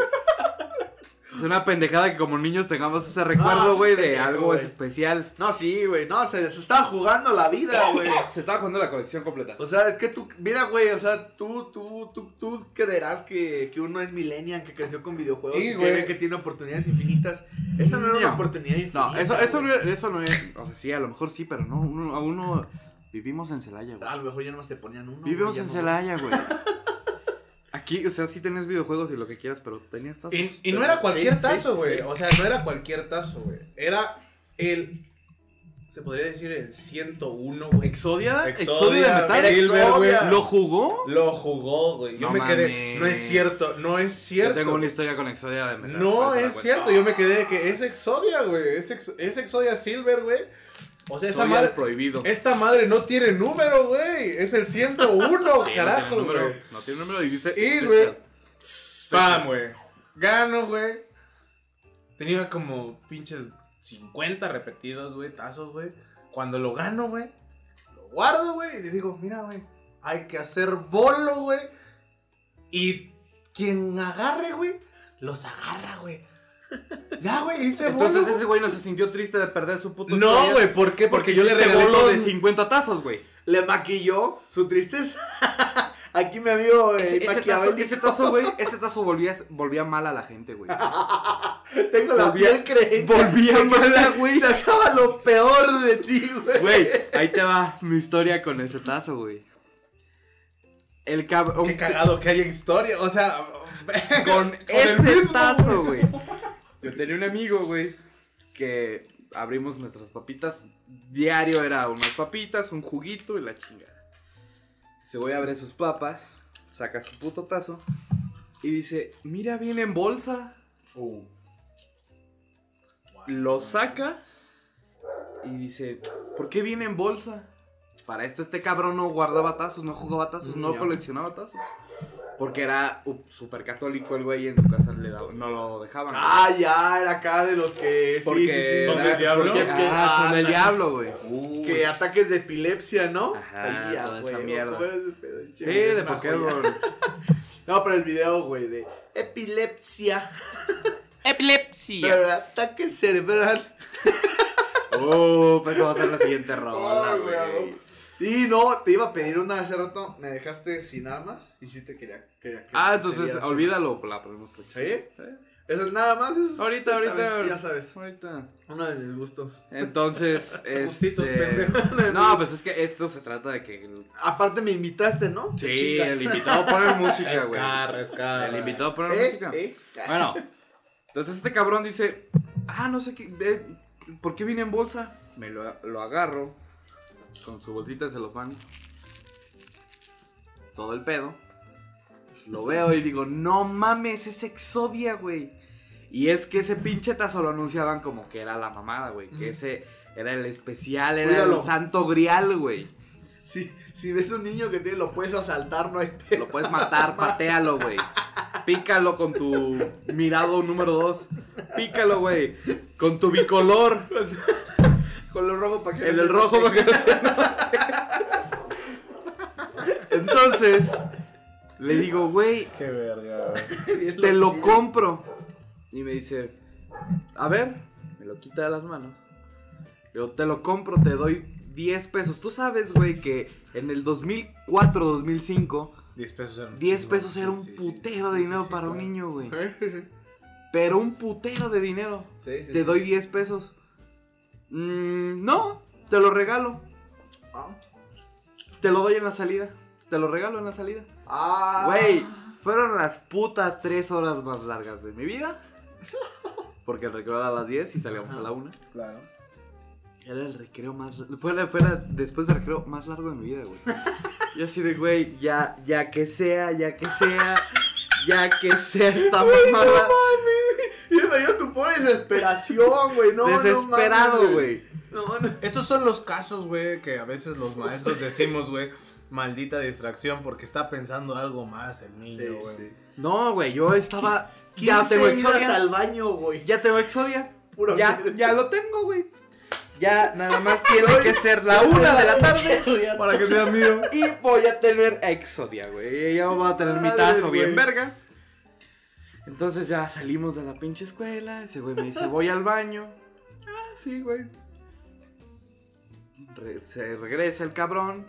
Speaker 14: Es una pendejada que como niños tengamos
Speaker 5: Ah,
Speaker 14: ese recuerdo,
Speaker 7: No,
Speaker 14: güey, de
Speaker 7: pendejo,
Speaker 14: algo
Speaker 7: Ah, güey.
Speaker 14: especial.
Speaker 7: No, sí, güey. No, se, se estaba jugando la vida, güey.
Speaker 14: Se estaba jugando la colección completa.
Speaker 7: O sea, es que tú, mira, güey, o sea, tú, tú, tú, tú creerás que, que uno es millennial, que creció con videojuegos
Speaker 14: Sí,
Speaker 7: y que
Speaker 14: güey.
Speaker 7: ve que tiene oportunidades infinitas. Esa no era una
Speaker 14: No.
Speaker 7: oportunidad infinita.
Speaker 14: No, eso, eso,
Speaker 7: güey.
Speaker 14: no, eso no es. O sea, sí, a lo mejor sí, pero no. Uno, a uno vivimos en Celaya, güey.
Speaker 7: A lo mejor ya nomás te ponían uno.
Speaker 14: Vivimos
Speaker 7: güey, ya
Speaker 14: en
Speaker 7: no-
Speaker 14: Celaya, güey. Aquí, o sea, sí tenías videojuegos y lo que quieras, pero tenías tazos.
Speaker 6: Y, y
Speaker 14: Pero-
Speaker 6: no era cualquier
Speaker 14: Sí,
Speaker 6: tazo,
Speaker 14: sí,
Speaker 6: güey.
Speaker 14: sí.
Speaker 6: O sea, no era cualquier tazo, güey. Era el. Se podría decir el 101, güey.
Speaker 14: ¿Exodia? ¿Exodia de metal?
Speaker 6: güey,
Speaker 14: Era
Speaker 6: Silver,
Speaker 14: Exodia.
Speaker 6: güey.
Speaker 14: ¿Lo jugó?
Speaker 6: Lo jugó, güey. Yo
Speaker 14: No
Speaker 6: me quedé.
Speaker 14: mames.
Speaker 6: No es cierto, no es
Speaker 14: Yo
Speaker 6: cierto.
Speaker 14: tengo una historia con Exodia de metal.
Speaker 6: No
Speaker 14: Ahorita la
Speaker 6: es
Speaker 14: cuento.
Speaker 6: cierto, yo me quedé de que es Exodia, güey. Es, Ex- es Exodia Silver, güey. O sea, esa
Speaker 14: Exodia
Speaker 6: madre. Ah,
Speaker 14: prohibido.
Speaker 6: Esta madre no tiene número, güey. Es el 101,
Speaker 14: Sí, no
Speaker 6: carajo,
Speaker 14: tiene número,
Speaker 6: güey.
Speaker 14: No tiene número y dice.
Speaker 6: Y,
Speaker 14: especial.
Speaker 6: güey. Pam, güey. Gano, güey. Tenía como pinches 50 repetidos, güey, tazos, güey. Cuando lo gano, güey, lo guardo, güey, y le digo, mira, güey, hay que hacer bolo, güey. Y quien agarre, güey, los agarra, güey. Ya, güey, hice bolo.
Speaker 14: Entonces
Speaker 6: güey.
Speaker 14: ese güey no se sintió triste de perder su puto.
Speaker 6: No,
Speaker 14: historia.
Speaker 6: güey, ¿por qué? Porque yo le
Speaker 14: hiciste
Speaker 6: regalé
Speaker 14: bolo
Speaker 6: todo
Speaker 14: de
Speaker 6: en-
Speaker 14: 50 tazos, güey.
Speaker 7: Le maquilló su tristeza. Aquí me amigo eh,
Speaker 14: Ese, ese tazo,
Speaker 7: maquiavélico.
Speaker 14: ese tazo, güey, ese tazo volvía, volvía mal a la gente, güey.
Speaker 7: Tengo la piel
Speaker 14: Volvía-
Speaker 7: creencia.
Speaker 14: volvía
Speaker 7: de que
Speaker 14: mala, güey.
Speaker 7: Sacaba lo peor de ti, güey.
Speaker 14: Güey, ahí te va mi historia con ese tazo, güey. El cabrón.
Speaker 6: Qué cagado que haya historia, o sea.
Speaker 14: Con
Speaker 6: el
Speaker 14: ese
Speaker 6: mismo,
Speaker 14: tazo, güey. Yo tenía un amigo, güey, que abrimos nuestras papitas. Diario era unas papitas, un juguito y la chingada. Se voy a abrir sus papas, saca su puto tazo y dice, mira, viene en bolsa. Uh. Lo saca y dice, ¿por qué viene en bolsa? Para esto este cabrón no guardaba tazos, no jugaba tazos, no
Speaker 6: Ya.
Speaker 14: coleccionaba tazos. Porque era uh, súper católico el güey y en su casa le daba- no lo dejaban. güey.
Speaker 7: Ah, ya, era acá de los que.
Speaker 14: Porque
Speaker 7: sí, sí, sí.
Speaker 14: era-
Speaker 7: porque-
Speaker 14: porque-
Speaker 7: porque-
Speaker 14: ah, son del
Speaker 7: no,
Speaker 14: diablo, Uh, güey.
Speaker 7: Que ataques de epilepsia, ¿no?
Speaker 14: Ajá, toda esa
Speaker 7: güey,
Speaker 14: mierda.
Speaker 7: ¿cómo era ese pedo?
Speaker 14: Sí,
Speaker 7: Chinga, es
Speaker 14: de
Speaker 7: una
Speaker 14: Pokémon.
Speaker 7: joya. No, pero el video, güey, de epilepsia.
Speaker 14: Epilepsia.
Speaker 7: Pero ataque cerebral.
Speaker 14: Uh, pues esa va a ser la siguiente rola,
Speaker 7: Ay,
Speaker 14: güey.
Speaker 7: güey. Y no, te iba a pedir una hace rato, me dejaste sin armas y sí te quería, quería que
Speaker 14: Ah, entonces
Speaker 7: sería su-
Speaker 14: olvídalo, la ponemos que
Speaker 7: ¿Sí?
Speaker 6: ¿Eh?
Speaker 7: Eso nada más es.
Speaker 14: Ahorita,
Speaker 7: ya
Speaker 14: ahorita,
Speaker 7: sabes, ya sabes.
Speaker 14: Ahorita.
Speaker 7: Uno de mis gustos.
Speaker 14: Entonces,
Speaker 7: Justitos,
Speaker 14: este...
Speaker 7: pendejos.
Speaker 14: No, pues es que esto se trata de que... el-
Speaker 7: Aparte me invitaste, ¿no? Te
Speaker 14: Sí,
Speaker 7: chingas.
Speaker 14: el invitado pone música, güey.
Speaker 6: Escarra, escarra.
Speaker 14: El invitado pone
Speaker 7: Eh,
Speaker 14: música.
Speaker 7: eh.
Speaker 14: Bueno, entonces este cabrón dice, ah, no sé qué, eh, ¿por qué viene en bolsa? Me lo, lo agarro con su bolsita de celofán, todo el pedo. Lo veo y digo, no mames, es Exodia, güey. Y es que ese pinche tazo lo anunciaban como que era la mamada, güey. Que
Speaker 7: Ujú.
Speaker 14: ese era el especial, era
Speaker 7: Cuídalo.
Speaker 14: el santo grial, güey.
Speaker 7: Si, si ves un niño que tiene, lo puedes asaltar, no hay
Speaker 14: Lo puedes matar, patealo, güey. Pícalo con tu mirado número 2. Pícalo, güey. Con tu bicolor.
Speaker 7: color rojo para que no
Speaker 14: El
Speaker 7: se
Speaker 14: del rojo
Speaker 7: note.
Speaker 14: para que no se note. Entonces, le digo, güey,
Speaker 6: Qué verga, güey.
Speaker 14: te lo compro. Y me dice, a ver, me lo quita de las manos. Le digo, te lo compro, te doy 10 pesos. Tú sabes, güey, que en el 2004, 2005,
Speaker 6: 10 pesos eran
Speaker 14: 10
Speaker 6: muchísimo,
Speaker 14: pesos
Speaker 6: sí,
Speaker 14: era un
Speaker 6: sí, sí,
Speaker 14: putero
Speaker 6: sí,
Speaker 14: de
Speaker 6: sí,
Speaker 14: dinero
Speaker 6: sí,
Speaker 14: para un
Speaker 6: claro.
Speaker 14: niño, güey. Pero un putero de dinero.
Speaker 7: Sí, sí,
Speaker 14: te
Speaker 7: sí.
Speaker 14: doy 10 pesos. Mm, no, te lo regalo.
Speaker 7: Ah.
Speaker 14: Te lo doy en la salida. Te lo regalo en la salida.
Speaker 7: Ah.
Speaker 14: Güey, fueron las putas 3 horas más largas de mi vida. Porque el recreo era a las 10 y salíamos a la 1.
Speaker 6: Claro.
Speaker 14: Era el recreo más. Fue, la- fue la- después del recreo más largo de mi vida, güey. Yo así de, güey, ya, ya que sea, ya que sea, ya que sea esta
Speaker 7: Güey, no
Speaker 14: mamada.
Speaker 7: mames. Y me dio tu pobre desesperación, güey. No, no
Speaker 14: Desesperado,
Speaker 7: mames,
Speaker 14: güey.
Speaker 7: No, no.
Speaker 6: Estos son los casos, güey, que a veces los maestros decimos, güey, maldita distracción porque está pensando algo más el niño, güey.
Speaker 14: No, güey, yo estaba. Ya
Speaker 7: 15
Speaker 14: tengo
Speaker 7: idas al
Speaker 14: Exodia.
Speaker 7: baño, güey.
Speaker 14: Ya tengo Exodia.
Speaker 7: Puro
Speaker 14: Ya,
Speaker 7: mierda.
Speaker 14: ya lo tengo, güey. Ya nada más tiene que ser la una de la tarde
Speaker 6: Para que sea mío.
Speaker 14: y pues, voy a tener a Exodia, güey. Ya voy a tener mi
Speaker 7: Madre,
Speaker 14: tazo bien
Speaker 7: güey.
Speaker 14: verga. Entonces ya salimos de la pinche escuela. Ese güey me dice, voy al baño. Ah, sí, güey. Re- se regresa el cabrón.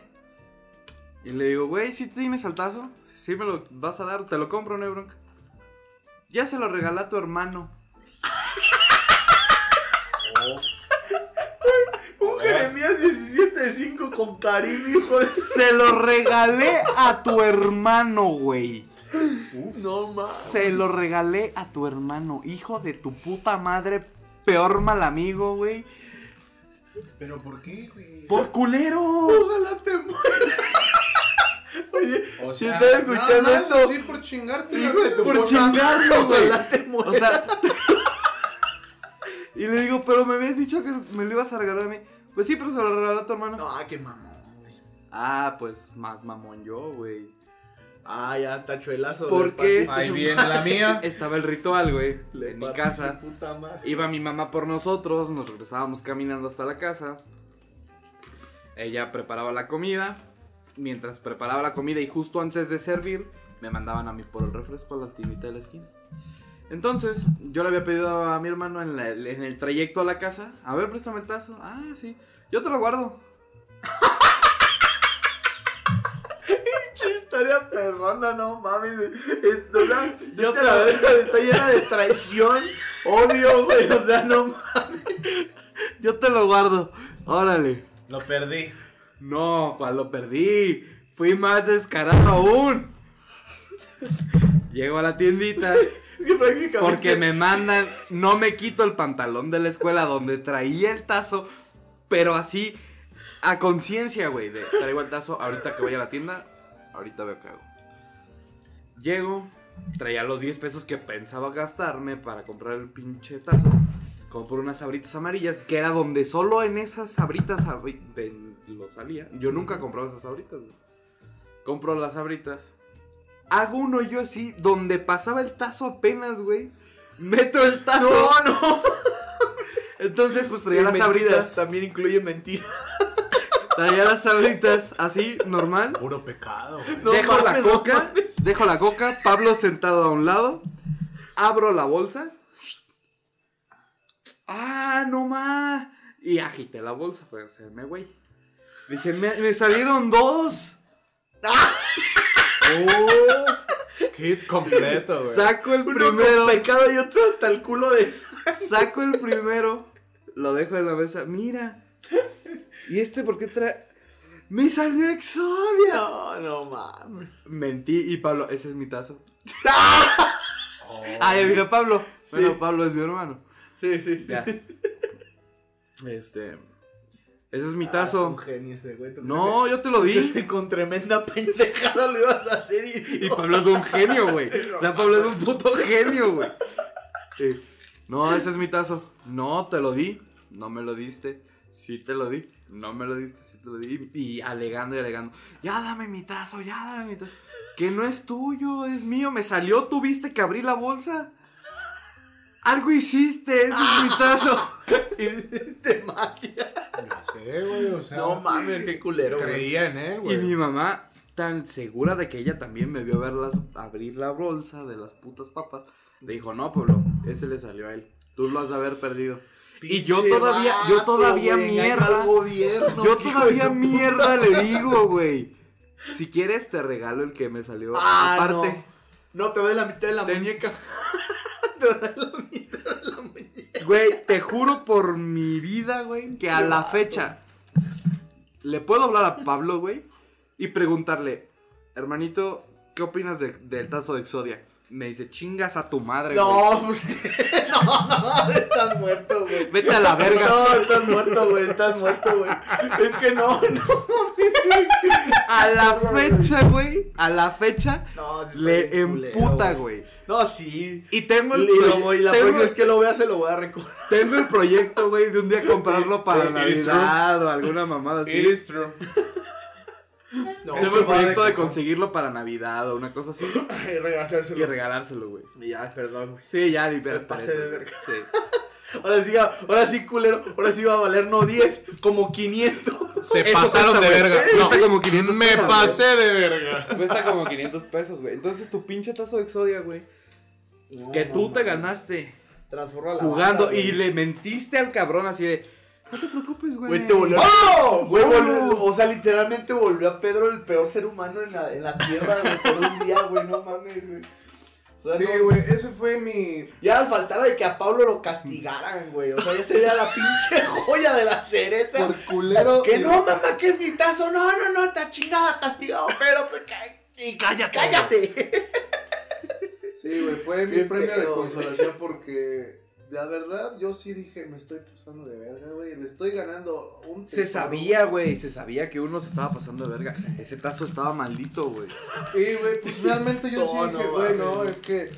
Speaker 14: Y le digo, güey, si tienes al tazo, si me lo vas a dar, te lo compro, no hay bronca. Ya se lo regalé a tu hermano.
Speaker 7: Un Jeremías 17 de 5 con Karim, hijo de...
Speaker 14: Se lo regalé a tu hermano, güey.
Speaker 7: No, mames.
Speaker 14: Se lo regalé a tu hermano, hijo de tu puta madre, peor mal amigo, güey.
Speaker 6: ¿Pero por qué, güey?
Speaker 14: ¡Por culero!
Speaker 6: Ojalá te mueras.
Speaker 14: Oye, si estás escuchando
Speaker 6: no,
Speaker 14: esto.
Speaker 6: Sí, por chingarte,
Speaker 14: hijo de tu por
Speaker 6: puta
Speaker 14: chingarlo,
Speaker 6: madre.
Speaker 14: güey.
Speaker 6: Ojalá te
Speaker 14: O sea, y le digo, pero me habías dicho que me lo ibas a regalar a mí. Pues sí, pero se lo regaló a tu hermano.
Speaker 7: Ah, qué mamón.
Speaker 14: Ah, pues más mamón yo, güey.
Speaker 7: Ah, ya, tachuelazo. del
Speaker 14: Porque
Speaker 7: partido.
Speaker 14: este- Estaba el ritual, güey.
Speaker 7: Le
Speaker 14: En mi
Speaker 7: partí
Speaker 14: casa.
Speaker 7: su puta madre.
Speaker 14: Iba mi mamá por nosotros, nos regresábamos caminando hasta la casa. Ella preparaba la comida. Mientras preparaba la comida y justo antes de servir, me mandaban a mí por el refresco a la tiendita de la esquina. Entonces, yo le había pedido a mi hermano en, la- en el trayecto a la casa, a ver, préstame el tazo. Ah, sí. Yo te lo guardo.
Speaker 7: historia perrona, no mames. Esto, la,
Speaker 14: Yo
Speaker 7: vete a la
Speaker 14: otra
Speaker 7: verga, está llena de traición, odio, güey. O sea, no mames.
Speaker 14: Yo te lo guardo. Órale.
Speaker 6: Lo perdí.
Speaker 14: No, cuando lo perdí. Fui más descarado aún. Llego a la tiendita. Porque me mandan, no me quito el pantalón de la escuela donde traía el tazo, pero así a conciencia, güey, de traigo el tazo, ahorita que vaya a la tienda, ahorita veo qué hago. Llego, traía los 10 pesos que pensaba gastarme para comprar el pinche tazo. Compro unas sabritas amarillas, que era donde solo en esas sabritas abri- ven- lo salía. Yo nunca compraba esas sabritas, güey. Compro las sabritas. Hago uno yo así, donde pasaba el tazo apenas, güey. Meto el tazo.
Speaker 7: No,
Speaker 14: no. Entonces, pues traía
Speaker 7: Y
Speaker 14: las
Speaker 7: mentiras,
Speaker 14: sabritas.
Speaker 7: También incluye mentiras.
Speaker 14: Traía las sabritas así, normal.
Speaker 6: Puro pecado.
Speaker 7: No
Speaker 14: dejo
Speaker 7: mames,
Speaker 14: la
Speaker 7: no
Speaker 14: coca, dejo la coca, Pablo sentado a un lado, abro la bolsa. Ah, no más. Y agité la bolsa para hacerme güey. Dije, me, me salieron dos.
Speaker 6: Hit completo, güey.
Speaker 14: Saco el
Speaker 7: Uno con
Speaker 14: primero.
Speaker 7: pecado y otro hasta el culo de
Speaker 14: Saco el primero, lo dejo en la mesa. Mira. ¿Y este por qué trae? ¡Me salió Exodia!
Speaker 7: No, no mames.
Speaker 14: Mentí y Pablo, ese es mi tazo. Ah, yo dije Pablo. Bueno, Pablo es mi hermano.
Speaker 7: Sí, sí, sí.
Speaker 14: Ya. Este. Ese es mi
Speaker 7: Ah, es
Speaker 14: tazo.
Speaker 7: un genio ese güey. ¿Tú
Speaker 14: No,
Speaker 7: crees
Speaker 14: yo te lo di.
Speaker 7: crees que Con tremenda pendejada lo ibas a hacer y.
Speaker 14: Y Pablo es un genio, güey. O sea, Pablo es un puto genio, güey. Eh, No, ese es mi tazo. No, te lo di. No me lo diste. Sí te lo di. No me lo diste. Sí te lo di. Y alegando y alegando. Ya dame mi tazo, ya dame mi tazo. Que no es tuyo, es mío. Me salió, tuviste que abrir la bolsa. Algo hiciste, ese es mi
Speaker 7: Ah,
Speaker 14: tazo.
Speaker 7: Hiciste magia.
Speaker 6: No sé, güey, o sea.
Speaker 7: No mames, qué culero, güey.
Speaker 6: Creía en él,
Speaker 14: Y
Speaker 6: güey.
Speaker 14: mi mamá, tan segura de que ella también me vio verlas abrir la bolsa de las putas papas, le dijo, no, Pablo, ese le salió a él. Tú lo has de haber perdido. y yo
Speaker 7: Pinche
Speaker 14: todavía, yo
Speaker 7: vato,
Speaker 14: todavía
Speaker 7: güey, engañó
Speaker 14: mierda.
Speaker 7: al gobierno,
Speaker 14: yo
Speaker 7: hijo de
Speaker 14: todavía
Speaker 7: su puta
Speaker 14: mierda le
Speaker 7: madre.
Speaker 14: digo, güey. Si quieres te regalo el que me salió
Speaker 7: Ah,
Speaker 14: aparte.
Speaker 7: No, te doy la mitad de la muñeca.
Speaker 14: Güey, te juro por mi vida, güey, que a la fecha le puedo hablar a Pablo, güey, y preguntarle, hermanito, ¿qué opinas de- del tazo de Exodia? Me dice, chingas a tu madre, güey.
Speaker 7: No, pues. No, no, estás muerto, güey.
Speaker 14: Vete a la verga.
Speaker 7: No, estás muerto, güey. Estás muerto, güey. Es que no, no.
Speaker 14: A la fecha, güey, a la fecha,
Speaker 7: No, sí está
Speaker 14: le
Speaker 7: bien culero,
Speaker 14: emputa, güey.
Speaker 7: No, sí.
Speaker 14: Y tengo el,
Speaker 7: Y, lo voy- la
Speaker 14: tengo-
Speaker 7: próxima vez que lo vea se lo voy a recordar.
Speaker 14: tengo el proyecto, güey, de un día comprarlo para
Speaker 7: Eh,
Speaker 6: It is
Speaker 14: Navidad o alguna mamada
Speaker 6: It
Speaker 14: así.
Speaker 6: is true.
Speaker 7: No,
Speaker 14: Tengo el
Speaker 7: va de
Speaker 14: proyecto de
Speaker 7: cajón.
Speaker 14: conseguirlo para Navidad o una cosa así
Speaker 7: Y regalárselo.
Speaker 14: y regalárselo, güey.
Speaker 7: Y Ya, perdón, güey.
Speaker 14: Sí, ya, ni peras
Speaker 7: Me pasé
Speaker 14: pareces,
Speaker 7: de
Speaker 14: güey.
Speaker 7: verga.
Speaker 14: Sí.
Speaker 7: Ahora sí, ahora sí, culero. Ahora sí va a valer no 10, como 500.
Speaker 6: Se
Speaker 14: Eso
Speaker 6: pasaron
Speaker 14: cuesta,
Speaker 6: de
Speaker 14: güey.
Speaker 6: verga.
Speaker 14: Eh,
Speaker 6: No,
Speaker 14: cuesta como 500
Speaker 6: me
Speaker 14: pesos, güey.
Speaker 6: pasé de verga.
Speaker 14: Cuesta como 500 pesos, güey. Entonces tu pinche tazo de Exodia, güey, que
Speaker 7: No,
Speaker 14: tú
Speaker 7: no,
Speaker 14: te
Speaker 7: mames.
Speaker 14: ganaste
Speaker 7: Transforma la
Speaker 14: jugando
Speaker 7: banda,
Speaker 14: y
Speaker 7: güey.
Speaker 14: le mentiste al cabrón así de, no te preocupes, güey.
Speaker 7: Güey, te volvió.
Speaker 14: ¡Oh!
Speaker 7: Güey, volvió-
Speaker 14: ¡Oh!
Speaker 7: O sea, literalmente volvió a Pedro el peor ser humano en la, en la tierra, güey, por un día, güey. No mames, güey. O sea,
Speaker 6: Sí,
Speaker 7: no-
Speaker 6: güey, ese fue mi.
Speaker 7: Ya les faltara de que a Pablo lo castigaran, güey. O sea, ya sería la pinche joya de la cereza.
Speaker 6: Por culero.
Speaker 7: Que no, mamá, que es mi tazo. No, no, no, está chingada, castigado, pero pues, ca- y cállate. Cállate.
Speaker 6: Sí, güey, fue mi
Speaker 7: Qué
Speaker 6: premio de
Speaker 7: feo, güey.
Speaker 6: consolación porque
Speaker 15: La verdad, yo sí dije, me estoy pasando de verga, güey. Le estoy ganando un.
Speaker 5: Se sabía, güey. Se sabía que uno se estaba pasando de verga. Ese tazo estaba maldito, güey.
Speaker 15: Y, güey, pues realmente yo sí
Speaker 5: No,
Speaker 15: dije,
Speaker 5: no
Speaker 15: güey,
Speaker 5: mames,
Speaker 15: no,
Speaker 5: güey.
Speaker 15: es que.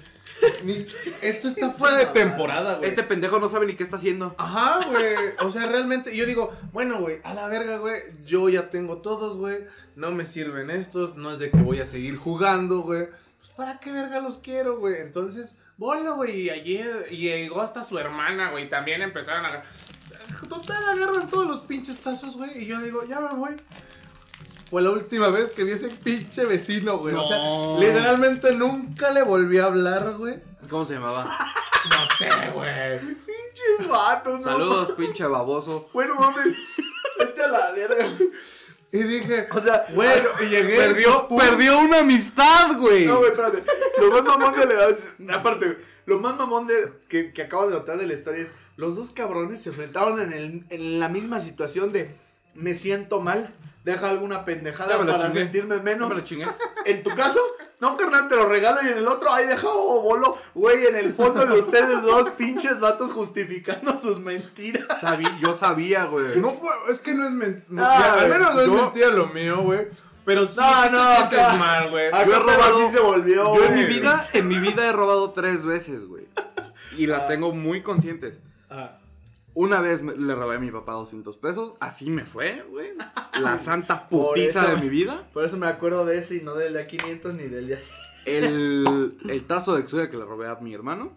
Speaker 15: ni- esto está fuera de temporada, güey.
Speaker 5: Este pendejo no sabe ni qué está haciendo.
Speaker 6: Ajá, güey. O sea, realmente yo digo, bueno, güey, a la verga, güey. Yo ya tengo todos, güey. No me sirven estos. No es de que voy a seguir jugando, güey. Pues para qué verga los quiero, güey. Entonces, bola, güey. Y ayer y llegó hasta su hermana, güey. También empezaron a. Total, agarran todos los pinches tazos, güey. Y yo digo, ya me voy. Fue la última vez que vi a ese pinche vecino, güey. O
Speaker 5: No.
Speaker 6: sea, literalmente nunca le volví a hablar, güey.
Speaker 5: ¿Cómo se llamaba?
Speaker 6: No sé, güey.
Speaker 15: Pinche vato, no.
Speaker 5: Saludos, pinche baboso.
Speaker 15: Bueno, mames. Vete a la verga, güey.
Speaker 6: Y dije,
Speaker 5: o sea,
Speaker 6: bueno, y llegué.
Speaker 5: Perdió, perdió una amistad, güey.
Speaker 7: Pues, No, güey, espérate. Lo más mamón de la. Aparte, güey, lo más mamón de, que, que acabo de notar de la historia es: los dos cabrones se enfrentaron en, el- en la misma situación de me siento mal, deja alguna pendejada
Speaker 5: Ya me lo
Speaker 7: para
Speaker 5: chingué.
Speaker 7: sentirme menos.
Speaker 5: me lo chingué.
Speaker 7: En tu caso, no, carnal, te lo regalo y en el otro, ahí deja o bolo, güey, en el fondo de ustedes dos pinches vatos justificando sus mentiras.
Speaker 5: Sabí- yo sabía, güey.
Speaker 6: No fue, es que no es mentira.
Speaker 7: Ah,
Speaker 6: al menos no es
Speaker 5: yo-
Speaker 6: mentira lo mío, güey. Pero sí,
Speaker 7: No,
Speaker 6: sí te
Speaker 7: no, Ah,
Speaker 6: sientes
Speaker 7: acá-
Speaker 6: mal, güey.
Speaker 7: acá
Speaker 5: Yo he
Speaker 7: Pero
Speaker 5: robado.
Speaker 7: sí se volvió,
Speaker 5: yo en mi
Speaker 7: güey.
Speaker 5: vida, en mi vida he robado tres veces, güey. Y
Speaker 7: Ah.
Speaker 5: las tengo muy conscientes. Una vez me- le robé a mi papá 200 pesos, así me fue, güey. La santa
Speaker 7: Por
Speaker 5: putiza
Speaker 7: eso-
Speaker 5: de mi vida.
Speaker 7: Por eso me acuerdo de ese y no del de 500 ni del de así.
Speaker 5: El, el tazo de Exodia que le robé a mi hermano.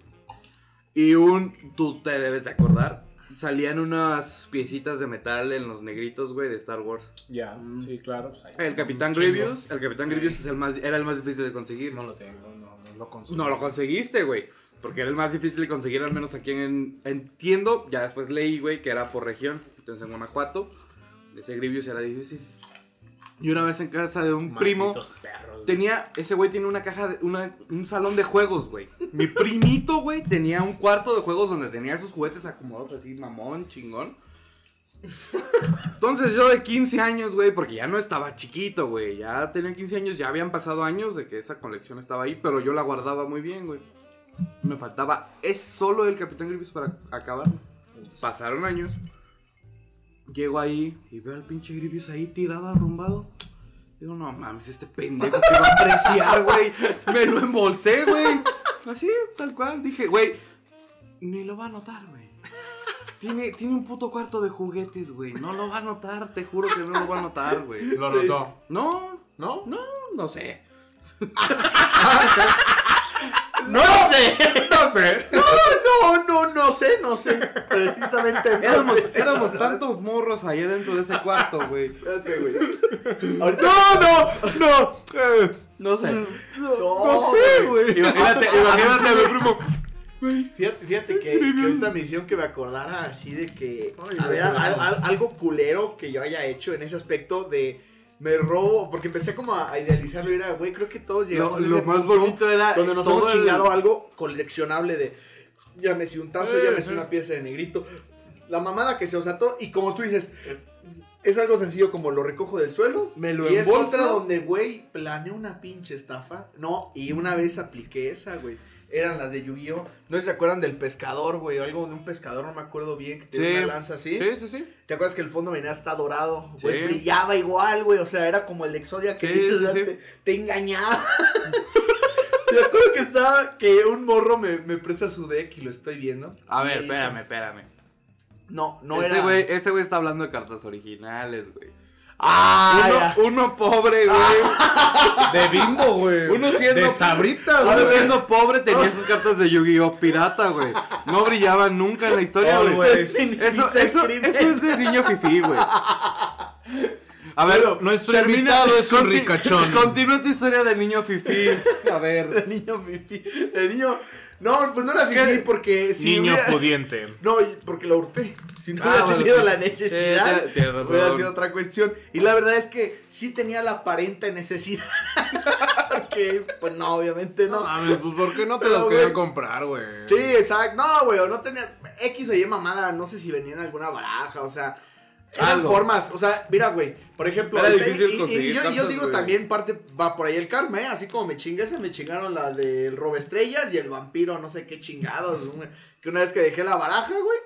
Speaker 5: Y un, tú te debes de acordar, salían unas piecitas de metal en los negritos, güey, de Star Wars.
Speaker 6: Ya, sí, claro. pues ahí.
Speaker 5: El Capitán
Speaker 6: Un chingo.
Speaker 5: Grievous, el Capitán Grievous es el más, era el más difícil de conseguir.
Speaker 6: No lo tengo, no, no lo consigo.
Speaker 5: No lo conseguiste, güey. Porque era el más difícil de conseguir, al menos aquí en. Entiendo, ya después leí, güey, que era por región. Entonces en Guanajuato, ese Grievous era difícil. Y una vez en casa de un primo.
Speaker 6: Malditos perros,
Speaker 5: Tenía, ese güey tiene una caja, de, una- un salón de juegos, güey. Mi primito, güey, tenía un cuarto de juegos donde tenía sus juguetes acomodados así, mamón, chingón. Entonces yo de 15 años, güey, porque ya no estaba chiquito, güey. Ya tenía 15 años, ya habían pasado años de que esa colección estaba ahí, pero yo la guardaba muy bien, güey. Me faltaba, es solo el Capitán Grievous para acabar. Pasaron años. Llego ahí y veo al pinche Grievous ahí tirado, arrumbado. Digo, no mames, este pendejo que va a apreciar, güey. Me lo embolsé, güey. Así, tal cual. Dije, güey, ni lo va a notar, güey. Tiene, tiene un puto cuarto de juguetes, güey. No lo va a notar, te juro que no lo va a notar, güey.
Speaker 6: Lo notó.
Speaker 5: No,
Speaker 6: ¿No?
Speaker 5: no, pues, no sé.
Speaker 7: ¡No sé!
Speaker 6: No sé.
Speaker 7: No, no, no sé, no sé. Precisamente no
Speaker 5: Éramos,
Speaker 7: sé.
Speaker 5: éramos tantos morros ahí dentro de ese cuarto, güey.
Speaker 7: Espérate, güey.
Speaker 6: No, no, no. eh,
Speaker 5: No sé.
Speaker 7: No, Oh,
Speaker 5: güey. Mm. Imagínate, imagínate a mi primo.
Speaker 7: Fíjate, fíjate que, que ahorita me hicieron que me acordara así de que había al- al- algo culero que yo haya hecho en ese aspecto de me robo, porque empecé como a, a idealizarlo y era, güey, creo que todos
Speaker 5: Lo,
Speaker 7: llegamos a
Speaker 5: lo
Speaker 7: ese
Speaker 5: más
Speaker 7: punto
Speaker 5: bonito era.
Speaker 7: donde nos
Speaker 5: todo
Speaker 7: hemos
Speaker 5: el-
Speaker 7: chingado algo coleccionable de llámese un tazo,
Speaker 5: Eh,
Speaker 7: llámese
Speaker 5: eh.
Speaker 7: una pieza de negrito, la mamada que se usa todo y como tú dices, es algo sencillo como lo recojo del suelo
Speaker 5: Me lo
Speaker 7: y es
Speaker 5: embolso.
Speaker 7: otra donde, güey, planeé una pinche estafa. No, y una vez apliqué esa, güey. Eran las de Yu-Gi-Oh. No sé si se acuerdan del pescador, güey. Algo de un pescador, no me acuerdo bien, que tenía
Speaker 5: Sí.
Speaker 7: una lanza así.
Speaker 5: Sí, sí, sí.
Speaker 7: ¿Te acuerdas que el fondo venía hasta dorado?
Speaker 5: Sí.
Speaker 7: Güey, brillaba igual, güey. O sea, era como el de Exodia que
Speaker 5: Sí,
Speaker 7: dices,
Speaker 5: sí,
Speaker 7: o sea,
Speaker 5: sí.
Speaker 7: Te, te engañaba. Te acuerdo que estaba, que un morro me, me presta su deck y lo estoy viendo.
Speaker 5: A
Speaker 7: Y
Speaker 5: ver,
Speaker 7: dice-
Speaker 5: espérame, espérame.
Speaker 7: No, no
Speaker 5: ese
Speaker 7: era.
Speaker 5: güey, eh, ese güey está hablando de cartas originales, güey.
Speaker 7: Ah,
Speaker 5: uno,
Speaker 7: ya.
Speaker 5: uno pobre, güey.
Speaker 6: De bimbo, güey.
Speaker 5: Uno siendo-
Speaker 6: De sabritas,
Speaker 5: Uno
Speaker 6: güey.
Speaker 5: siendo pobre tenía sus cartas de Yu-Gi-Oh pirata, güey. No brillaba nunca en la historia,
Speaker 6: Oh,
Speaker 5: güey.
Speaker 6: güey.
Speaker 5: Eso,
Speaker 7: Dice
Speaker 5: eso,
Speaker 7: crimen.
Speaker 5: eso es de niño fifí, güey. A ver,
Speaker 6: Bueno, nuestro invitado es un ricachón.
Speaker 5: Continúa tu historia del niño fifí. A ver.
Speaker 7: El niño fifi. El niño. No, pues no era
Speaker 5: ¿Qué?
Speaker 7: fifi porque si
Speaker 6: Niño
Speaker 7: hubiera-
Speaker 6: pudiente.
Speaker 7: No, y porque lo hurté. Si no
Speaker 5: Ah,
Speaker 7: hubiera
Speaker 5: bueno,
Speaker 7: tenido
Speaker 5: sí.
Speaker 7: la necesidad,
Speaker 5: Sí, tienes razón.
Speaker 7: hubiera sido otra cuestión. Y la verdad es que sí tenía la aparente necesidad. porque, pues no, obviamente
Speaker 6: No
Speaker 7: no.
Speaker 6: mames, pues ¿por qué no te
Speaker 7: Pero,
Speaker 6: las querían
Speaker 7: güey.
Speaker 6: comprar, güey?
Speaker 7: Sí, exacto. No, güey, o no tenía X o Y mamada, no sé si venía en alguna baraja, o sea, Eran
Speaker 14: Algo.
Speaker 7: formas, o sea, mira, güey, por ejemplo,
Speaker 14: Era
Speaker 7: el pe-
Speaker 14: difícil
Speaker 7: y- y- y,
Speaker 14: conseguir
Speaker 7: yo, yo
Speaker 14: cartas,
Speaker 7: digo
Speaker 14: güey.
Speaker 7: también parte va por ahí el karma, ¿eh? Así como me chingué, se me chingaron la del Robestrellas y el vampiro, no sé qué chingados, güey. que una vez que dejé la baraja, güey,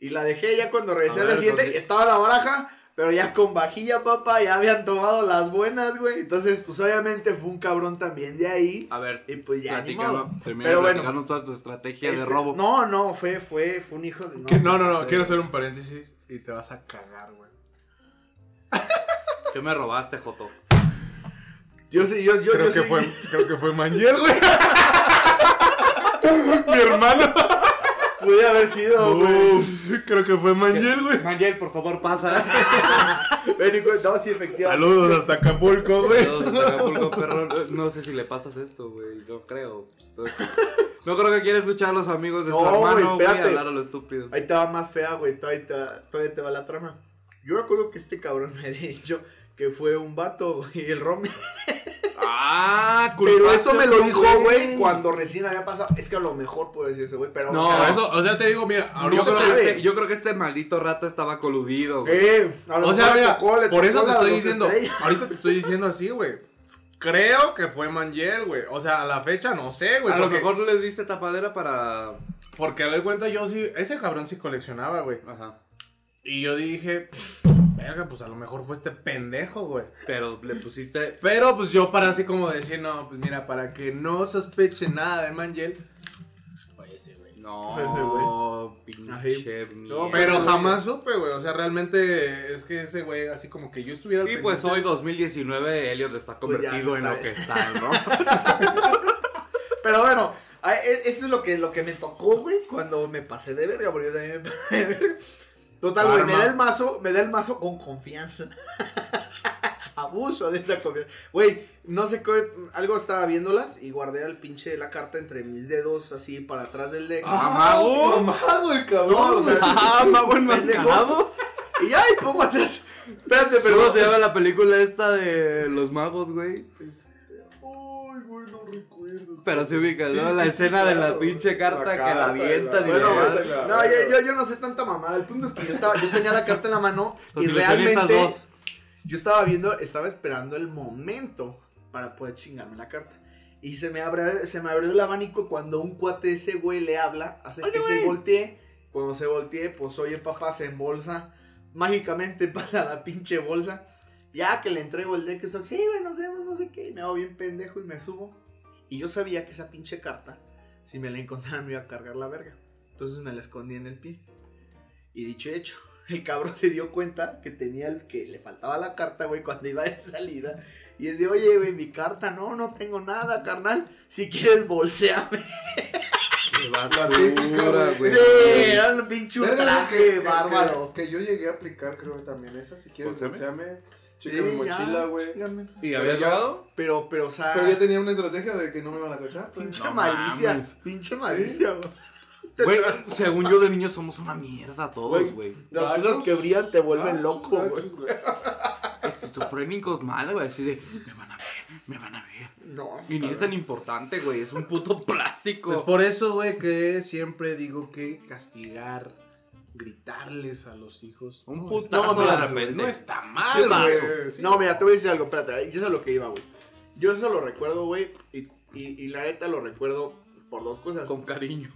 Speaker 7: y la dejé ya cuando regresé
Speaker 14: A
Speaker 7: a la
Speaker 14: ver,
Speaker 7: siguiente,
Speaker 14: porque-
Speaker 7: estaba la baraja, pero ya con vajilla, papá, ya habían tomado las buenas, güey. Entonces, pues obviamente fue un cabrón también de ahí.
Speaker 14: A ver,
Speaker 7: y pues ya, ni
Speaker 14: platícalo.
Speaker 7: modo.
Speaker 14: Termina
Speaker 7: Pero
Speaker 14: de
Speaker 7: bueno,
Speaker 14: platicarnos toda tu estrategia
Speaker 7: este,
Speaker 14: de robo.
Speaker 7: No, no, fue, fue, fue un hijo de. pues,
Speaker 6: Que- No, no, no,
Speaker 7: sé.
Speaker 6: quiero hacer un paréntesis y te vas a cagar, güey.
Speaker 14: ¿Qué me robaste, Joto?
Speaker 7: eh, Yo sí, yo, yo,
Speaker 6: creo
Speaker 7: yo
Speaker 6: que
Speaker 7: sí.
Speaker 6: fue, creo que fue Mangiel, güey. Mi hermano.
Speaker 7: Pude haber sido,
Speaker 6: güey. creo que fue Mangiel, güey.
Speaker 14: Mangiel, por favor, pasa.
Speaker 7: Ven y cu- no, sí, efectivamente.
Speaker 6: Saludos hasta Acapulco, güey.
Speaker 14: Saludos hasta Acapulco, perro. No sé si le pasas esto, güey. No creo. No creo que quiera escuchar a los amigos de su
Speaker 7: No, güey,
Speaker 14: hermano, güey,
Speaker 7: espérate.
Speaker 14: hablar a lo estúpido.
Speaker 7: Ahí te va más fea, güey. Todavía te, va, todavía te va la trama. Yo me acuerdo que este cabrón me había dicho que fue un vato, güey, el Romy.
Speaker 14: Ah,
Speaker 7: Pero
Speaker 14: culpaste
Speaker 7: eso me
Speaker 14: a
Speaker 7: lo
Speaker 14: otro
Speaker 7: dijo,
Speaker 14: güey.
Speaker 7: güey, cuando recién había pasado. Es que a lo mejor puedo decir eso, güey, pero.
Speaker 14: No, eso-
Speaker 6: o sea, te digo, mira,
Speaker 14: yo,
Speaker 7: ahorita
Speaker 14: creo que este, yo creo que este maldito rata estaba coludido, güey.
Speaker 7: Eh, a lo
Speaker 6: O sea,
Speaker 7: mejor le
Speaker 6: mira,
Speaker 7: tocó- le
Speaker 6: por
Speaker 7: tocó
Speaker 6: eso te
Speaker 7: la
Speaker 6: estoy
Speaker 7: dos
Speaker 6: diciendo,
Speaker 7: estrellas.
Speaker 6: ahorita te estoy diciendo así, güey. Creo que fue Mangiel, güey. O sea, a la fecha no sé, güey.
Speaker 14: a lo
Speaker 6: porque-
Speaker 14: mejor le diste tapadera para.
Speaker 6: Porque a de cuenta yo sí, ese cabrón sí coleccionaba, güey.
Speaker 14: Ajá.
Speaker 6: Y yo dije, verga, pues a lo mejor fue este pendejo, güey.
Speaker 14: Pero le pusiste.
Speaker 6: Pero pues yo para así como decir, no, pues mira, para que no sospeche nada de Mangel.
Speaker 14: No, pinche mierda.
Speaker 6: pero jamás supe, güey. O sea, realmente es que ese güey, así como que yo estuviera. al
Speaker 14: Y pues
Speaker 6: pendiente-
Speaker 14: hoy 2019 Elliot está
Speaker 7: Pues ya
Speaker 14: convertido
Speaker 7: se
Speaker 14: en
Speaker 7: está-
Speaker 14: lo que está, ¿no?
Speaker 7: Pero bueno, a- e- eso es lo que, lo que me tocó, güey, cuando me pasé de verga, porque yo también me pasé de verga. Total, güey, me
Speaker 14: Karma.
Speaker 7: da el mazo, me da el mazo con confianza. Abuso de esa confianza. Güey, no sé qué, algo estaba viéndolas y guardé el pinche de la carta entre mis dedos, así para atrás del deck.
Speaker 14: Ah, mago.
Speaker 7: ¡Mamado el cabrón!
Speaker 14: No, o sea, ah, mago enmascarado.
Speaker 7: mascarado Y ya, y pongo atrás. Espérate, pero...
Speaker 14: ¿Cómo se llama la película esta de los magos, güey?
Speaker 15: Ay, güey, no recuerdo.
Speaker 14: Pero se ubica,
Speaker 15: Sí,
Speaker 14: ¿no?
Speaker 15: sí,
Speaker 14: La
Speaker 15: sí,
Speaker 14: escena de la
Speaker 15: claro.
Speaker 14: pinche carta
Speaker 15: La
Speaker 14: que
Speaker 15: carta,
Speaker 14: la avientan y
Speaker 7: Bueno,
Speaker 14: la-
Speaker 7: güey, no, yo, yo, yo no sé tanta mamada. El punto es que yo estaba, yo tenía la carta en la mano
Speaker 14: Los
Speaker 7: y
Speaker 14: ilusionistas
Speaker 7: realmente
Speaker 14: dos.
Speaker 7: yo estaba viendo, estaba esperando el momento para poder chingarme la carta. Y se me abre, se me abrió el abanico cuando un cuate ese güey le habla, hace que se voltee. Cuando se voltee, pues oye papá, se embolsa. Mágicamente pasa la pinche bolsa. Ya que le entrego el deck, estoy, sí, güey, nos vemos, no sé qué. Y me hago bien pendejo y me subo. Y yo sabía que esa pinche carta, si me la encontraran, me iba a cargar la verga. Entonces me la escondí en el pie. Y dicho y hecho, el cabrón se dio cuenta que tenía el, que le faltaba la carta, güey, cuando iba de salida. Y es de, oye, güey, mi carta, no, no tengo nada, carnal. Si quieres, bolseame.
Speaker 14: Qué basura, güey.
Speaker 7: Sí, era un pinche
Speaker 15: Pues, Verga, güey,
Speaker 7: ultraje
Speaker 15: que- que-
Speaker 7: bárbaro.
Speaker 15: Que, que yo llegué a aplicar, creo también esa. Si quieres,
Speaker 7: Bolséame.
Speaker 15: bolséame.
Speaker 7: Sí,
Speaker 15: Checa mi
Speaker 7: ya,
Speaker 15: mochila, güey.
Speaker 7: chíngame.
Speaker 14: ¿Y
Speaker 15: Pero
Speaker 14: habías
Speaker 15: ya-
Speaker 14: llegado?
Speaker 7: Pero, pero, o sea,
Speaker 15: Pero ya tenía una estrategia de que no me van a cachar. pues.
Speaker 7: pinche
Speaker 14: No
Speaker 7: malicia,
Speaker 14: mames.
Speaker 7: pinche malicia, güey.
Speaker 14: Güey, según yo de niños somos una mierda todos, güey.
Speaker 7: Las cosas que brillan te vuelven loco, güey.
Speaker 14: Esquizofrénicos mal, güey, así de me van a ver, me van a ver.
Speaker 7: No.
Speaker 14: Y ni este es tan importante, güey, es un puto plástico.
Speaker 6: Pues por eso, güey, que siempre digo que castigar, gritarles a los hijos.
Speaker 14: Un
Speaker 6: no
Speaker 14: putazo
Speaker 6: está mal,
Speaker 14: de
Speaker 6: güey,
Speaker 14: repente.
Speaker 6: No está mal, güey. Sí.
Speaker 7: No, mira, te voy a decir algo, espérate, ahí eso es a lo que iba, güey. Yo eso lo recuerdo, güey, y, y, y la neta lo recuerdo por dos cosas.
Speaker 14: Con cariño.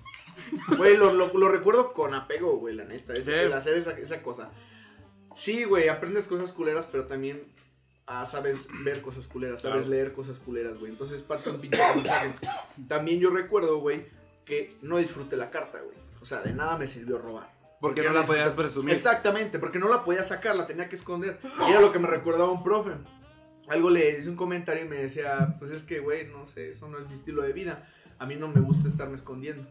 Speaker 7: Güey, lo, lo- lo recuerdo con apego, güey, la neta. Es,
Speaker 14: Sí.
Speaker 7: El hacer esa, esa cosa. Sí, güey, aprendes cosas culeras, pero también ah, sabes ver cosas culeras, sabes
Speaker 14: Claro.
Speaker 7: leer cosas culeras, güey. Entonces parte un pinche mensaje. También yo recuerdo, güey, que no disfruté la carta, güey. O sea, de nada me sirvió robar.
Speaker 14: Porque no la podías presumir.
Speaker 7: Exactamente, porque no la podía sacar, la tenía que esconder. Y era lo que me recordaba un profe. Algo le hice un comentario y me decía, pues es que, güey, no sé, eso no es mi estilo de vida. A mí no me gusta estarme escondiendo.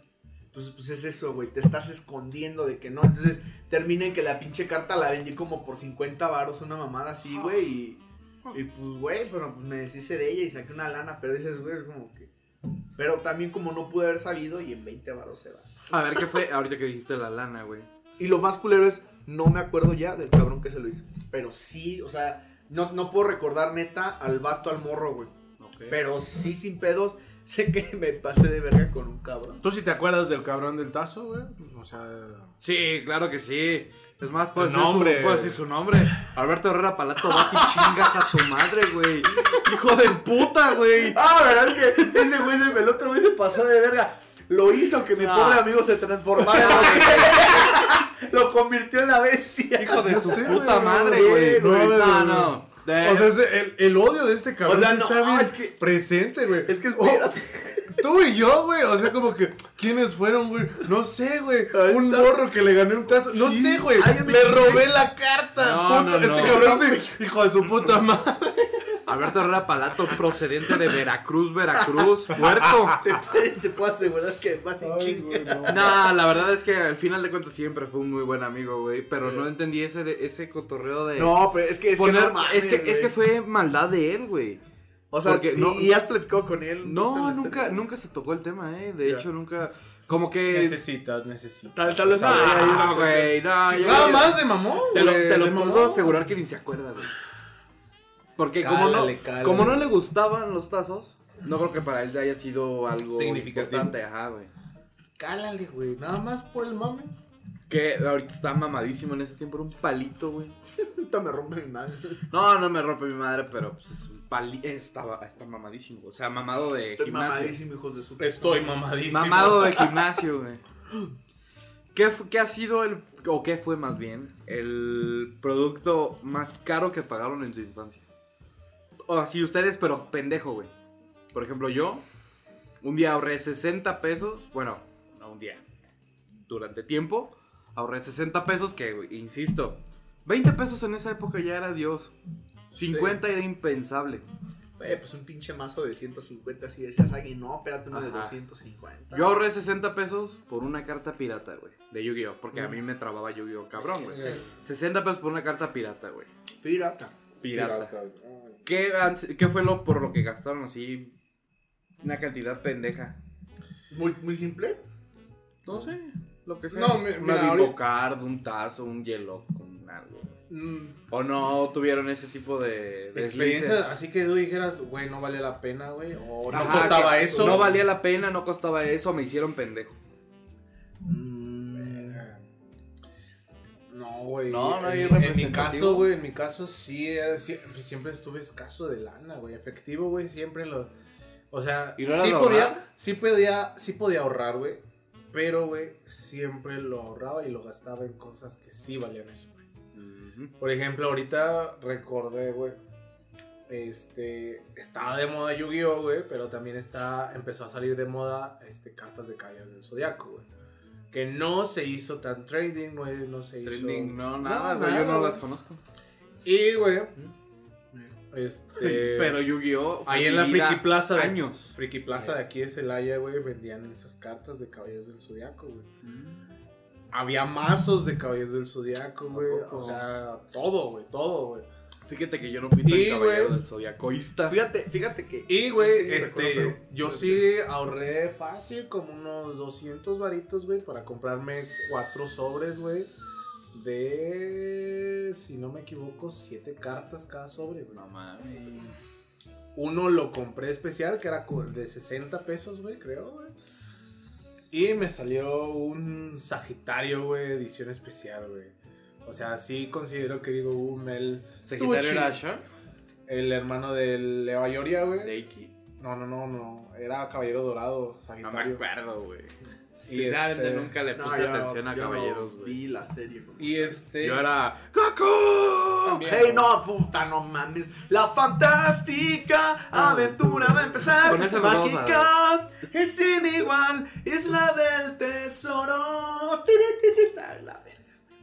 Speaker 7: Entonces, pues es eso, güey, te estás escondiendo de que no. Entonces, termina en que la pinche carta la vendí como por 50 varos, una mamada así, güey. Y, y, pues, güey, pero pues me deshice de ella y saqué una lana, pero dices, güey, es como que... Pero también como no pude haber sabido y en 20 varos se va.
Speaker 14: A ver qué fue ahorita que dijiste la lana, güey.
Speaker 7: Y lo más culero es, no me acuerdo ya del cabrón que se lo hizo. Pero sí, o sea, no, no puedo recordar neta al vato, al morro, güey.
Speaker 14: Ok.
Speaker 7: Pero sí, sin pedos, sé que me pasé de verga con un cabrón.
Speaker 6: ¿Tú sí te acuerdas del cabrón del tazo, güey? O sea.
Speaker 5: Sí, claro que sí. Es más, puedo
Speaker 6: El
Speaker 5: decir, su,
Speaker 6: nombre.
Speaker 5: puedo decir su nombre. Alberto Herrera Palato, vas y chingas a tu madre, güey. Hijo de puta, güey.
Speaker 7: Ah, verdad es que ese güey, se- el otro güey se pasó de verga. Lo hizo que mi
Speaker 5: No.
Speaker 7: pobre amigo se transformara. en lo, que- lo convirtió en la bestia.
Speaker 5: Hijo de su
Speaker 7: Sí,
Speaker 5: puta
Speaker 7: güey,
Speaker 5: madre,
Speaker 7: sí,
Speaker 5: güey. No,
Speaker 6: güey,
Speaker 5: no,
Speaker 6: güey.
Speaker 5: no.
Speaker 6: O sea, ese- el, el odio de este cabrón
Speaker 5: O sea,
Speaker 6: sí
Speaker 5: no,
Speaker 6: está bien
Speaker 5: Ah, es
Speaker 6: presente, güey. Es que
Speaker 7: espérate.
Speaker 6: Tú y yo, güey. O sea, como que, ¿quiénes fueron, güey? No sé, güey. Un morro que le gané un tazo. No
Speaker 5: Sí.
Speaker 6: sé, güey.
Speaker 5: Ay, ya me
Speaker 6: Le
Speaker 5: chingué.
Speaker 6: robé la carta.
Speaker 5: No,
Speaker 6: puta.
Speaker 5: no,
Speaker 6: este
Speaker 5: no.
Speaker 6: cabrón sí. Hijo de su puta madre.
Speaker 5: Alberto Herrera Palato, procedente de Veracruz, Veracruz, puerto.
Speaker 7: Te, te puedo asegurar que vas en chinga.
Speaker 5: Nah, la verdad es que al final de cuentas siempre fue un muy buen amigo, güey. Pero no entendí ese, de- ese cotorreo de.
Speaker 7: No, pero es que- es que
Speaker 5: poner-
Speaker 7: no mames,
Speaker 5: es, que,
Speaker 7: güey.
Speaker 5: es que fue maldad de él, güey.
Speaker 7: O sea,
Speaker 5: Porque
Speaker 7: y,
Speaker 5: no-
Speaker 7: y has platicado con él.
Speaker 5: No, nunca, nunca se tocó el tema, eh. De
Speaker 7: Ya.
Speaker 5: hecho, nunca. Como que.
Speaker 6: Necesitas, necesitas.
Speaker 5: Tal, tal vez
Speaker 6: O sea, hay una
Speaker 5: no,
Speaker 6: cosa-
Speaker 5: güey. No,
Speaker 6: Sí,
Speaker 5: ya-
Speaker 6: nada
Speaker 5: ya-
Speaker 6: más de mamón,
Speaker 5: Te lo,
Speaker 6: güey,
Speaker 5: te lo
Speaker 6: de
Speaker 5: puedo
Speaker 6: mamón.
Speaker 5: asegurar que ni se acuerda, güey. Porque como,
Speaker 6: Cálale,
Speaker 5: no,
Speaker 6: cálale.
Speaker 5: como no le gustaban los tazos, no creo que para él haya sido algo
Speaker 6: Significativo.
Speaker 5: importante, ajá, güey.
Speaker 6: Cálale, güey. Nada más por el mame.
Speaker 5: Que ahorita está mamadísimo en ese tiempo, era un palito, güey.
Speaker 7: Ahorita me rompe mi madre.
Speaker 5: No, no me rompe mi madre, pero pues es un palito. Estaba, está mamadísimo, güey. O sea, mamado de
Speaker 7: Estoy
Speaker 5: gimnasio.
Speaker 7: mamadísimo, hijos de su
Speaker 6: Estoy mamadísimo.
Speaker 5: Mamado de gimnasio, güey. ¿Qué, fu- ¿Qué ha sido el, o qué fue más bien, el producto más caro que pagaron en su infancia? O así ustedes, pero pendejo, güey. Por ejemplo, yo un día ahorré 60 pesos, bueno, no un día, durante tiempo, ahorré 60 pesos que, güey, insisto, 20 pesos en esa época ya eras Dios. 50 era impensable.
Speaker 7: Güey, pues un pinche mazo de 150 así decías alguien, no, espérate uno de
Speaker 5: Ajá.
Speaker 7: 250.
Speaker 5: Yo ahorré 60 pesos por una carta pirata, güey. De Yu-Gi-Oh! Porque a mí me trababa Yu-Gi-Oh! cabrón, güey.
Speaker 6: Eh,
Speaker 5: 60 pesos por una carta pirata, güey.
Speaker 7: Pirata.
Speaker 5: Pirata. ¿Qué, ans- qué fue lo por lo que gastaron así? Una cantidad pendeja.
Speaker 7: Muy, muy simple.
Speaker 5: No sé, lo que sea.
Speaker 6: No, mi-
Speaker 5: Una
Speaker 6: mira, ahorita-
Speaker 5: bibocard, un tazo, un hielo con algo.
Speaker 6: Mm,
Speaker 5: O no tuvieron ese tipo de, de
Speaker 6: Experiencias
Speaker 5: deslices.
Speaker 6: así que tú dijeras, güey, no vale la pena, güey. O no
Speaker 5: Ajá,
Speaker 6: costaba
Speaker 5: que
Speaker 6: eso.
Speaker 5: No valía la pena, no costaba eso, me hicieron pendejo.
Speaker 7: Mm,
Speaker 6: Mm. No, güey.
Speaker 5: No, no hay
Speaker 6: en, mi- en mi
Speaker 5: representativo.
Speaker 6: caso, güey, en mi caso sí era, sí- pues, siempre estuve escaso de lana, güey. Efectivo, güey, siempre lo. O sea,
Speaker 5: ¿Y no era
Speaker 6: sí,
Speaker 5: de
Speaker 6: podía,
Speaker 5: ahorrar?
Speaker 6: sí podía, sí podía ahorrar, güey. Pero, güey, siempre lo ahorraba y lo gastaba en cosas que sí valían eso, güey. Por ejemplo, ahorita recordé, güey. Este. Estaba de moda Yu-Gi-Oh, güey. Pero también está. Empezó a salir de moda este, cartas de Caballeros del Zodiaco, güey. Que no se hizo tan trending, güey. No se hizo.
Speaker 5: Trending, no, nada, güey, yo no las conozco.
Speaker 6: Y, güey. Este.
Speaker 5: Mm. Pero Yu-Gi-Oh! fue
Speaker 6: Ahí en la
Speaker 5: mi vida
Speaker 6: Friki Plaza. de-
Speaker 5: Años.
Speaker 6: Friki Plaza de aquí de Celaya, güey, vendían esas cartas de Caballeros del Zodiaco, güey.
Speaker 5: Mm.
Speaker 6: Había mazos de Caballeros del Zodiaco, güey. O sea, todo, güey, todo, güey.
Speaker 5: Fíjate que yo no fui tan
Speaker 6: Y,
Speaker 5: caballero
Speaker 6: güey.
Speaker 5: del zodiacoísta.
Speaker 7: Fíjate, fíjate que.
Speaker 6: Y, güey,
Speaker 7: Es que yo recuerdo,
Speaker 6: este,
Speaker 7: pero-
Speaker 6: yo sí ahorré fácil como unos 200 varitos, güey, para comprarme cuatro sobres, güey, de, si no me equivoco, siete cartas cada sobre, güey. Uno lo compré especial, que era co- de 60 pesos, güey, creo, güey. Y me salió un Sagitario, güey, edición especial, güey. O sea, sí considero que digo, uh, Mel. estuvo
Speaker 5: ¿Sagitario era
Speaker 6: chido.
Speaker 5: Sean?
Speaker 6: El hermano del Leo Ayoria, güey.
Speaker 5: De Iki.
Speaker 6: No, no, no, no. Era Caballero Dorado,
Speaker 5: No me
Speaker 6: Sagitario.
Speaker 5: acuerdo, güey.
Speaker 6: Y
Speaker 5: Sinceramente
Speaker 6: este-
Speaker 5: nunca le
Speaker 7: No,
Speaker 5: puse
Speaker 7: yo no-
Speaker 5: atención a
Speaker 7: yo no
Speaker 5: caballeros, güey.
Speaker 7: Vi la serie, güey.
Speaker 6: Y este.
Speaker 5: Yo era.
Speaker 6: También,
Speaker 7: Hey,
Speaker 6: güey.
Speaker 7: no, puta, no mames. La fantástica aventura va a empezar.
Speaker 5: Con esa nos vamos a
Speaker 7: Mágica es sin igual. Isla del tesoro. Tiri, tiri, ta, La verga.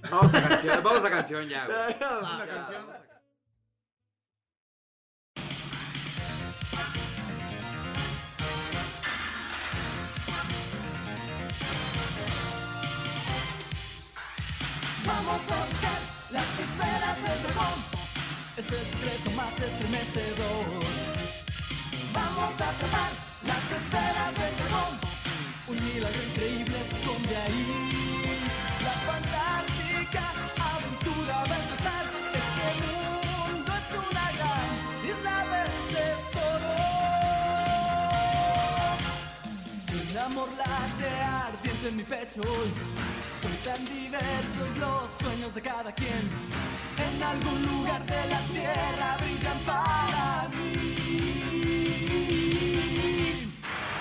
Speaker 5: Vamos a canción, vamos a canción ya, güey.
Speaker 7: La canción.
Speaker 10: Vamos a buscar las esferas del dragón. Es el secreto más estremecedor. Vamos a tomar las esferas del dragón. Un milagro increíble se esconde ahí. La fantástica aventura va a empezar. Es que el mundo es una gran isla del tesoro. latido en mi pecho hoy. Son tan diversos los sueños de cada quien. En algún lugar de la tierra brillan para mí.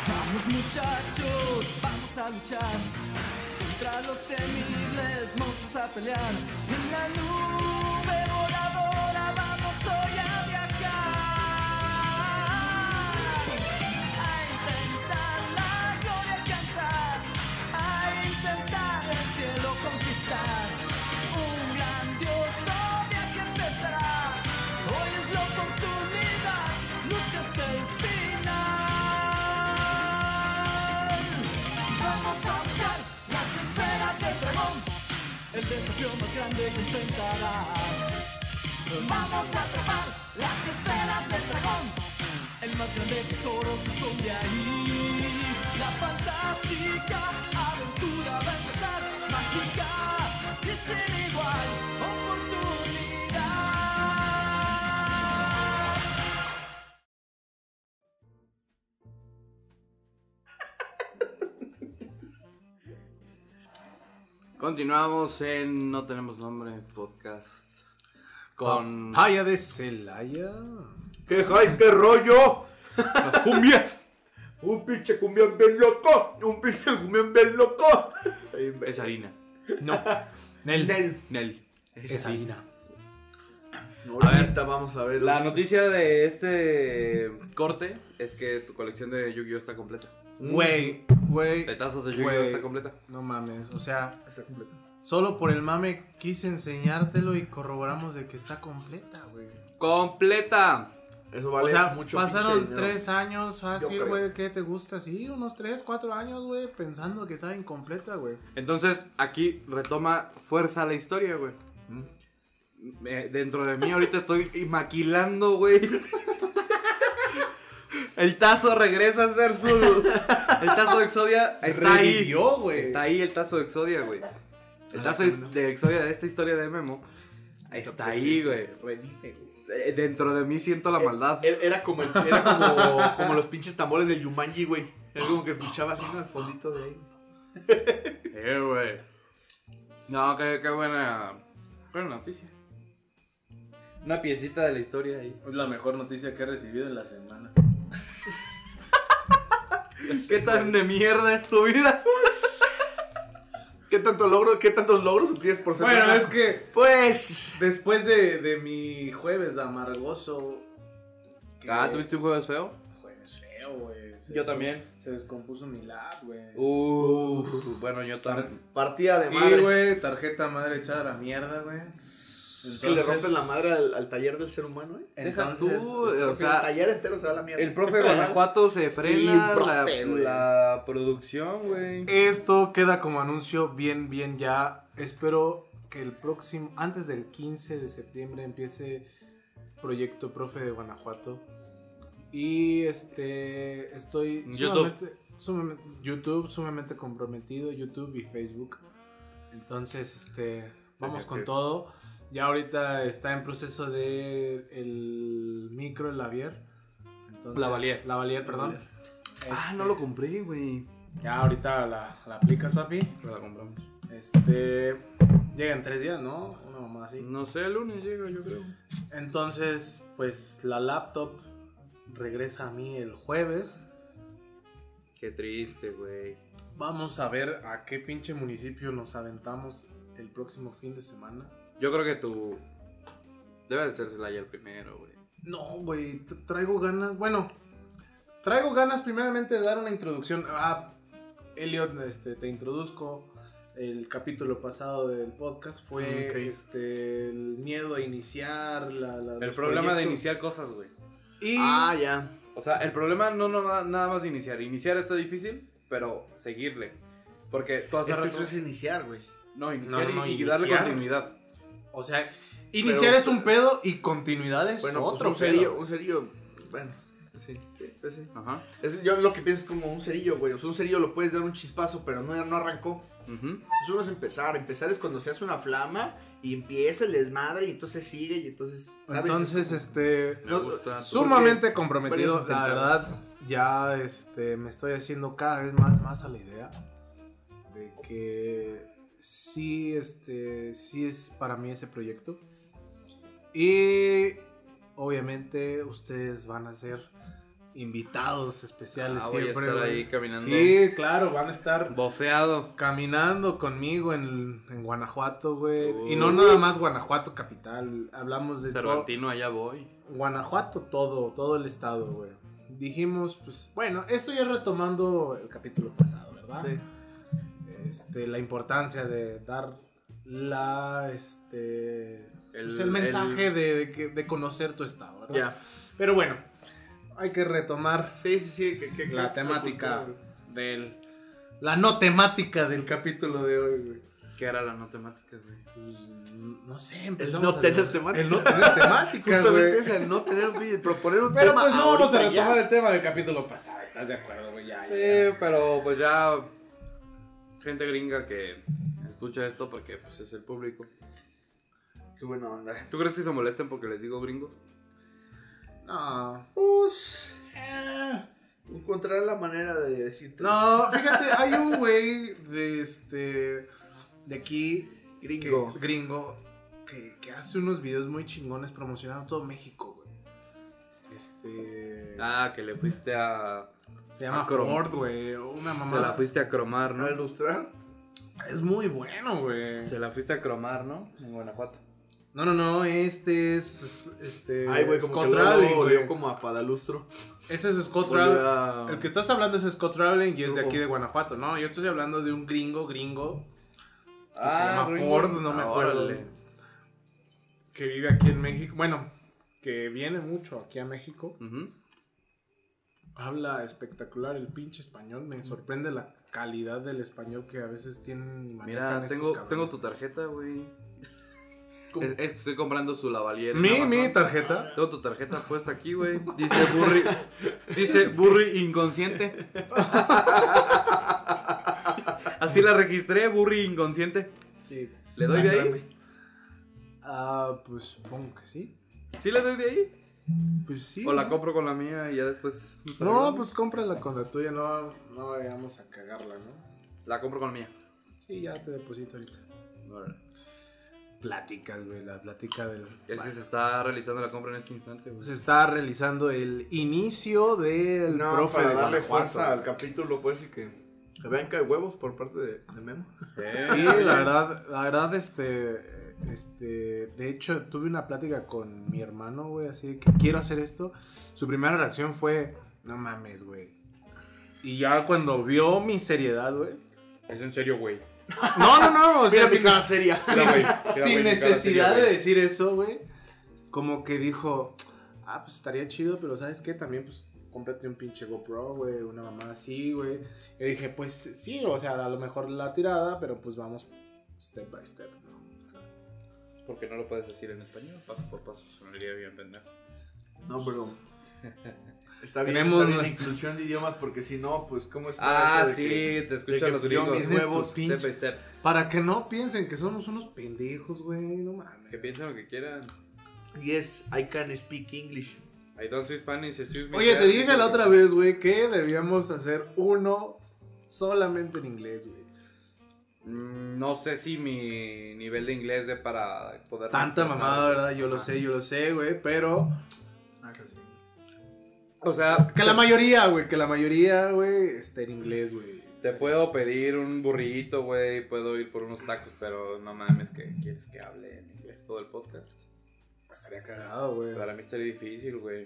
Speaker 10: Vamos muchachos, vamos a luchar. Contra los temibles monstruos a pelear. En la nube voladora vamos hoy a viajar. A intentar la gloria alcanzar. A intentar el cielo conquistar. Un grandioso viaje empezará. Hoy es la oportunidad. Lucha hasta el final. Vamos a buscar las esferas del dragón. El desafío más grande que enfrentarás. Vamos a atrapar las esferas del dragón. El más grande tesoro se esconde ahí. La fantástica aventura va a empezar. Mágica y sin igual oportunidad.
Speaker 5: Continuamos en No Tenemos Nombre Podcast. Con.
Speaker 6: Papaya de Celaya.
Speaker 16: ¿Qué jais, qué rollo? Las cumbias.
Speaker 7: Un pinche cumbión bien loco. Un pinche cumbión bien loco.
Speaker 5: Es harina.
Speaker 6: No. Nel.
Speaker 7: Nel.
Speaker 6: Nel. Es, harina.
Speaker 7: Ahorita vamos a ver.
Speaker 5: La noticia de este corte es que tu colección de Yu-Gi-Oh está completa.
Speaker 6: Güey, Mm. güey.
Speaker 5: Petazos de Yu-Gi-Oh
Speaker 6: güey,
Speaker 5: está completa.
Speaker 6: No mames, o sea,
Speaker 7: Está completa.
Speaker 6: solo por el mame quise enseñártelo y corroboramos de que está completa, güey.
Speaker 5: Completa.
Speaker 7: Eso vale
Speaker 6: o sea,
Speaker 7: mucho. pinche
Speaker 6: pasaron
Speaker 7: dinero.
Speaker 6: tres años fácil,
Speaker 7: creo.
Speaker 6: güey. ¿Qué te gusta? Sí, unos tres, cuatro años, güey, pensando que está incompleta, güey.
Speaker 5: Entonces, aquí retoma fuerza la historia, güey.
Speaker 7: Mm.
Speaker 5: Me- dentro de mí ahorita estoy maquilando, güey. El tazo regresa a ser su... El tazo de Exodia está
Speaker 6: Revivió,
Speaker 5: ahí.
Speaker 6: güey.
Speaker 5: Está ahí el tazo de Exodia, güey. El tazo ex- de Exodia de esta historia de Memo. Está ahí, güey.
Speaker 7: Redime, güey.
Speaker 5: Eh, Dentro de mí siento la maldad.
Speaker 7: Era era como, el- era como, como los pinches tambores de Yumanji, güey. Era como que escuchaba así en el fondito de ahí.
Speaker 5: Eh, güey. No, qué, qué buena. Buena noticia. Una piecita de la historia ahí.
Speaker 6: Es la mejor noticia que he recibido en la semana.
Speaker 5: ¿Qué tan de mierda es tu vida?
Speaker 7: ¿Qué tanto logro, qué tantos logros obtienes por semana?
Speaker 6: Bueno, es que
Speaker 7: Pues.
Speaker 6: después de, de mi jueves amargoso. que-
Speaker 5: Ah, ¿tuviste un jueves feo?
Speaker 6: Jueves feo, güey. Se-
Speaker 5: Yo también.
Speaker 6: Se descompuso mi lab, güey.
Speaker 5: Uh, bueno, yo también.
Speaker 7: Partida de
Speaker 6: Y,
Speaker 7: madre.
Speaker 6: güey, tarjeta madre echada a la mierda, güey.
Speaker 7: Es que le rompen la madre al, al taller del ser humano, eh.
Speaker 5: Deja
Speaker 6: Entonces,
Speaker 5: tú, eh,
Speaker 7: Este,
Speaker 5: o
Speaker 7: el
Speaker 5: sea,
Speaker 7: taller entero se va a la mierda.
Speaker 5: el profe Guanajuato se frena
Speaker 7: Y profe,
Speaker 5: la,
Speaker 7: güey.
Speaker 5: la producción, güey.
Speaker 6: Esto queda como anuncio bien, bien ya. Espero que el próximo, antes del 15 de septiembre, empiece Proyecto Profe de Guanajuato. Y este, estoy
Speaker 5: YouTube.
Speaker 6: Sumamente, sumamente- YouTube, sumamente comprometido, YouTube y Facebook. Entonces, este, vamos
Speaker 5: Ok,
Speaker 6: con
Speaker 5: ok.
Speaker 6: todo. Ya ahorita está en proceso de el micro, el Lavier. Entonces,
Speaker 5: Lavalier.
Speaker 6: Lavalier, perdón. Este,
Speaker 5: Ah, no lo compré, güey.
Speaker 6: Ya ahorita la, la aplicas, papi.
Speaker 5: No la compramos.
Speaker 6: Este. Llega en tres días, ¿no? Una mamá así.
Speaker 5: No sé, el lunes llega, yo creo.
Speaker 6: Entonces, pues la laptop regresa a mí el jueves.
Speaker 5: Qué triste, güey.
Speaker 6: Vamos a ver a qué pinche municipio nos aventamos el próximo fin de semana.
Speaker 5: Yo creo que tú. Debe de ser Celaya el primero, güey.
Speaker 6: No, güey, t- traigo ganas. Bueno, traigo ganas primeramente de dar una introducción. Ah, Elliot, este, te introduzco. El capítulo pasado del podcast fue
Speaker 5: Ok.
Speaker 6: este, el miedo a iniciar. La, la-
Speaker 5: El
Speaker 6: los
Speaker 5: problema de
Speaker 6: proyectos.
Speaker 5: iniciar cosas, güey.
Speaker 6: Y
Speaker 7: Ah, ya.
Speaker 5: O sea, el problema no, no va- nada más de iniciar. Iniciar está difícil, pero seguirle. Porque tú has de
Speaker 7: Este
Speaker 5: rato-
Speaker 7: eso es iniciar, güey.
Speaker 5: No, iniciar
Speaker 6: No, no,
Speaker 5: y,
Speaker 6: no,
Speaker 5: y darle
Speaker 6: iniciar.
Speaker 5: continuidad.
Speaker 6: O sea, iniciar es un pedo y continuidad es
Speaker 7: Bueno,
Speaker 6: otro
Speaker 7: pues un cerillo,
Speaker 6: pedo.
Speaker 7: un cerillo. Bueno, sí, sí, pues sí.
Speaker 5: Ajá.
Speaker 7: Es- yo lo que pienso es como un cerillo, güey. O sea, un cerillo lo puedes dar un chispazo, pero no, no arrancó.
Speaker 5: Ujú.
Speaker 7: Eso no es empezar. Empezar es cuando se hace una flama y empieza el desmadre y entonces sigue y entonces, ¿sabes?
Speaker 6: Entonces,
Speaker 7: Es
Speaker 6: este,
Speaker 5: Me gusta.
Speaker 6: sumamente
Speaker 7: varias
Speaker 6: comprometido, la
Speaker 7: intentadas.
Speaker 6: verdad, ya este me estoy haciendo cada vez más más a la idea. de que sí, este, sí es para mí ese proyecto. Y obviamente ustedes van a ser invitados especiales
Speaker 14: Ah, voy a
Speaker 6: siempre.
Speaker 14: estar
Speaker 6: güey.
Speaker 14: ahí caminando.
Speaker 6: Sí, claro, van a estar
Speaker 14: Bofeado.
Speaker 6: caminando conmigo en, en Guanajuato, güey. Y no
Speaker 14: Uf.
Speaker 6: nada más Guanajuato capital, hablamos de todo.
Speaker 14: Cervantino, allá voy.
Speaker 6: Guanajuato todo, todo el estado, güey. Dijimos, pues, bueno, esto ya retomando el capítulo pasado, ¿verdad?
Speaker 14: Sí.
Speaker 6: Este, la importancia de dar la, este,
Speaker 14: El-
Speaker 6: pues, el mensaje de, de que- de conocer tu estado, ¿verdad?
Speaker 14: Ya.
Speaker 6: Pero bueno, hay que retomar
Speaker 7: sí, sí, sí, que, que-
Speaker 6: la
Speaker 7: que-
Speaker 6: temática del, la no temática del capítulo de hoy, güey. Pues,
Speaker 14: ¿Qué era la no temática, güey?
Speaker 6: No sé,
Speaker 14: El
Speaker 6: empezamos
Speaker 14: no
Speaker 6: a-
Speaker 14: tener temática.
Speaker 6: El no tener temática,
Speaker 14: Justamente
Speaker 6: güey.
Speaker 14: es el no tener un- proponer un
Speaker 6: Pero
Speaker 14: tema.
Speaker 6: pues no vamos a
Speaker 14: ahorita ya.
Speaker 6: retomar el tema del capítulo pasado, ¿estás de acuerdo, güey? Ya, ya.
Speaker 14: Sí, pero pues ya gente gringa que escucha esto porque pues es el público.
Speaker 7: Qué buena onda.
Speaker 14: ¿Tú crees que se molesten porque les digo gringos?
Speaker 6: No.
Speaker 7: Pues, eh, encontrar la manera de decirte.
Speaker 6: No, fíjate, hay un güey de este. De aquí.
Speaker 7: Gringo.
Speaker 6: Que, gringo. Que, que hace unos videos muy chingones promocionando todo México, güey. Este.
Speaker 14: Ah, que le fuiste a.
Speaker 6: se llama
Speaker 14: a crom-
Speaker 6: Ford, güey. Una
Speaker 14: Se la
Speaker 6: mamá.
Speaker 14: fuiste a cromar, ¿no?
Speaker 7: ilustrar?
Speaker 6: Es muy bueno, güey.
Speaker 14: Se la fuiste a cromar, ¿no? En Guanajuato.
Speaker 6: No, no, no. Este es. Este.
Speaker 7: Ay, güey, como
Speaker 6: Scott
Speaker 7: que luego
Speaker 6: Raleigh,
Speaker 7: olió
Speaker 6: güey.
Speaker 7: como a padalustro.
Speaker 6: Ese es Scott
Speaker 7: Volvió
Speaker 6: Raleigh.
Speaker 7: a-
Speaker 6: El que estás hablando es Scott Raleigh y es de
Speaker 7: Lujo.
Speaker 6: aquí de Guanajuato. No, yo estoy hablando de un gringo, gringo. Que se
Speaker 14: Ah,
Speaker 6: llama
Speaker 14: gringo.
Speaker 6: Ford, no me
Speaker 14: Ah,
Speaker 6: acuerdo.
Speaker 14: órale.
Speaker 6: Que vive aquí en México. Bueno, que viene mucho aquí a México. Habla espectacular el pinche español. Me sorprende la calidad del español que a veces tienen y manejan
Speaker 14: Mira,
Speaker 6: estos
Speaker 14: tengo,
Speaker 6: cabrones.
Speaker 14: tengo tu tarjeta, güey. Es, es que estoy comprando su lavalier. en
Speaker 6: Mi,
Speaker 14: Amazon.
Speaker 6: mi tarjeta.
Speaker 14: Tengo tu tarjeta puesta aquí, güey. Dice Burri. dice Burri inconsciente. Así la registré, Burri inconsciente.
Speaker 6: Sí.
Speaker 14: ¿Le doy de ahí?
Speaker 6: Ah, pues supongo que sí.
Speaker 14: ¿Sí le doy de ahí?
Speaker 6: Pues sí.
Speaker 14: O la compro con la mía y ya después. nos
Speaker 6: No,
Speaker 14: arreglamos.
Speaker 6: pues cómprala con la tuya. No, no vayamos a cagarla, ¿no?
Speaker 14: La compro con la mía.
Speaker 6: Sí, ya te deposito ahorita. Pláticas, güey, la plática del.
Speaker 14: Es que se está realizando la compra en este instante, güey.
Speaker 6: Se está realizando el inicio del
Speaker 7: No,
Speaker 6: profe
Speaker 7: para
Speaker 6: de
Speaker 7: darle
Speaker 6: Guanajuato.
Speaker 7: fuerza al capítulo, pues, y que, que vean que hay huevos por parte de, de Memo.
Speaker 6: Sí, la verdad, la verdad, este, este, de hecho, tuve una plática con mi hermano, güey, así de que quiero hacer esto. Su primera reacción fue, no mames, güey. Y ya cuando vio mi seriedad, güey.
Speaker 14: Es en serio, güey.
Speaker 6: No, no, no, o sea,
Speaker 7: Mira mi
Speaker 6: sin-
Speaker 7: cara seria.
Speaker 6: sin-
Speaker 7: Mira, güey, mira,
Speaker 6: sin
Speaker 7: güey, mi cara
Speaker 6: necesidad
Speaker 7: seria,
Speaker 6: de
Speaker 7: güey.
Speaker 6: decir eso, güey. Como que dijo, ah, pues estaría chido, pero ¿sabes qué? También, pues, cómprate un pinche GoPro, güey, una mamá así, güey. Yo dije, pues sí, o sea, a lo mejor la tirada, pero pues vamos step by step, ¿no?
Speaker 14: Porque no lo puedes decir en español, paso por paso, sonaría bien pendejo.
Speaker 7: No, pero está bien,
Speaker 6: Tenemos
Speaker 7: está bien la
Speaker 6: nuestra-
Speaker 7: inclusión de idiomas, porque si no, pues, ¿cómo está
Speaker 14: Ah,
Speaker 7: eso de
Speaker 14: sí,
Speaker 7: que-
Speaker 14: te
Speaker 7: de
Speaker 14: escuchan
Speaker 7: que
Speaker 14: los
Speaker 7: yo
Speaker 14: gringos.
Speaker 7: mis
Speaker 6: Tienes tu
Speaker 7: huevos,
Speaker 14: Step by
Speaker 6: pinche-
Speaker 14: step.
Speaker 6: Para que no piensen que somos unos pendejos, güey, no mames.
Speaker 14: Que piensen lo que quieran.
Speaker 7: Yes, I can speak English.
Speaker 14: I don't speak Spanish, excuse me.
Speaker 6: Oye, te dije la otra vez, güey, que debíamos hacer uno solamente en inglés, güey.
Speaker 14: Mm, No sé si mi nivel de inglés de para poder.
Speaker 6: Tanta mamada, ¿verdad? Yo
Speaker 14: Ah.
Speaker 6: lo sé, yo lo sé, güey, pero...
Speaker 14: O sea,
Speaker 6: Que la mayoría, güey, que la mayoría, güey, esté en inglés, güey.
Speaker 14: te puedo pedir un burrito, güey. Puedo ir por unos tacos, pero no mames, que quieres que hable en inglés todo el podcast.
Speaker 6: Estaría cagado, güey.
Speaker 14: Para mí estaría difícil, güey.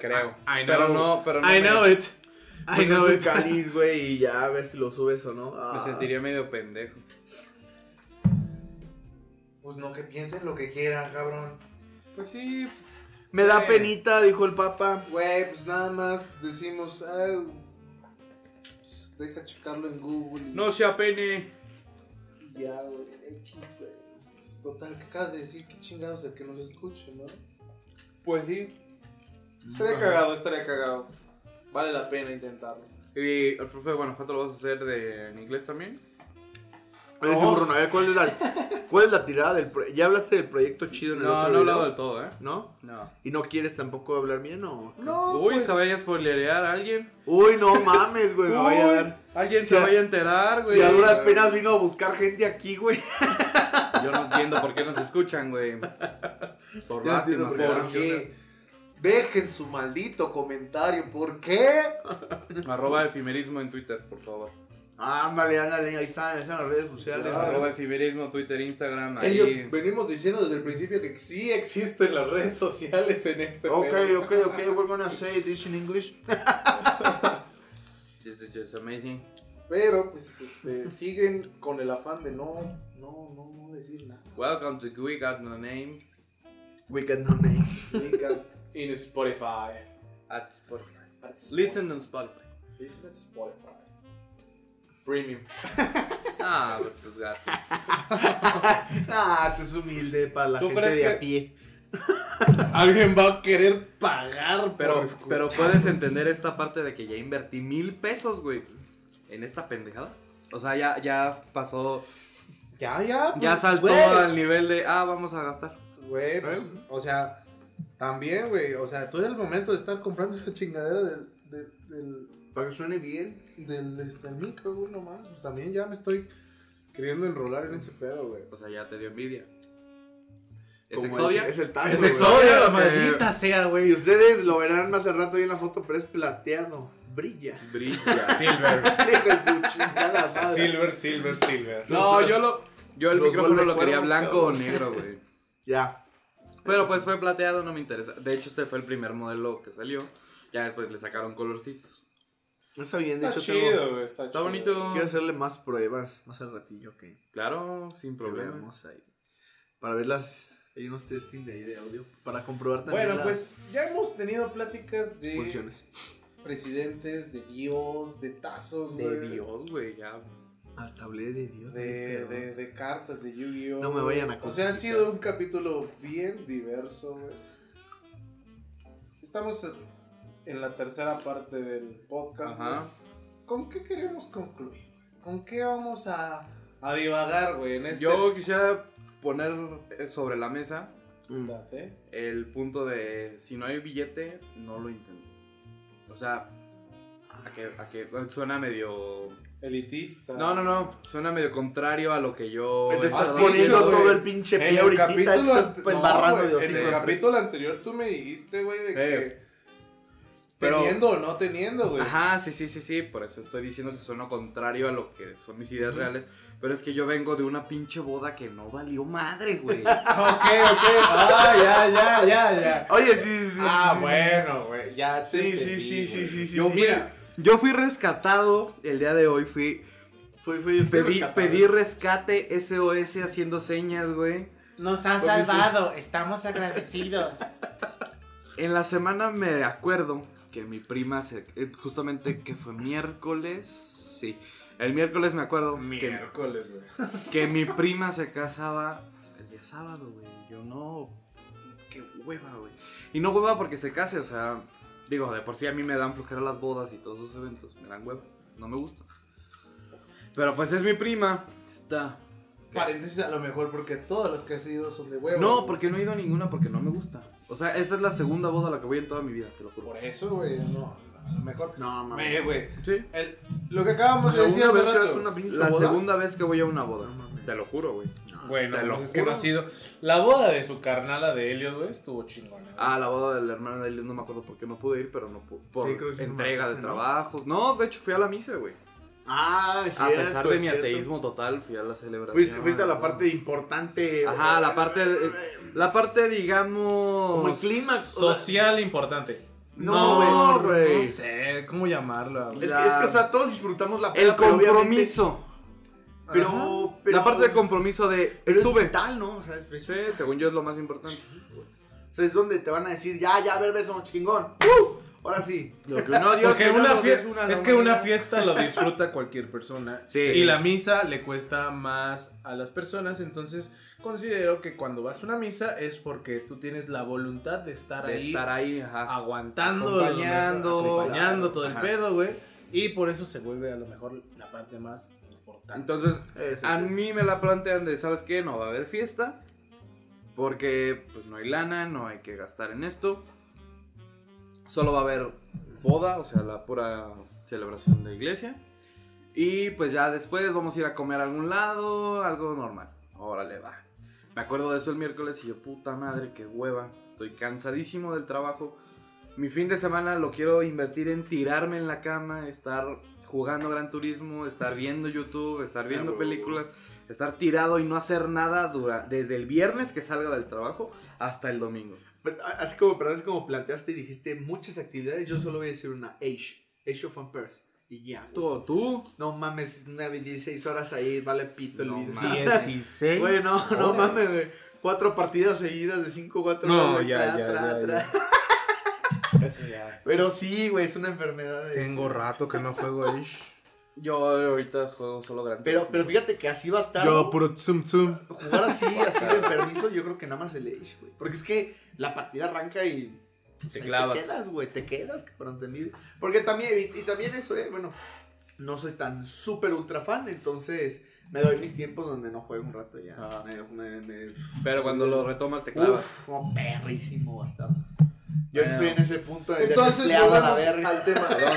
Speaker 14: Creo. Pero
Speaker 6: know.
Speaker 14: no, pero no.
Speaker 6: I
Speaker 14: me-
Speaker 6: know it. I
Speaker 7: Pues es
Speaker 6: know
Speaker 7: muy
Speaker 6: it.
Speaker 7: cáliz, güey, y ya ves si lo subes o no.
Speaker 14: Me
Speaker 7: Ah.
Speaker 14: sentiría medio pendejo.
Speaker 15: Pues no, que piensen lo que quieran, cabrón.
Speaker 14: Pues sí.
Speaker 7: Me da
Speaker 14: Eh.
Speaker 7: penita, dijo el papa.
Speaker 15: Güey, pues nada más decimos, "Ah, pues, deja checarlo en Google. y-
Speaker 14: No se apene.
Speaker 15: y ya, güey, X, güey. Pues, Total, que acabas de decir que chingados el que nos escuche, ¿no?
Speaker 14: Pues sí.
Speaker 15: Estaría cagado, estaría cagado. Vale la pena intentarlo.
Speaker 14: ¿Y el profe de Guanajuato lo vas a hacer de, en inglés también?
Speaker 7: Me dice Bruno, a ver, ¿cuál es la, cuál es la tirada del pro- Ya hablaste del proyecto chido en el
Speaker 5: No,
Speaker 7: otro
Speaker 5: no he
Speaker 7: video?
Speaker 5: hablado del todo, ¿eh?
Speaker 7: ¿No?
Speaker 5: No.
Speaker 7: ¿Y no quieres tampoco hablar bien o...?
Speaker 5: No, Uy,
Speaker 15: pues.
Speaker 7: pues
Speaker 5: se vaya a spoilerear a alguien.
Speaker 7: Uy, no mames, güey, me
Speaker 5: Uy,
Speaker 7: vaya a dar.
Speaker 5: Alguien
Speaker 7: Si
Speaker 5: se
Speaker 7: a-
Speaker 5: vaya a enterar, güey.
Speaker 7: Si a duras penas vino a buscar gente aquí, güey.
Speaker 5: Yo no entiendo por qué nos escuchan, güey. Por
Speaker 14: Yo entiendo
Speaker 5: lástima, será.
Speaker 14: por qué. Dejen su maldito comentario. ¿Por qué?
Speaker 5: Arroba efimerismo en Twitter, por favor.
Speaker 14: Ándale, ándale. Ahí están, ahí están las redes sociales.
Speaker 5: Arroba efimerismo, Twitter, Instagram, ahí.
Speaker 6: Elliot, venimos diciendo desde el principio que sí existen las redes sociales en este
Speaker 7: Ok,
Speaker 6: pedo.
Speaker 7: ok, ok, we're gonna say this in English.
Speaker 5: This is just amazing.
Speaker 6: Pero pues este, siguen con el afán de no, no, no, no decir nada.
Speaker 5: Welcome to We Got No Name.
Speaker 7: We Got No Name.
Speaker 6: We got in Spotify.
Speaker 5: At Spotify.
Speaker 6: At Spotify.
Speaker 5: Listen on Spotify.
Speaker 6: Listen at Spotify. Premium.
Speaker 5: Ah, pues tus gatos.
Speaker 7: ah, tú es humilde para la
Speaker 5: ¿Tú
Speaker 7: gente
Speaker 5: crees
Speaker 7: de
Speaker 5: que-
Speaker 7: a pie.
Speaker 5: Alguien va a querer pagar, pero,
Speaker 7: escucharnos.
Speaker 5: pero puedes entender esta parte de que ya invertí mil pesos, güey, en esta pendejada. O sea, ya, ya pasó,
Speaker 6: Ya, ya.
Speaker 5: ya
Speaker 6: pues,
Speaker 5: saltó
Speaker 6: güey.
Speaker 5: al nivel de, ah, vamos a gastar.
Speaker 6: Güey, pues, o sea, también, güey, o sea, tú es el momento de estar comprando esa chingadera del... del, del
Speaker 7: Para que suene bien.
Speaker 6: Del este, el micro, güey, nomás. Pues también ya me estoy queriendo enrolar en ese pedo, güey.
Speaker 5: O sea, ya te dio envidia. ¿Es
Speaker 7: Como
Speaker 5: Exodia?
Speaker 7: el que- es el tazo,
Speaker 5: ¿Es
Speaker 7: güey.
Speaker 5: Exodia?
Speaker 7: Eh,
Speaker 5: Maldita
Speaker 6: sea,
Speaker 7: güey. Y ustedes lo verán más al rato ahí en la foto, pero es plateado. Brilla.
Speaker 5: Brilla.
Speaker 17: Silver.
Speaker 7: Hijo de su chingada madre.
Speaker 17: Silver, silver, silver.
Speaker 5: No, yo lo, yo el
Speaker 7: Los
Speaker 5: micrófono lo
Speaker 7: vuelve
Speaker 5: quería
Speaker 7: cuervos,
Speaker 5: blanco o
Speaker 7: cabrón.
Speaker 5: negro, güey.
Speaker 7: Ya.
Speaker 5: Pero pues fue plateado, no me interesa. De hecho, este fue el primer modelo que salió. Ya después le sacaron colorcitos.
Speaker 7: Está bien,
Speaker 5: Está
Speaker 7: de hecho
Speaker 5: chido,
Speaker 7: tengo-
Speaker 5: güey, está Está chido. bonito.
Speaker 7: Quiero hacerle más pruebas, más al ratillo, ok.
Speaker 5: Claro, sin problema.
Speaker 7: Veamos ahí. Para ver las... Hay unos testing de ahí de audio. Para comprobar también
Speaker 6: Bueno,
Speaker 7: las
Speaker 6: pues ya hemos tenido pláticas de
Speaker 7: funciones.
Speaker 6: presidentes, de Dios, de tazos,
Speaker 5: De
Speaker 6: güey,
Speaker 5: Dios, güey, ya.
Speaker 7: Hasta hablé de Dios.
Speaker 6: De, de- de cartas, de Yu-Gi-Oh!
Speaker 7: No me vayan a
Speaker 6: O sea, ha
Speaker 7: crucificar.
Speaker 6: sido un capítulo bien diverso, güey. Estamos en la tercera parte del podcast.
Speaker 5: Ajá.
Speaker 6: güey. ¿Con qué queremos concluir? güey? ¿Con qué vamos a, a divagar, güey, en este...
Speaker 5: Yo quisiera poner eh, sobre la mesa Mm,
Speaker 6: Date.
Speaker 5: el punto de si no hay billete, no lo intento. O sea, a que, a que suena medio...
Speaker 6: Elitista.
Speaker 5: No, no, no, suena medio contrario a lo que yo...
Speaker 7: Te estás
Speaker 5: Ah, sí,
Speaker 7: poniendo
Speaker 5: güey.
Speaker 7: todo el pinche pie
Speaker 6: En el
Speaker 7: ahorita,
Speaker 6: capítulo,
Speaker 7: te estás
Speaker 6: ante- no,
Speaker 7: embarrando
Speaker 6: güey,
Speaker 7: de
Speaker 6: en
Speaker 7: hocico.
Speaker 6: el capítulo anterior tú me dijiste, güey, de
Speaker 5: Eh,
Speaker 6: que...
Speaker 5: pero-
Speaker 6: Teniendo o no teniendo, güey.
Speaker 5: Ajá, sí, sí, sí, sí, por eso estoy diciendo que suena contrario a lo que son mis ideas
Speaker 6: Ujú.
Speaker 5: reales. Pero es que yo vengo de una pinche boda que no valió madre, güey.
Speaker 6: Ok, ok. Ah, ya, ya, ya, ya.
Speaker 7: Oye, sí, sí, sí.
Speaker 6: Ah,
Speaker 7: sí, sí.
Speaker 6: bueno, güey. Ya te
Speaker 7: Sí, sí,
Speaker 6: entendí,
Speaker 7: sí, sí,
Speaker 6: güey.
Speaker 7: sí, sí.
Speaker 5: Yo
Speaker 7: sí.
Speaker 5: fui, yo fui rescatado el día de hoy, fui...
Speaker 7: Fui, fui, fui
Speaker 5: Pedí,
Speaker 7: rescatado.
Speaker 5: pedí rescate SOS haciendo señas, güey.
Speaker 18: Nos ha
Speaker 5: Porque sí.
Speaker 18: salvado, estamos agradecidos.
Speaker 5: En la semana me acuerdo que mi prima se, eh, justamente que fue miércoles, sí, el miércoles me acuerdo que,
Speaker 6: Miércoles, güey.
Speaker 5: que mi prima se casaba el día sábado, güey. Yo no, qué hueva, güey. Y no hueva porque se case, o sea, digo, de por sí a mí me dan flojera las bodas y todos esos eventos, me dan hueva, no me gusta. Pero pues es mi prima, está.
Speaker 6: Paréntesis, a lo mejor porque todos los que has ido son de huevo.
Speaker 5: No, porque no he ido a ninguna porque no me gusta. O sea, esta es la segunda boda a la que voy en toda mi vida, te lo juro.
Speaker 6: Por eso, güey, no. A lo mejor.
Speaker 7: No, mames.
Speaker 6: Ve, güey.
Speaker 5: Sí.
Speaker 6: El- lo que acabamos de
Speaker 5: La
Speaker 6: decir
Speaker 5: segunda
Speaker 6: hace
Speaker 5: vez que
Speaker 6: rato.
Speaker 5: vas a una pinche La boda. segunda vez que voy a una boda. Te lo juro, güey.
Speaker 17: Bueno,
Speaker 5: Te lo
Speaker 17: pues es que no ha
Speaker 5: juro.
Speaker 17: sido. La boda de su carnala de Elliot, güey, estuvo chingona.
Speaker 5: Ah, la boda de la hermana de Liz no me acuerdo por qué no pude ir, pero no pude. Por
Speaker 7: Sí, creo que sí me
Speaker 5: entrega de
Speaker 7: marcaste, ¿no?
Speaker 5: trabajos. No, de hecho fui a la misa, güey.
Speaker 7: Ah, es
Speaker 5: a
Speaker 7: cierto,
Speaker 5: pesar de
Speaker 7: es
Speaker 5: mi
Speaker 7: cierto.
Speaker 5: ateísmo total, fui a la celebración.
Speaker 7: Fuiste, fuiste a la parte importante.
Speaker 5: Ajá, la parte. de- La parte, digamos.
Speaker 7: Como el clímax, o sea-
Speaker 17: Social importante.
Speaker 7: No, güey, no, güey.
Speaker 17: No sé cómo llamarla. güey.
Speaker 7: Es, que- es que, o sea, todos disfrutamos la
Speaker 5: El
Speaker 7: peda, pero obviamente-
Speaker 5: compromiso.
Speaker 7: Pero, pero-
Speaker 5: La parte de compromiso de.
Speaker 7: Pero es
Speaker 5: estuve.
Speaker 7: vital, ¿no? O sea, es,
Speaker 5: Sí, según yo es lo más importante.
Speaker 7: o sea, es donde te van a decir, ya, ya, a ver, beso, chingón. ¡Uh! Ahora sí.
Speaker 5: Lo que uno
Speaker 17: Porque una fiesta, es que una
Speaker 7: fiesta
Speaker 17: fiesta lo disfruta cualquier persona.
Speaker 5: Sí.
Speaker 17: Y la misa le cuesta más a las personas. Entonces, considero que cuando vas a una misa es porque tú tienes la voluntad de estar
Speaker 5: De
Speaker 17: ahí.
Speaker 5: estar ahí, ajá.
Speaker 17: Aguantando,
Speaker 5: Acompañando,
Speaker 17: acompañando todo el
Speaker 5: ajá.
Speaker 17: pedo, güey. Y por eso se vuelve a lo mejor la parte más importante.
Speaker 14: Entonces, a mí me la plantean de, ¿sabes qué? No va a haber fiesta. Porque pues no hay lana, no hay que gastar en esto. Solo va a haber boda, o sea, la pura celebración de iglesia. Y pues ya después vamos a ir a comer a algún lado, algo normal. Órale, va. Me acuerdo de eso el miércoles y yo, puta madre, qué hueva. Estoy cansadísimo del trabajo. Mi fin de semana lo quiero invertir en tirarme en la cama, estar jugando Gran Turismo, estar viendo YouTube, estar viendo películas, estar tirado y no hacer nada dura desde el viernes que salga del trabajo hasta el domingo.
Speaker 7: Pero, a- así como, perdón, así como planteaste y dijiste muchas actividades, yo solo voy a decir una, Age, Age of Empires. Y ya.
Speaker 14: ¿Tú? ¿Tú?
Speaker 7: No mames, una 16 horas ahí, vale pito el video.
Speaker 14: mames.
Speaker 7: 16 Güey, no, no
Speaker 14: horas.
Speaker 7: mames, güey. Cuatro partidas seguidas de 5, 4
Speaker 14: No, ya, ya, ya,
Speaker 7: Pero sí, güey, es una enfermedad. de-
Speaker 6: Tengo rato que no juego eh. Ish.
Speaker 14: Yo ahorita juego solo Gran
Speaker 7: Pero, pero fíjate que así va a estar.
Speaker 6: Yo
Speaker 7: ¿no?
Speaker 6: puro tsum tsum.
Speaker 7: Jugar así, así de permiso, yo creo que nada más el Age, güey. Porque es que la partida arranca y. pues, ahí
Speaker 14: clavas.
Speaker 7: Te quedas, güey, te quedas, cabrón. te mide. Porque también, y, y también eso, eh, bueno, no soy tan súper ultra fan, entonces me doy mis tiempos donde no juego un rato ya.
Speaker 14: Ah.
Speaker 7: Me- me- me-
Speaker 14: Pero cuando lo retomas te clavas.
Speaker 7: Uf, como perrísimo, bastardo. Yo que soy en ese punto de
Speaker 5: Entonces,
Speaker 7: desempleado a la
Speaker 5: volvemos
Speaker 7: verga.
Speaker 5: al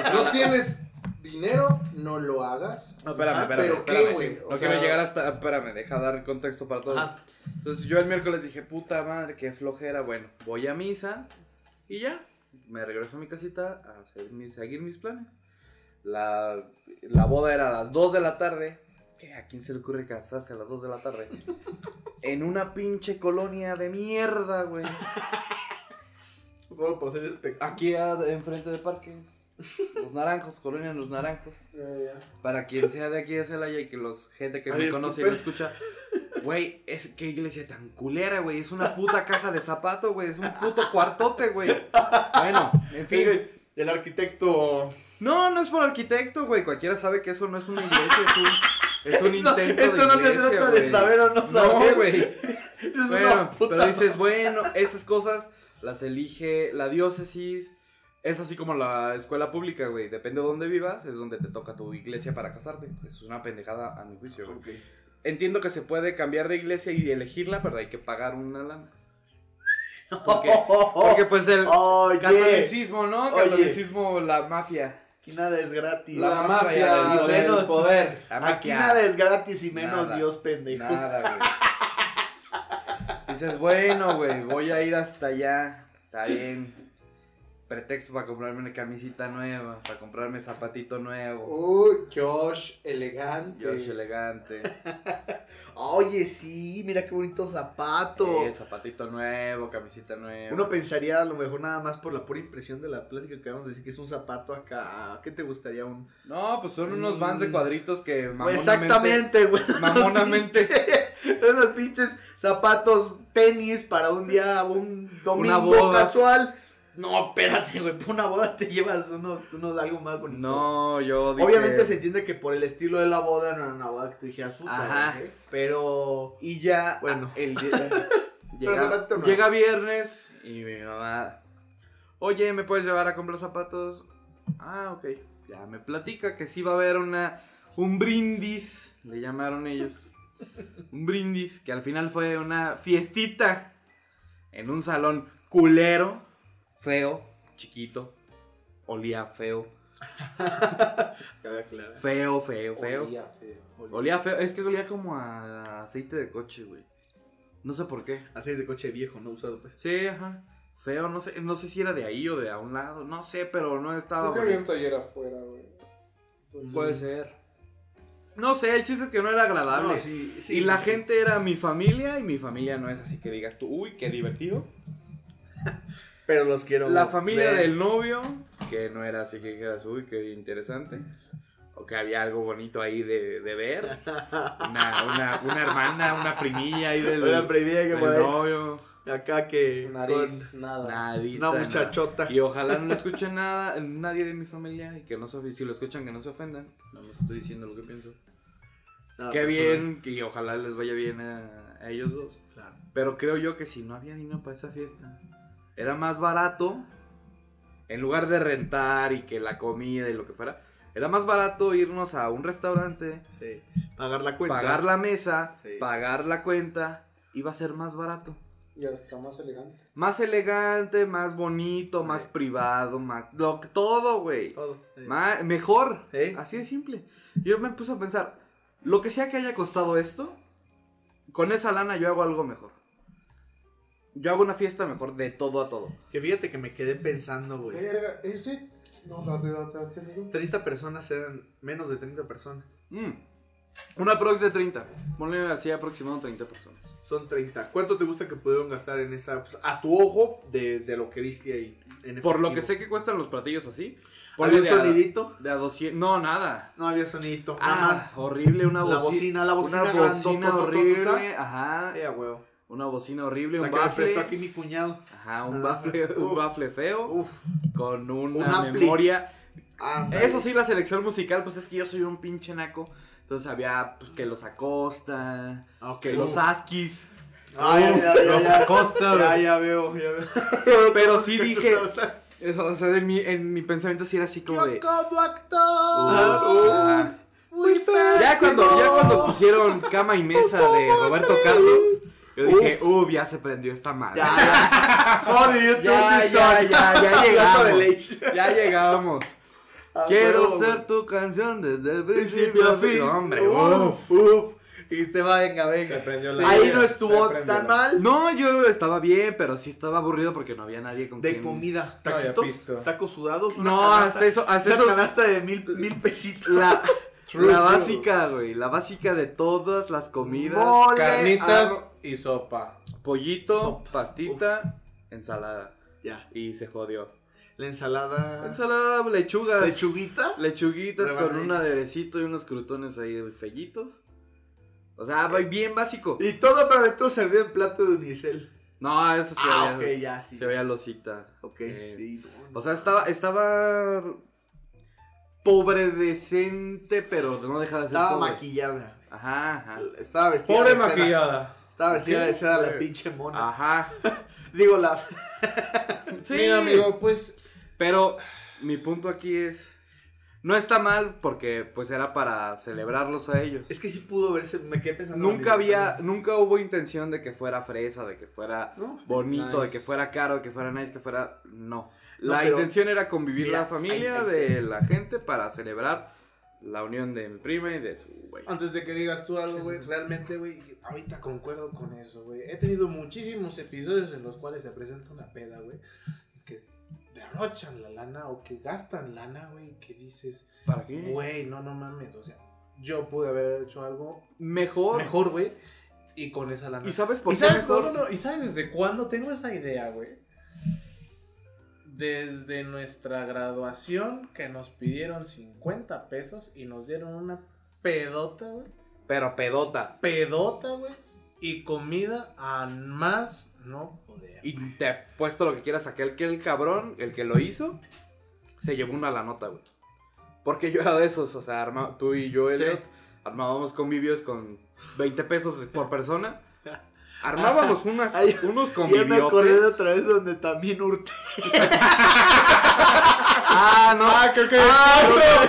Speaker 5: tema. No tienes dinero, no lo hagas.
Speaker 14: No, espérame,
Speaker 5: Ajá,
Speaker 14: espérame.
Speaker 5: Pero
Speaker 14: espérame,
Speaker 5: qué, güey.
Speaker 14: sí.
Speaker 5: O
Speaker 14: No
Speaker 5: sea,
Speaker 14: quiero llegar hasta. Espérame, deja dar contexto para todo.
Speaker 5: Ah.
Speaker 14: Entonces yo el miércoles dije, puta madre, qué flojera. Bueno, voy a misa y ya. Me regreso a mi casita a hacer mis, seguir mis planes. La, la boda era a las 2 de la tarde. ¿Qué? ¿A quién se le ocurre casarse a las 2 de la tarde? en una pinche colonia de mierda, güey.
Speaker 7: Bueno, por ser el pe- ah.
Speaker 14: Aquí a- enfrente del parque. Los naranjos, colonia de los naranjos. Para quien sea de aquí de Celaya y que los gente que
Speaker 7: Ay,
Speaker 14: me conoce y me escucha. Güey, es que iglesia tan culera, güey. Es una puta caja de zapato, güey. Es un puto cuartote, güey. Bueno, en fin.
Speaker 7: El arquitecto.
Speaker 14: No, no es por arquitecto, güey. Cualquiera sabe que eso no es una iglesia, es un, es un
Speaker 7: Esto-
Speaker 14: intento
Speaker 7: esto
Speaker 14: de
Speaker 7: no se
Speaker 14: iglesia,
Speaker 7: trata de
Speaker 14: güey.
Speaker 7: saber o no saber.
Speaker 14: güey.
Speaker 7: una
Speaker 14: Bueno,
Speaker 7: puta
Speaker 14: pero dices,
Speaker 7: mamada.
Speaker 14: bueno, esas cosas las elige la diócesis. Es así como la escuela pública, güey. Depende de dónde vivas, es donde te toca tu iglesia para casarte. Es una pendejada a mi juicio, güey. Entiendo que se puede cambiar de iglesia y elegirla, pero hay que pagar una lana. Porque, porque pues el
Speaker 7: Oh, Oye.
Speaker 14: catolicismo, ¿no?
Speaker 7: Oye.
Speaker 14: Catolicismo, la mafia.
Speaker 7: Aquí nada es gratis.
Speaker 14: La mafia, el poder, el poder. La
Speaker 7: Aquí
Speaker 14: mafia.
Speaker 7: nada es gratis y menos
Speaker 14: Nada.
Speaker 7: Dios pendejo.
Speaker 14: Nada, güey. Dices, bueno, güey, voy a ir hasta allá. Está bien. Pretexto para comprarme una camisita nueva, para comprarme zapatito nuevo.
Speaker 5: Uy, Josh, elegante.
Speaker 14: Josh elegante.
Speaker 7: Oye, sí, mira qué bonito zapato.
Speaker 14: Eh, zapatito nuevo, camisita nueva.
Speaker 7: Uno pensaría a lo mejor nada más por la pura impresión de la plática que vamos a decir que es un zapato acá. ¿Qué te gustaría un?
Speaker 14: No, pues son unos vans de
Speaker 7: Mm.
Speaker 14: cuadritos que
Speaker 7: Pues
Speaker 14: mamonamente-
Speaker 7: Exactamente, güey.
Speaker 14: Mamonamente.
Speaker 7: Unos pinches zapatos, tenis para un día, un domingo
Speaker 14: boda.
Speaker 7: casual. No, espérate, güey, para una boda te llevas unos, unos algo más bonito.
Speaker 14: No, yo dije...
Speaker 7: Obviamente se entiende que por el estilo de la boda no era una boda que tú dijeras puta.
Speaker 14: Ajá.
Speaker 7: güey, Pero.
Speaker 14: Y ya. Bueno. El, llega,
Speaker 7: Pero zapatito no.
Speaker 14: llega viernes y mi mamá. Oye, ¿me puedes llevar a comprar zapatos? Ah, ok. Ya me platica que sí va a haber una. Un brindis. Le llamaron ellos. Un brindis. Que al final fue una fiestita. En un salón culero. Feo. Chiquito. Olía feo. Feo, feo, feo.
Speaker 5: Olía feo, olía.
Speaker 14: Olía feo, es que olía como a aceite de coche, güey. No sé por qué.
Speaker 7: Aceite de coche viejo, no usado, pues.
Speaker 14: Sí, ajá. Feo, no sé, no sé si era de ahí o de a un lado, no sé, pero no estaba
Speaker 7: Pues,
Speaker 6: Creo que había un
Speaker 14: bonito.
Speaker 6: taller afuera, güey.
Speaker 14: Puede ser. No sé, el chiste es que no era agradable.
Speaker 7: No, sí, sí,
Speaker 14: y la
Speaker 7: sí.
Speaker 14: gente era mi familia y mi familia no es así que digas tú, uy, qué divertido.
Speaker 7: Pero los quiero.
Speaker 14: la
Speaker 7: ver.
Speaker 14: familia
Speaker 7: Ver.
Speaker 14: del novio, que no era así que dijeras, uy, qué interesante. O que había algo bonito ahí de, de ver. Una, una, una hermana, una primilla ahí del,
Speaker 7: Una primilla que
Speaker 14: del
Speaker 7: por ahí-
Speaker 14: novio.
Speaker 7: Acá que.
Speaker 5: Nariz,
Speaker 7: con-
Speaker 5: nada.
Speaker 14: Nadita,
Speaker 7: Una muchachota.
Speaker 14: nada. Y ojalá no lo escuchen nada, nadie de mi familia y que no se ofi- si lo escuchan que no se ofendan. No les estoy diciendo lo que pienso.
Speaker 7: Nada
Speaker 14: Qué
Speaker 7: personal.
Speaker 14: bien y ojalá les vaya bien a, a ellos dos.
Speaker 7: Claro.
Speaker 14: Pero creo yo que si no había dinero para esa fiesta, era más barato en lugar de rentar y que la comida y lo que fuera, Era más barato irnos a un restaurante,
Speaker 7: pagar la cuenta,
Speaker 14: pagar la mesa,
Speaker 7: Sí.
Speaker 14: pagar la cuenta, iba a ser más barato.
Speaker 19: Y ahora está más elegante.
Speaker 14: Más elegante, más bonito, más privado, más. Lo, todo, güey.
Speaker 19: Todo, sí. ¿Eh?
Speaker 14: Ma- mejor. Así de simple. Yo me puse a pensar: lo que sea que haya costado esto, con esa lana yo hago algo mejor. Yo hago una fiesta mejor de todo a todo.
Speaker 7: Que fíjate que me quedé pensando, güey.
Speaker 19: Verga, ese. No, date, date, date, amigo.
Speaker 7: 30 personas eran menos de 30 personas.
Speaker 14: Mm. Una prox de 30. Ponle así aproximado 30 personas.
Speaker 7: Son 30. ¿Cuánto te gusta que pudieron gastar en esa? pues, a tu ojo, de, de lo que viste ahí. en
Speaker 14: Por lo
Speaker 7: efectivo?
Speaker 14: que sé que cuestan los platillos así.
Speaker 7: ¿Había
Speaker 14: ponle de a-
Speaker 7: sonidito?
Speaker 14: De a 200. No, nada.
Speaker 7: No había sonidito.
Speaker 14: Ah,
Speaker 7: nada más.
Speaker 14: horrible, una
Speaker 7: La
Speaker 14: boci-
Speaker 7: bocina, la bocina
Speaker 14: una
Speaker 7: grandota,
Speaker 14: bocina
Speaker 7: tota,
Speaker 14: horrible,
Speaker 7: tota.
Speaker 14: ajá.
Speaker 7: Ya, huevo.
Speaker 14: Una bocina horrible,
Speaker 7: La
Speaker 14: un
Speaker 7: que me
Speaker 14: bafle.
Speaker 7: prestó aquí mi cuñado.
Speaker 14: Ajá, un bafle, un bafle feo. Con una
Speaker 7: Un ampli.
Speaker 14: memoria.
Speaker 7: Ándale.
Speaker 14: Eso sí, la selección musical, pues es que yo soy un pinche naco. Entonces había pues, que los Acosta, que los
Speaker 7: Uf.
Speaker 14: Askis.
Speaker 7: Ah, ya, ya, ya,
Speaker 14: los
Speaker 7: ya.
Speaker 14: Acosta,
Speaker 7: Ya,
Speaker 14: güey.
Speaker 7: ya veo, ya veo.
Speaker 14: Pero sí dije. eso, o sea, de mi- en mi pensamiento sí era así como de.
Speaker 19: Como
Speaker 14: Ah,
Speaker 19: actor. Fui pésimo.
Speaker 14: Ya cuando, ya cuando pusieron cama y mesa de Roberto Carlos, yo dije, uff, ya se prendió esta madre.
Speaker 7: Joder, you
Speaker 14: ya,
Speaker 7: turned this
Speaker 14: ya,
Speaker 7: on.
Speaker 14: ya, ya
Speaker 7: Gato de
Speaker 14: llegamos.
Speaker 7: leche.
Speaker 14: ya llegamos.
Speaker 7: Ah,
Speaker 14: Quiero
Speaker 7: huevo,
Speaker 14: ser tu canción desde el
Speaker 7: principio a fin.
Speaker 14: Hombre,
Speaker 7: Uf,
Speaker 14: uff.
Speaker 7: uf. Y este va, venga, venga.
Speaker 14: la
Speaker 7: Ahí
Speaker 14: idea,
Speaker 7: no
Speaker 14: se
Speaker 7: estuvo
Speaker 14: prendió
Speaker 7: tan
Speaker 14: la-
Speaker 7: mal.
Speaker 14: No, yo estaba bien, pero sí estaba aburrido porque no había nadie con
Speaker 7: De
Speaker 14: quien-
Speaker 7: comida.
Speaker 14: No, ya
Speaker 7: Taquitos,
Speaker 14: pisto.
Speaker 7: tacos sudados. una
Speaker 14: No,
Speaker 7: canasta-
Speaker 14: hasta eso- hasta
Speaker 7: una
Speaker 14: eso-
Speaker 7: canasta de mil, mil pesitos.
Speaker 14: La,
Speaker 7: True,
Speaker 14: la
Speaker 7: true.
Speaker 14: básica, güey. La básica de todas las comidas.
Speaker 7: Mole,
Speaker 6: Carnitas
Speaker 14: arro-
Speaker 6: y sopa.
Speaker 14: Pollito, pastita, ensalada.
Speaker 7: Ya.
Speaker 14: Y se jodió.
Speaker 7: La ensalada.
Speaker 14: Ensalada, lechugas.
Speaker 7: ¿Lechuguita?
Speaker 14: Lechuguitas con un
Speaker 7: Rebanaditas.
Speaker 14: aderecito y unos crutones ahí fellitos. O sea, va bien básico.
Speaker 7: Y todo para esto servido en plato de unicel.
Speaker 14: No, eso se
Speaker 7: Ah,
Speaker 14: veía.
Speaker 7: ok, ya, sí.
Speaker 14: Se veía losita.
Speaker 7: Ok,
Speaker 14: Eh,
Speaker 7: sí.
Speaker 14: O sea, estaba, estaba pobre decente, pero no deja de ser
Speaker 7: Estaba
Speaker 14: pobre.
Speaker 7: maquillada.
Speaker 14: Ajá, ajá.
Speaker 7: Estaba vestida
Speaker 14: Pobre
Speaker 7: de seda.
Speaker 14: maquillada.
Speaker 7: Estaba vestida
Speaker 14: Ok, Ah.
Speaker 7: de seda la
Speaker 14: güey.
Speaker 7: pinche mona.
Speaker 14: Ajá.
Speaker 7: Digo la.
Speaker 14: Sí.
Speaker 6: Mira, amigo, pues.
Speaker 14: Pero mi punto aquí es. No está mal porque pues era para celebrarlos a ellos.
Speaker 7: Es que sí pudo verse, me quedé pensando.
Speaker 14: Nunca había, nunca hubo intención de que fuera fresa, de que fuera
Speaker 7: No,
Speaker 14: bonito, de
Speaker 7: nice.
Speaker 14: que fuera caro, de que fuera nice, que fuera. No.
Speaker 7: No,
Speaker 14: La
Speaker 7: pero-
Speaker 14: intención era convivir
Speaker 7: Mira,
Speaker 14: la familia
Speaker 7: ahí- ahí
Speaker 14: de
Speaker 7: te-
Speaker 14: la gente para celebrar la unión de mi prima y de su güey.
Speaker 6: Antes de que digas tú algo, güey, realmente, güey, ahorita concuerdo con eso, güey. He tenido muchísimos episodios en los cuales se presenta una peda, güey, que derrochan la lana o que gastan lana, güey, que dices,
Speaker 14: ¿Para qué?
Speaker 6: güey, no, no mames, o sea, yo pude haber hecho algo
Speaker 14: Mejor.
Speaker 6: mejor, güey, y con esa lana.
Speaker 14: ¿Y sabes por
Speaker 6: ¿Y
Speaker 14: qué
Speaker 6: sabes-
Speaker 14: mejor?
Speaker 6: No, no, no, ¿y sabes desde cuándo tengo esa idea, güey? Desde nuestra graduación que nos pidieron 50 pesos y nos dieron una pedota, güey
Speaker 14: Pero pedota.
Speaker 6: pedota, güey, y comida a más no poder.
Speaker 14: Y te apuesto lo que quieras, aquel que el cabrón, el que lo hizo, se llevó una la nota, güey. Porque yo era de esos, o sea, arma- tú y yo, Elliot, armábamos convivios con 20 pesos por persona. Armábamos unas, unos
Speaker 7: Ya me acordé de
Speaker 14: convivios.
Speaker 7: otra vez donde también hurté.
Speaker 14: Ah, no. Ah, creo que,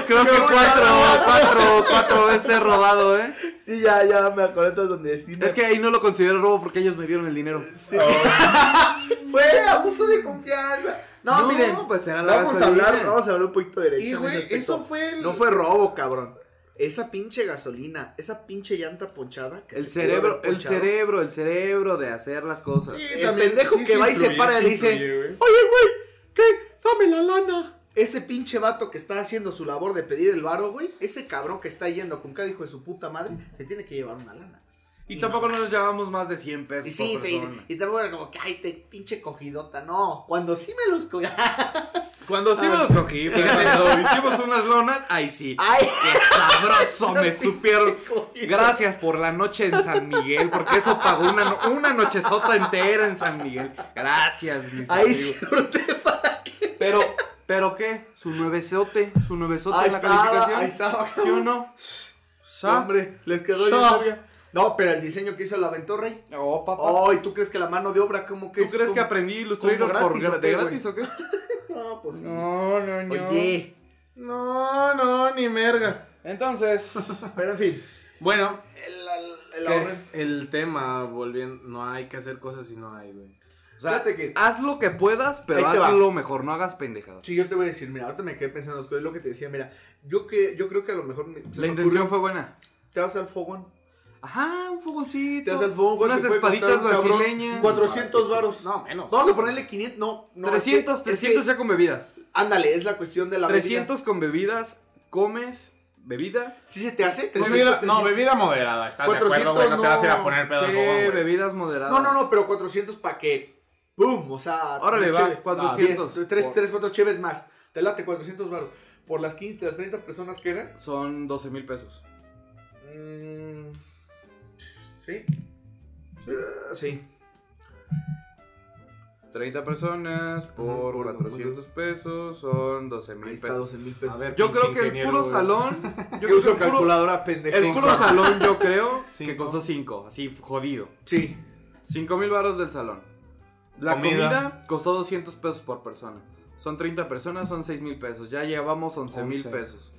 Speaker 14: creo, que cuatro, cuatro, cuatro veces he robado, ¿eh?
Speaker 7: Sí, ya, ya me acordé entonces donde sí. me-
Speaker 14: Es que ahí no lo considero robo porque ellos me dieron el dinero.
Speaker 7: Fue abuso de confianza. No,
Speaker 14: No,
Speaker 7: miren.
Speaker 14: pues era la
Speaker 7: vamos a
Speaker 14: gasolina.
Speaker 7: hablar, vamos a hablar un poquito de derecho.
Speaker 6: Y,
Speaker 7: en
Speaker 6: güey,
Speaker 7: ese aspecto.
Speaker 6: eso fue el-
Speaker 7: No fue robo, cabrón. Esa pinche gasolina, esa pinche llanta ponchada. Que
Speaker 14: pues, El
Speaker 7: se pudo haber
Speaker 14: cerebro, el
Speaker 7: ponchado.
Speaker 14: cerebro, el cerebro de hacer las cosas.
Speaker 7: El pendejo que va y se para y le dice: Oye, güey, ¿qué? Dame la lana. Ese pinche vato que está haciendo su labor de pedir el varo, güey. Ese cabrón que está yendo con cada hijo de su puta madre. Se tiene que llevar una lana.
Speaker 14: Y tampoco nos llevamos más de 100 pesos
Speaker 7: Y sí,
Speaker 14: por
Speaker 7: te,
Speaker 14: persona.
Speaker 7: y tampoco era como que, ay, te pinche cogidota. No, cuando sí me los cogí.
Speaker 14: Cuando Ah, sí me los cogí, fíjate, cuando hicimos unas lonas, ahí sí.
Speaker 7: Ay.
Speaker 14: ¡Qué sabroso me supieron! Gracias por la noche en San Miguel, porque eso pagó una, no- una nochezota entera en San Miguel. Gracias, mis
Speaker 7: Ahí
Speaker 14: amigos.
Speaker 7: sí
Speaker 14: Pero, ¿pero qué? Su nuevesote, su nuevesote
Speaker 7: Ahí
Speaker 14: en la
Speaker 7: estaba,
Speaker 14: calificación.
Speaker 7: ahí estaba.
Speaker 14: ¿Sí o no?
Speaker 7: Sí, hombre, les quedó
Speaker 14: Sa-
Speaker 7: bien sabia. No, pero el diseño que hizo la aventó, Rey.
Speaker 14: Oh, papá.
Speaker 7: Ay, ¿tú crees que la mano de obra como que
Speaker 14: ¿Tú crees que aprendí Illustrator por gra- de gratis o qué?
Speaker 7: No, pues sí.
Speaker 14: No, no, no.
Speaker 7: Oye,
Speaker 6: No, no, ni merga.
Speaker 14: Entonces,
Speaker 7: pero en fin.
Speaker 6: Bueno,
Speaker 7: el
Speaker 6: que
Speaker 7: ahorro.
Speaker 6: el tema, volviendo, no hay que hacer cosas si no hay, güey.
Speaker 7: O sea, Fíjate que-
Speaker 14: haz lo que puedas, pero
Speaker 7: Ahí te va.
Speaker 14: hazlo mejor, no hagas pendejadas.
Speaker 7: Sí, yo te voy a decir, mira, ahorita me quedé pensando en las cosas, lo que te decía, mira, yo que yo creo que a lo mejor me- se
Speaker 14: La
Speaker 7: me
Speaker 14: intención
Speaker 7: ocurrió,
Speaker 14: fue buena.
Speaker 7: te vas al fogón,
Speaker 14: Ajá, un fogoncito.
Speaker 7: te vas al fogón, ¿cuánto
Speaker 14: Unas
Speaker 7: te puede costar
Speaker 14: espaditas
Speaker 7: un cabrón?
Speaker 14: brasileñas.
Speaker 7: 400 varos.
Speaker 6: No, menos.
Speaker 7: Vamos a ponerle 500, no, no
Speaker 14: 300,
Speaker 7: es que- es
Speaker 14: 300
Speaker 7: que-
Speaker 14: ya con bebidas.
Speaker 7: ándale, es la cuestión de la bebida.
Speaker 14: 300 con bebidas, comes, bebida.
Speaker 7: ¿Sí se te hace?
Speaker 6: Bebida-
Speaker 7: 300,
Speaker 6: no,
Speaker 7: 300.
Speaker 6: bebida moderada, ¿estás de acuerdo, güey? No te vas a ir a poner pedo al
Speaker 14: Sí,
Speaker 6: fogón, güey.
Speaker 14: bebidas moderadas.
Speaker 7: No, no, no, pero 400 para que ¡Pum! O sea,
Speaker 14: Órale,
Speaker 7: una
Speaker 14: va,
Speaker 7: cheve.
Speaker 14: 400.
Speaker 7: Bien, Ah, Tres,
Speaker 14: Por-
Speaker 7: tres, cuatro cheves más. Te late 400 varos. Por las 15, las 30 personas que eran.
Speaker 14: Son 12 mil pesos.
Speaker 7: mm, ¿Sí? Eh, sí.
Speaker 14: 30 personas por 400 pesos son 12 mil
Speaker 7: está,
Speaker 14: pesos.
Speaker 7: 12,000 pesos. A ver,
Speaker 14: yo creo
Speaker 7: pinche
Speaker 14: que el
Speaker 7: ingeniero,
Speaker 14: puro
Speaker 7: güey.
Speaker 14: salón.
Speaker 7: Yo
Speaker 14: creo
Speaker 7: uso
Speaker 14: que el puro-
Speaker 7: calculadora, pendejo.
Speaker 14: El puro
Speaker 7: Cinco.
Speaker 14: salón, yo creo que costó 5, así jodido.
Speaker 7: Sí.
Speaker 14: 5 mil baros del salón. La comida.
Speaker 6: Comida.
Speaker 14: costó 200 pesos por persona. Son 30 personas, son 6 mil pesos. Ya llevamos 11 mil
Speaker 6: Once.
Speaker 14: pesos.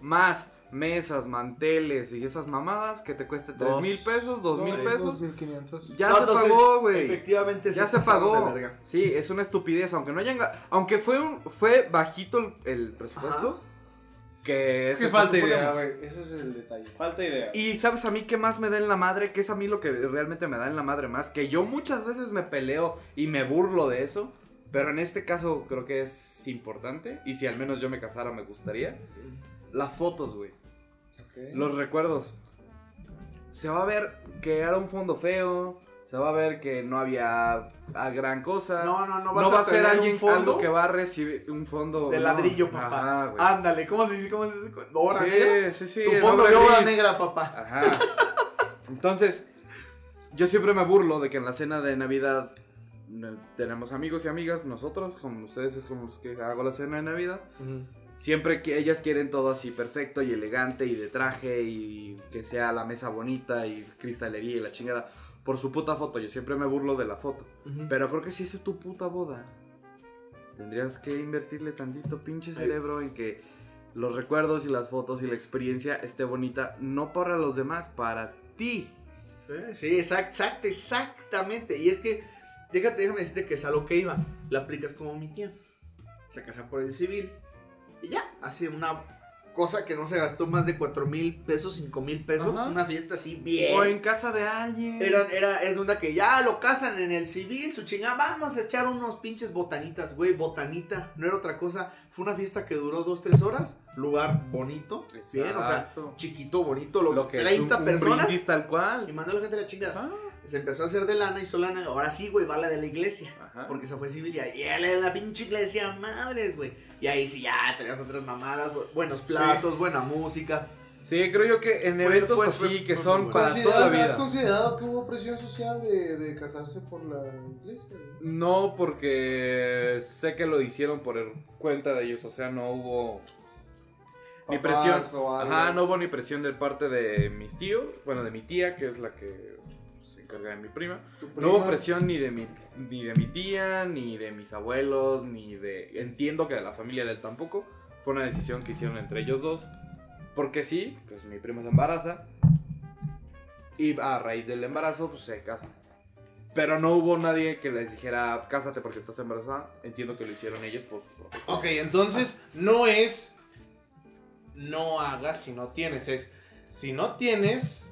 Speaker 14: Más mesas, manteles y esas mamadas que te cueste 3
Speaker 6: Dos.
Speaker 14: mil pesos, 2 mil
Speaker 6: Dos,
Speaker 14: pesos.
Speaker 6: 2,500.
Speaker 14: Ya
Speaker 7: No,
Speaker 14: se
Speaker 7: entonces,
Speaker 14: pagó, güey.
Speaker 7: efectivamente se
Speaker 14: ya se
Speaker 7: pasaron
Speaker 14: pagó.
Speaker 7: de verga.
Speaker 14: Sí, es una estupidez, aunque no hayan, ga- aunque fue un- fue bajito el, el presupuesto. Que
Speaker 6: Es que
Speaker 14: se
Speaker 6: falta
Speaker 14: presuponemos.
Speaker 6: idea, güey. Ese es el detalle. Falta idea.
Speaker 14: Y sabes a mí qué más me da en la madre, que es a mí lo que realmente me da en la madre más, que yo muchas veces me peleo y me burlo de eso, pero en este caso creo que es importante, y si al menos yo me casara me gustaría, las fotos, güey, los recuerdos. Se va a ver que era un fondo feo, se va a ver que no había a gran cosa.
Speaker 7: No, no, no vas
Speaker 14: va
Speaker 7: a
Speaker 14: a ser
Speaker 7: tener un
Speaker 14: alguien
Speaker 7: fondo
Speaker 14: algo que va a recibir un fondo
Speaker 7: De
Speaker 14: no.
Speaker 7: ladrillo, papá. Ah,
Speaker 14: Ajá, güey.
Speaker 7: Ándale, ¿cómo se dice? ¿Cómo se dice? ¿Obra
Speaker 14: Sí,
Speaker 7: negra?
Speaker 14: sí, sí,
Speaker 7: Tu
Speaker 14: el
Speaker 7: fondo
Speaker 14: obra
Speaker 7: de obra
Speaker 14: gris.
Speaker 7: negra, papá.
Speaker 14: Ajá. Entonces, yo siempre me burlo de que en la cena de Navidad no, tenemos amigos y amigas, nosotros, como ustedes es como los que hago la cena de Navidad. Siempre que ellas quieren todo así perfecto y elegante y de traje y que sea la mesa bonita y cristalería y la chingada. Por su puta foto, yo siempre me burlo de la foto.
Speaker 7: Ujú.
Speaker 14: Pero creo que si es tu puta boda, tendrías que invertirle tantito pinche cerebro en que los recuerdos y las fotos y la experiencia esté bonita, no para los demás, para ti.
Speaker 7: Eh, Sí, exact, exact- exactamente. Y es que, déjate, déjame decirte que es a lo que iba. La aplicas como mi tía. Se casa por el civil. Y ya, hace una cosa que no se gastó más de 4 mil pesos, 5 mil pesos.
Speaker 14: Ajá.
Speaker 7: Una fiesta así
Speaker 14: O en
Speaker 7: bien.
Speaker 14: casa de alguien.
Speaker 7: Era, era, es de onda que ya lo casan en el civil, su chingada. Vamos a echar unos pinches botanitas, güey. Botanita, no era otra cosa. Fue una fiesta que duró 2-3 horas. Lugar bonito. Bien, o sea,
Speaker 14: Exacto.
Speaker 7: chiquito, bonito. Lo,
Speaker 14: Lo que es
Speaker 7: 30
Speaker 14: un- un
Speaker 7: personas.
Speaker 14: brindis Ah. tal
Speaker 7: Y
Speaker 14: cual.
Speaker 7: mandó a la gente a la chingada. Se empezó a hacer de lana y solana. Ahora sí, güey, va la de la iglesia.
Speaker 14: Ajá.
Speaker 7: Porque se fue civil y ahí "Ele, la pinche iglesia, madres, güey. Y ahí sí, ya tenías otras mamadas, bu- buenos platos, buena música.
Speaker 14: Sí, creo yo que en
Speaker 7: Fue-
Speaker 14: eventos
Speaker 7: fue-
Speaker 14: así
Speaker 7: fue-
Speaker 14: que
Speaker 7: fue
Speaker 14: son
Speaker 7: muy
Speaker 14: para
Speaker 8: ¿Consideras-
Speaker 14: toda la
Speaker 8: ¿Has
Speaker 14: vida.
Speaker 8: considerado que hubo presión social de, de casarse por la iglesia? güey?
Speaker 14: No, porque sé que lo hicieron por el- cuenta de ellos, o sea, no hubo ni
Speaker 8: Papás
Speaker 14: presión.
Speaker 8: o algo.
Speaker 14: Ajá, no hubo ni presión de parte de mis tíos, bueno, de mi tía, que es la que se encarga de mi prima. No hubo
Speaker 8: prima?
Speaker 14: presión ni de mi ni de mi tía, ni de mis abuelos, ni de entiendo que de la familia de él tampoco. Fue una decisión que hicieron entre ellos dos. Porque sí, pues mi prima se embaraza. Y a raíz del embarazo, pues se casan. Pero no hubo nadie que les dijera, cásate porque estás embarazada. Entiendo que lo hicieron ellos por su propio.
Speaker 6: Ok, entonces no es no hagas si no tienes, es si no tienes,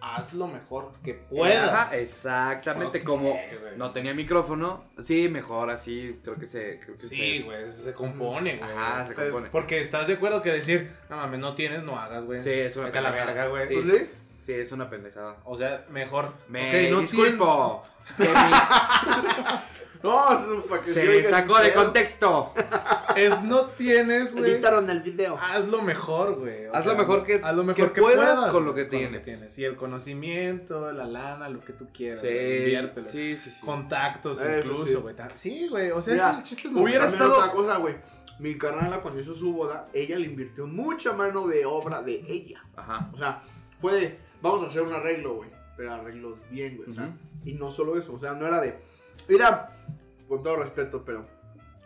Speaker 6: haz lo mejor que puedas.
Speaker 14: Ajá, exactamente.
Speaker 6: Ok,
Speaker 14: como
Speaker 6: güey.
Speaker 14: no tenía micrófono, sí, mejor así. Creo que se. Creo que
Speaker 6: Sí,
Speaker 14: se-
Speaker 6: güey, eso se compone, güey.
Speaker 14: Ajá, se compone.
Speaker 6: Porque estás de acuerdo que decir, no mames, no tienes, no hagas, güey.
Speaker 14: Sí, es una
Speaker 6: Vete a la verga, güey.
Speaker 14: Sí,
Speaker 6: Pues sí.
Speaker 14: sí, es una pendejada.
Speaker 6: O sea, mejor.
Speaker 14: Me
Speaker 6: Ok, no
Speaker 14: disculpo.
Speaker 7: No, eso es para que
Speaker 14: Se
Speaker 7: oiga
Speaker 14: sacó de
Speaker 7: sincero.
Speaker 14: contexto.
Speaker 6: tienes- Es no tienes, güey.
Speaker 7: Editaron el video.
Speaker 6: Haz lo mejor, güey. O
Speaker 14: Haz lo mejor que-
Speaker 6: haz lo mejor
Speaker 14: que puedas con lo
Speaker 6: güey,
Speaker 14: que tienes.
Speaker 6: Y el conocimiento, la lana, lo que tú quieras.
Speaker 14: Sí,
Speaker 6: güey, inviértelo.
Speaker 14: sí, sí, sí.
Speaker 6: Contactos
Speaker 7: Eso sí.
Speaker 6: incluso, güey. ta- Sí, güey. o sea,
Speaker 7: Mira,
Speaker 6: es el chiste es
Speaker 7: Hubiera
Speaker 6: moverlo.
Speaker 7: estado Pues, otra cosa, güey. Mi carnala cuando hizo su boda, ella le invirtió mucha mano de obra de ella.
Speaker 14: Ajá.
Speaker 7: O sea, fue de, vamos a hacer un arreglo, güey. Pero arreglos bien, güey. o sea,
Speaker 14: Ujú.
Speaker 7: Y no solo eso, o sea, no era de, mira, con todo respeto, pero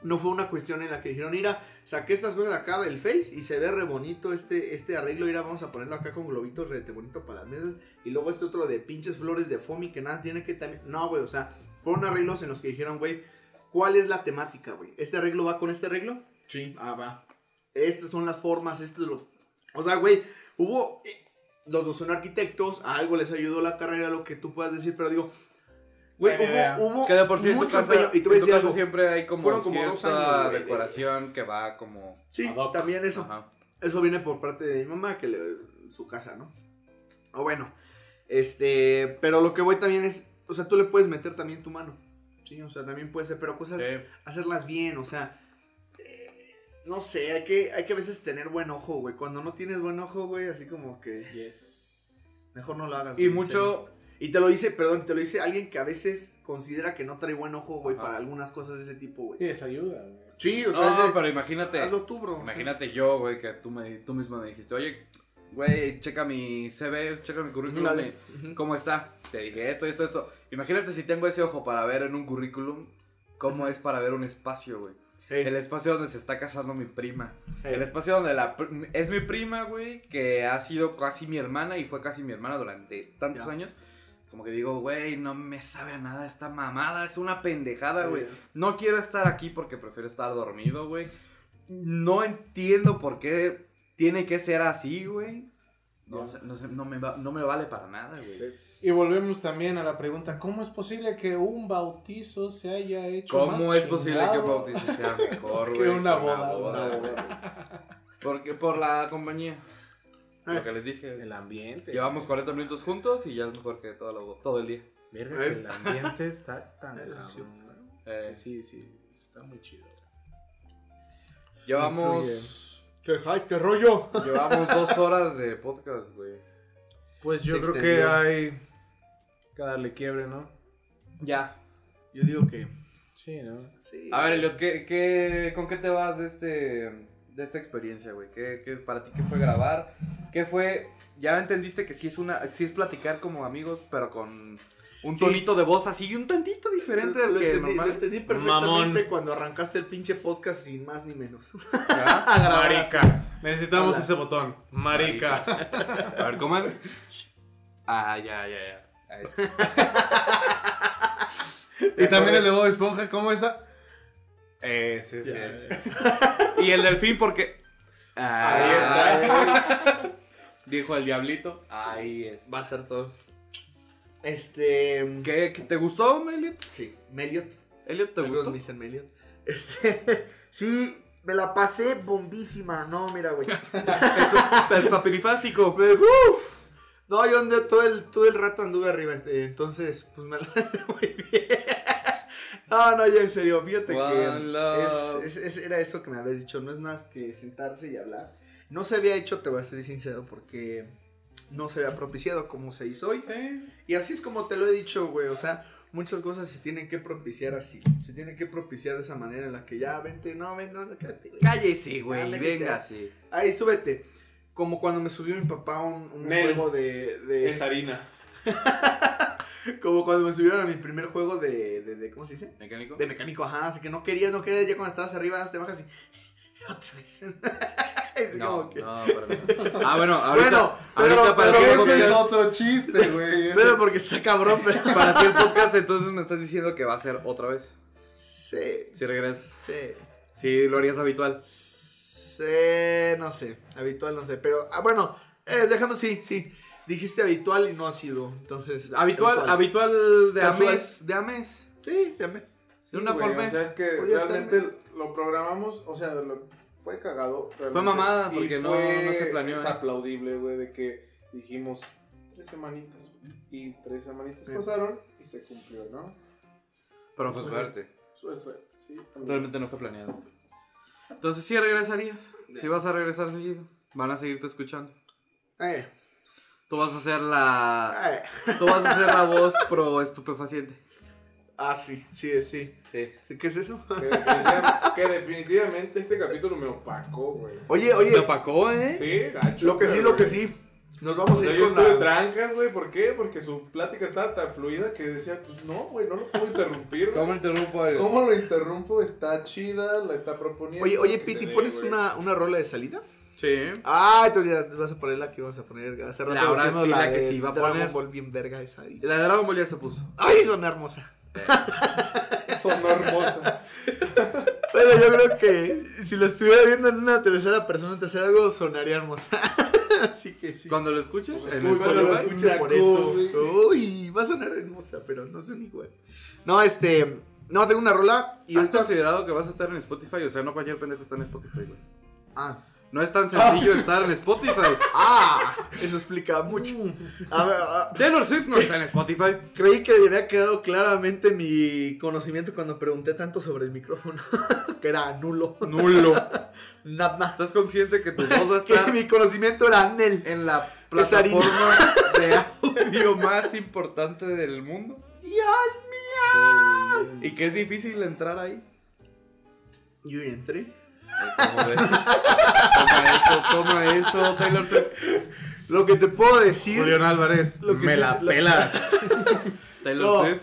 Speaker 7: No fue una cuestión en la que dijeron, mira, saqué estas cosas acá del Face y se ve re bonito este, este arreglo. Mira, vamos a ponerlo acá con globitos rete bonito para las mesas. Y luego este otro de pinches flores de foamy que nada tiene que también. No, güey, o sea, fueron arreglos en los que dijeron, güey, ¿cuál es la temática, güey? ¿Este arreglo va con este arreglo?
Speaker 14: Sí.
Speaker 7: Ah, va. Estas son las formas, esto es lo. O sea, güey, hubo. eh, Los dos son arquitectos, a algo les ayudó la carrera, lo que tú puedas decir, pero digo, Güey,
Speaker 14: Idea.
Speaker 7: hubo, hubo
Speaker 14: que de por sí en tu
Speaker 7: mucho
Speaker 14: casa-
Speaker 7: empeño. Y te voy a
Speaker 14: en tu
Speaker 7: decir
Speaker 14: casa
Speaker 7: algo.
Speaker 14: siempre hay como,
Speaker 7: Fueron
Speaker 14: cierta
Speaker 7: dos años, güey,
Speaker 14: decoración que va como...
Speaker 7: Sí, también eso. Eso viene por parte de mi mamá, que le- su casa, ¿no? O bueno, este, pero lo que voy también es, o sea, tú le puedes meter también tu mano. Sí, o sea, también puede ser, pero cosas,
Speaker 14: Sí.
Speaker 7: hacerlas bien, o sea, eh, no sé, hay que, hay que a veces tener buen ojo, güey. Cuando no tienes buen ojo, güey, así como que... Mejor no lo hagas.
Speaker 14: Y
Speaker 7: güey, en
Speaker 14: mucho-
Speaker 7: serio. Y te lo dice, perdón, te lo dice alguien que a veces considera que no trae buen ojo, güey, para algunas cosas de ese tipo, güey.
Speaker 6: Sí, esa ayuda, güey.
Speaker 7: Sí, o sea,
Speaker 14: no,
Speaker 7: ese-
Speaker 14: pero imagínate.
Speaker 7: hazlo tú, bro.
Speaker 14: Imagínate yo, güey, que tú, me, tú mismo me dijiste, oye, güey, checa mi CV, checa mi currículum,
Speaker 7: Dale.
Speaker 14: me- ¿cómo está? Te dije esto, esto, esto. Imagínate si tengo ese ojo para ver en un currículum, ¿cómo es para ver un espacio, güey? El espacio donde se está casando mi prima.
Speaker 7: Hey.
Speaker 14: El espacio donde la... pr- Es mi prima, güey, que ha sido casi mi hermana y fue casi mi hermana durante tantos
Speaker 7: Ya.
Speaker 14: años. Como que digo, güey, no me sabe a nada esta mamada, es una pendejada,
Speaker 7: Sí.
Speaker 14: güey. No quiero estar aquí porque prefiero estar dormido, güey. No entiendo por qué tiene que ser así, güey. No, sé- no, sé, no, me va- no me vale para nada, güey.
Speaker 6: Y volvemos también a la pregunta, ¿cómo es posible que un bautizo se haya hecho
Speaker 14: ¿Cómo
Speaker 6: más
Speaker 14: es posible que un
Speaker 6: chingado
Speaker 14: bautizo sea mejor,
Speaker 6: que
Speaker 14: güey?
Speaker 6: una
Speaker 14: que
Speaker 6: boda? una
Speaker 14: güey?
Speaker 6: boda? Eh.
Speaker 14: Porque por la compañía. Lo que les dije. El
Speaker 6: ambiente.
Speaker 14: Llevamos 40 minutos juntos y ya es mejor que todo, lo- todo el día.
Speaker 6: Verga, que el ambiente está tan cabrón.
Speaker 14: Eh,
Speaker 6: Sí, sí, está muy chido.
Speaker 14: Llevamos.
Speaker 7: ¿Qué, qué rollo?
Speaker 14: Llevamos dos horas de podcast, güey.
Speaker 6: Pues yo
Speaker 14: Se
Speaker 6: creo que
Speaker 14: extendió.
Speaker 6: hay que darle quiebre, ¿no?
Speaker 14: Ya.
Speaker 7: Yo digo que.
Speaker 6: Sí, ¿no?
Speaker 14: A ver, Eliot, ¿qué, qué, con qué te vas de, este, de esta experiencia, güey? ¿Qué, qué- para ti qué fue grabar? ¿Qué fue...? Ya entendiste que sí es, una, sí es platicar como amigos, pero con un
Speaker 7: Sí.
Speaker 14: tonito de voz así un tantito diferente del
Speaker 7: Lo
Speaker 14: que
Speaker 7: entendí,
Speaker 14: normal
Speaker 7: lo entendí
Speaker 14: es.
Speaker 7: perfectamente cuando arrancaste el pinche podcast sin más ni menos. Grabar así.
Speaker 6: Marica. Necesitamos
Speaker 7: Habla.
Speaker 6: ese botón. Marica.
Speaker 14: A ver, ¿cómo es? Ah, ya, ya, ya. Ahí sí.
Speaker 6: Y también el de Bob Esponja, ¿cómo esa? Ese, ese, ese.
Speaker 14: Y el delfín porque...
Speaker 6: Ahí está.
Speaker 14: Ay. Dijo el diablito. Ahí es.
Speaker 7: Va a estar todo. Este.
Speaker 14: ¿Qué, qué- te gustó, Meliot?
Speaker 7: Sí, Meliot.
Speaker 14: Elliot, ¿te
Speaker 7: Algunos
Speaker 14: gustó?
Speaker 7: me dicen Meliot. Este. sí, me la pasé bombísima. No, mira, güey.
Speaker 14: El pues, papirifástico.
Speaker 7: No, yo andé todo el, todo el rato anduve arriba, ent- entonces pues me la pasé muy bien. No, no, ya en serio, fíjate
Speaker 14: One love.
Speaker 7: que es- es- es- era eso que me habías dicho, no es más que sentarse y hablar. No se había hecho, te voy a ser sincero, porque no se había propiciado como se hizo hoy. Y así es como te lo he dicho, güey, o sea, muchas cosas se tienen que propiciar así, se tienen que propiciar de esa manera en la que ya, vente, no, vente, no, quédate, güey.
Speaker 14: Cállese,
Speaker 7: Ah,
Speaker 14: güey.
Speaker 7: métete.
Speaker 14: Véngase.
Speaker 7: Ahí, súbete. Como cuando me subió mi papá un, un
Speaker 14: Nel.
Speaker 7: juego de, de...
Speaker 14: Es harina.
Speaker 7: Como cuando me subieron a mi primer juego de, de, de- ¿cómo se dice?
Speaker 14: ¿Mecánico?
Speaker 7: De mecánico, ajá, así que no querías, no querías, ya cuando estabas arriba te bajas y otra vez. Es como que-
Speaker 14: No, perdón. Ah, bueno, ahorita,
Speaker 7: Bueno, pero-
Speaker 14: ahorita para
Speaker 7: pero
Speaker 14: ti el
Speaker 7: ese
Speaker 14: podcast-
Speaker 7: es
Speaker 8: Otro chiste, güey.
Speaker 7: Pero porque está cabrón, pero...
Speaker 14: Para ti el podcast, entonces me estás diciendo que va a ser otra vez.
Speaker 7: Sí.
Speaker 14: Si regresas.
Speaker 7: Sí.
Speaker 14: Si lo harías habitual.
Speaker 7: Sí, no sé, habitual no sé, pero ah, bueno, eh, dejando sí, sí. Dijiste habitual y no ha sido, entonces...
Speaker 14: Habitual, habitual, de
Speaker 7: Casual.
Speaker 14: Ames. De Ames.
Speaker 7: Sí, de Ames.
Speaker 14: De una por mes.
Speaker 8: O sea, es que
Speaker 14: Podía estar
Speaker 8: realmente lo programamos, o sea, lo- fue cagado. realmente.
Speaker 14: mamada,
Speaker 8: Y
Speaker 14: porque no-
Speaker 8: fue-
Speaker 14: no se planeó,
Speaker 8: Es
Speaker 14: eh.
Speaker 8: aplaudible, güey, de que dijimos tres semanitas, güey, Y tres semanitas
Speaker 14: Sí.
Speaker 8: pasaron y se cumplió, ¿no?
Speaker 14: Pero fue suerte.
Speaker 8: Suerte, suerte, sí.
Speaker 14: Realmente no fue planeado. Entonces sí regresarías. Si vas a regresar seguido. Van a seguirte escuchando.
Speaker 7: Eh.
Speaker 14: Tú vas a ser la. Tú vas a ser la voz pro estupefaciente.
Speaker 7: Ah, sí, sí, sí.
Speaker 14: Sí.
Speaker 7: ¿Qué es eso?
Speaker 8: Que, definitivamente- que definitivamente este capítulo me opacó, güey.
Speaker 7: Oye, oye.
Speaker 14: opacó, ¿eh?
Speaker 8: Sí, gacho.
Speaker 7: Lo que sí,
Speaker 8: pero,
Speaker 7: lo que
Speaker 8: güey.
Speaker 7: sí. Nos vamos a
Speaker 6: Yo
Speaker 7: ir con
Speaker 6: estuve
Speaker 7: la...
Speaker 6: trancas, güey. ¿Por qué? Porque su plática estaba tan fluida que decía, pues no, güey, no lo puedo interrumpir. güey.
Speaker 14: ¿Cómo interrumpo? güey?
Speaker 6: ¿Cómo lo interrumpo? Está chida, la está proponiendo.
Speaker 7: Oye, oye,
Speaker 6: que
Speaker 7: Piti,
Speaker 6: se dé,
Speaker 7: ¿pones
Speaker 6: güey.
Speaker 7: una, una rola de salida?
Speaker 5: Sí.
Speaker 7: Ah, entonces ya vas a poner la que vas a poner. Hace rato
Speaker 5: La hora
Speaker 7: pusimos
Speaker 5: sí, la que
Speaker 7: de
Speaker 5: sí iba a
Speaker 7: Dragon
Speaker 5: poner.
Speaker 7: Ball bien verga esa. ahí.
Speaker 5: La de Dragon Ball ya se puso.
Speaker 7: ¡Ay, sonó hermosa!
Speaker 6: Sonó hermosa.
Speaker 7: Bueno, yo creo que si lo estuviera viendo en una tercera persona, en tercer algo, sonaría hermosa. Así que sí.
Speaker 5: Cuando lo escuches,
Speaker 14: eh,
Speaker 7: Pues
Speaker 5: en
Speaker 7: uy,
Speaker 5: el
Speaker 7: cuando lo
Speaker 5: Spotify,
Speaker 7: escuche por eso. Uy, va a sonar hermosa, pero no son igual. No, este. No, tengo una rola y
Speaker 5: ¿Y has
Speaker 7: esta-
Speaker 5: considerado que vas a estar en Spotify? O sea, no cualquier pendejo está en Spotify, güey.
Speaker 7: Ah.
Speaker 5: No es tan sencillo estar en Spotify.
Speaker 7: ¡Ah! Eso explica mucho. A ver, a-
Speaker 5: Taylor Swift no está en Spotify.
Speaker 7: creí que había quedado claramente mi conocimiento cuando pregunté tanto sobre el micrófono. que era nulo.
Speaker 5: Nulo.
Speaker 7: Nada más.
Speaker 5: ¿Estás consciente que tu voz va a
Speaker 7: Que
Speaker 5: estar
Speaker 7: mi conocimiento era Nel.
Speaker 5: en la
Speaker 7: Es harina.
Speaker 5: plataforma de audio más importante del mundo?
Speaker 7: ¡Dios mío!
Speaker 5: Y que es difícil entrar ahí.
Speaker 7: Yo ya entré.
Speaker 5: ¿Cómo ves? Toma eso, toma eso, Taylor Swift.
Speaker 7: Lo que te puedo decir.
Speaker 6: Julián Álvarez,
Speaker 7: Lo que
Speaker 6: me
Speaker 7: sí-
Speaker 6: la
Speaker 7: lo-
Speaker 6: pelas.
Speaker 5: Taylor
Speaker 7: No.
Speaker 5: Swift.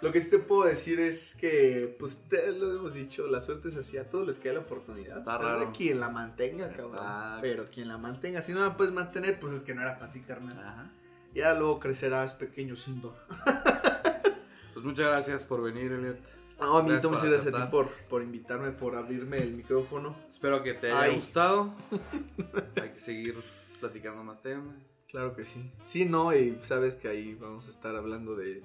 Speaker 7: Lo que sí te puedo decir es que, pues, te lo hemos dicho, la suerte es así, a todos les queda la oportunidad.
Speaker 5: Está
Speaker 7: Pero
Speaker 5: raro.
Speaker 7: Quien la mantenga, cabrón.
Speaker 5: Exacto.
Speaker 7: Pero quien la mantenga, si no la puedes mantener, pues es que no era para ti, carnal.
Speaker 5: Ajá.
Speaker 7: Ya luego crecerás pequeño Simba.
Speaker 5: Ah, Pues muchas gracias por venir, Elliot.
Speaker 7: No, a mí
Speaker 5: Gracias
Speaker 7: te muchas
Speaker 5: por
Speaker 7: gracias a ti
Speaker 5: aceptar.
Speaker 7: por, por invitarme, por abrirme el micrófono.
Speaker 5: Espero que te haya
Speaker 7: Ay.
Speaker 5: gustado. Hay que seguir platicando más temas.
Speaker 7: Claro que sí. Sí, no, y sabes que ahí vamos a estar hablando de, de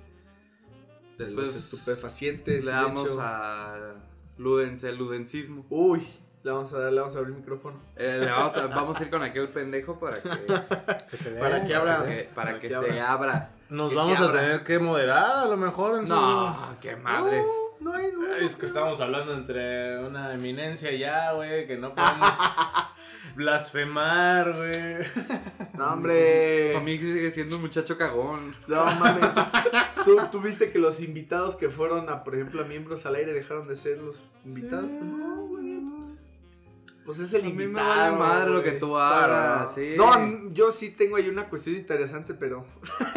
Speaker 5: Después
Speaker 7: los estupefacientes. y
Speaker 5: Le
Speaker 7: de
Speaker 5: damos
Speaker 7: hecho-
Speaker 5: a Ludens, el Ludencismo.
Speaker 7: Uy, le vamos a dar, le vamos a abrir micrófono.
Speaker 5: Eh, le vamos, a, vamos a ir con aquel pendejo para que,
Speaker 6: Que se dé,
Speaker 7: Para que abra.
Speaker 6: se dé.
Speaker 5: que- para,
Speaker 7: Para
Speaker 5: que,
Speaker 7: que
Speaker 5: se abra.
Speaker 6: Nos
Speaker 7: Que
Speaker 6: vamos
Speaker 7: se
Speaker 6: a
Speaker 7: abra.
Speaker 6: tener que moderar a lo mejor en su.
Speaker 5: No, qué madres.
Speaker 7: No hay, no.
Speaker 6: Es que estamos hablando entre una eminencia ya, güey, que no podemos blasfemar, güey.
Speaker 7: No, hombre.
Speaker 5: A mí sigue siendo un muchacho cagón.
Speaker 7: No mames. ¿Tú, tú viste que los invitados que fueron a, por ejemplo, a miembros al aire dejaron de ser los invitados. No, güey, pues. Pues es el
Speaker 5: A mí me
Speaker 7: invitado.
Speaker 5: vale madre lo que
Speaker 7: güey.
Speaker 5: tú hagas, sí.
Speaker 7: No, a mí- yo sí tengo ahí una cuestión interesante, pero.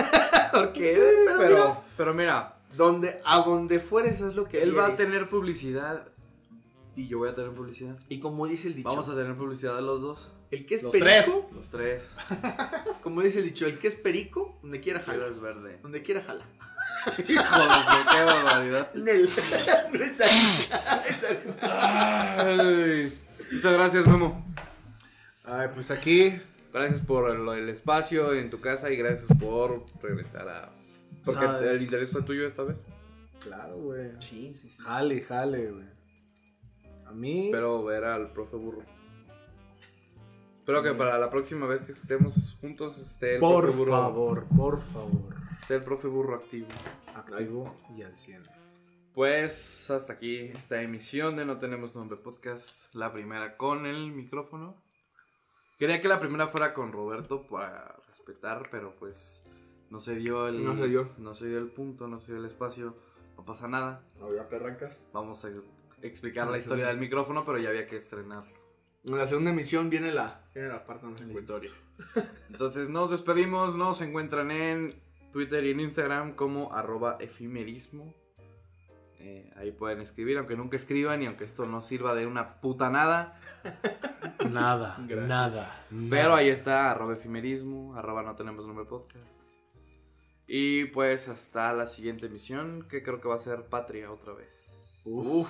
Speaker 7: Porque. pero. mira,
Speaker 5: Pero, pero mira,
Speaker 7: donde, a donde fueres es lo que.
Speaker 5: él va a
Speaker 7: eres.
Speaker 5: tener publicidad y yo voy a tener publicidad.
Speaker 7: Y como dice el dicho.
Speaker 5: Vamos a tener publicidad los dos,
Speaker 7: El que es
Speaker 6: Los
Speaker 7: perico.
Speaker 5: los tres.
Speaker 7: Como dice el dicho, el que es perico, donde quiera
Speaker 5: Quiero
Speaker 7: jala.
Speaker 5: el verde.
Speaker 7: Donde quiera jala.
Speaker 5: Hijo de qué barbaridad.
Speaker 7: Nel. no es ahí. Es ahí.
Speaker 5: Ay, muchas gracias, Memo.
Speaker 6: Ay, pues aquí.
Speaker 5: Gracias por el, el espacio en tu casa y gracias por regresar a. Porque
Speaker 6: Sabes.
Speaker 5: el interés fue tuyo esta vez.
Speaker 6: Claro, güey.
Speaker 7: Sí, sí, sí.
Speaker 6: Jale, jale, güey. A mí.
Speaker 5: Espero ver al profe burro. Espero que para la próxima vez que estemos juntos esté el
Speaker 6: por
Speaker 5: profe burro.
Speaker 6: favor, por favor.
Speaker 5: Esté el profe burro activo.
Speaker 6: Activo y al 100.
Speaker 5: Pues hasta aquí esta emisión de No Tenemos Nombre Podcast. La primera con el micrófono. Quería que la primera fuera con Roberto para respetar, pero pues no se dio el.
Speaker 7: No se dio.
Speaker 5: no se dio el punto, no se dio el espacio. No pasa nada.
Speaker 7: Había que arrancar.
Speaker 5: Vamos a explicar la
Speaker 7: No,
Speaker 5: historia
Speaker 7: sí.
Speaker 5: del micrófono, pero ya había que estrenarlo.
Speaker 7: En la segunda emisión viene la, viene la parte donde se
Speaker 5: La
Speaker 7: encuentra.
Speaker 5: historia. Entonces nos despedimos, nos encuentran en Twitter y en Instagram como arroba efimerismo. Eh, ahí pueden escribir, aunque nunca escriban y aunque esto no sirva de una puta nada.
Speaker 6: Nada, nada.
Speaker 5: Pero ahí está, arroba efimerismo, arroba no tenemos nombre podcast. Y pues hasta la siguiente emisión, que creo que va a ser Patria otra vez.
Speaker 7: Uf,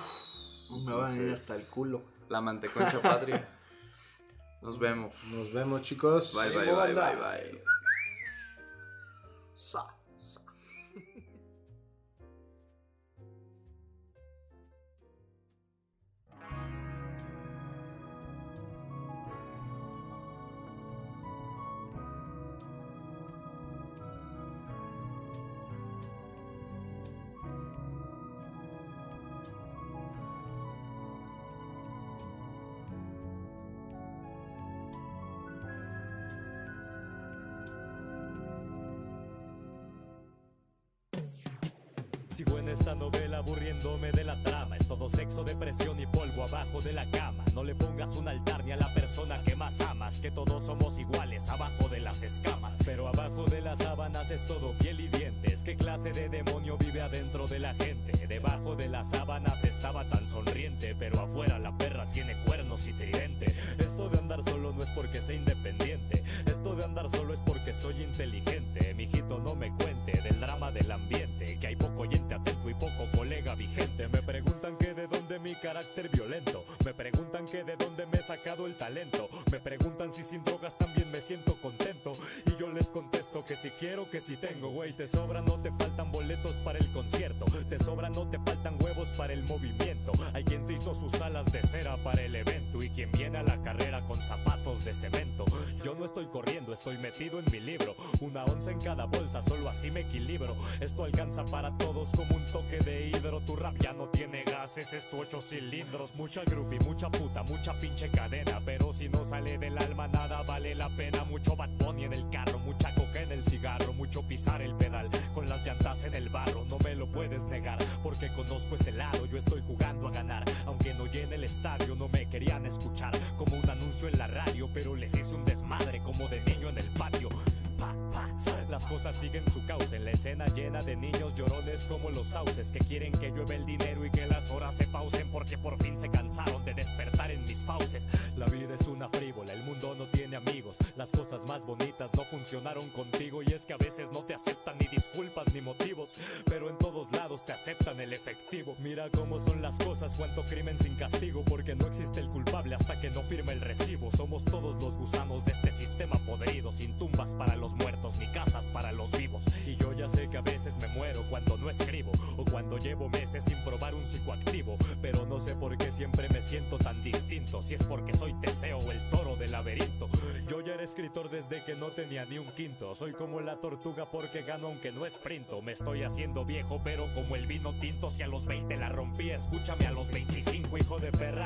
Speaker 7: me va a venir
Speaker 5: Entonces,
Speaker 7: hasta el culo.
Speaker 5: La manteconcha Patria. Nos vemos.
Speaker 6: Nos vemos, chicos.
Speaker 5: Bye, bye, bye, bye, bye.
Speaker 7: Sa.
Speaker 10: esta novela aburriéndome de la trama Es todo sexo, depresión y polvo abajo de la cama No le pongas un altar ni a la persona que más amas Que todos somos iguales abajo de las escamas Pero abajo de las sábanas es todo piel y dientes ¿Qué clase de demonio vive adentro de la gente? Debajo de las sábanas estaba tan sonriente Pero afuera la perra tiene cuernos y tridente Esto de andar solo no es porque sea independiente Esto de andar solo es porque soy inteligente Mijito no me cuente del drama del ambiente Que hay poco oyente atento y poco colega vigente Me preguntan que de dónde mi carácter violento Me preguntan que de dónde me he sacado el talento Me preguntan si sin drogas también me siento contento Y yo les contesto que si quiero, que si tengo Güey, te sobran, no te faltan boletos para el concierto Te sobran, no te faltan huevos para el movimiento Hay quien se hizo sus alas de cera para el evento Y quien viene a la carrera con zapatos de cemento Yo no estoy corriendo, estoy metido en mi libro Una once en cada bolsa, solo así me equilibro Esto alcanza para todos como un toque de hidro Tu rap ya no tiene gases, es tu ocho cilindros Mucha groupie, mucha puta, mucha pinche cadena Pero si no sale del alma nada vale la pena Mucho Bad Bunny en el carro, mucha coca en el cigarro Mucho pisar el pedal, con las llantas en el barro No me lo puedes negar, porque conozco ese lado Yo estoy jugando a ganar, aunque no llene el estadio No me querían escuchar, como un anuncio en la radio Pero les hice un desmadre, como de niño en el patio Pa, pa. Las cosas siguen su cauce, la escena llena de niños llorones como los sauces que quieren que llueva el dinero y que las horas se pausen porque por fin se cansaron de despertar en mis fauces. La vida es una frívola, el mundo no tiene amigos, las cosas más bonitas no funcionaron contigo y es que a veces no te aceptan ni disculpas ni motivos, pero en todos lados te aceptan el efectivo. Mira cómo son las cosas, cuánto crimen sin castigo porque no existe el culpable hasta que no firme el recibo. Somos todos los gusanos de este sistema podrido sin tumbas para los muertos ni casas para los vivos. Y yo ya sé que a veces me muero cuando no escribo o cuando llevo meses sin probar un psicoactivo. Pero no sé por qué siempre me siento tan distinto. Si es porque soy Teseo o el toro del laberinto. Yo ya era escritor desde que no tenía ni un quinto. Soy como la tortuga porque gano aunque no esprinto. Me estoy haciendo viejo, pero como el vino tinto. Si a los 20 la rompí, escúchame a los 25, hijo de perra.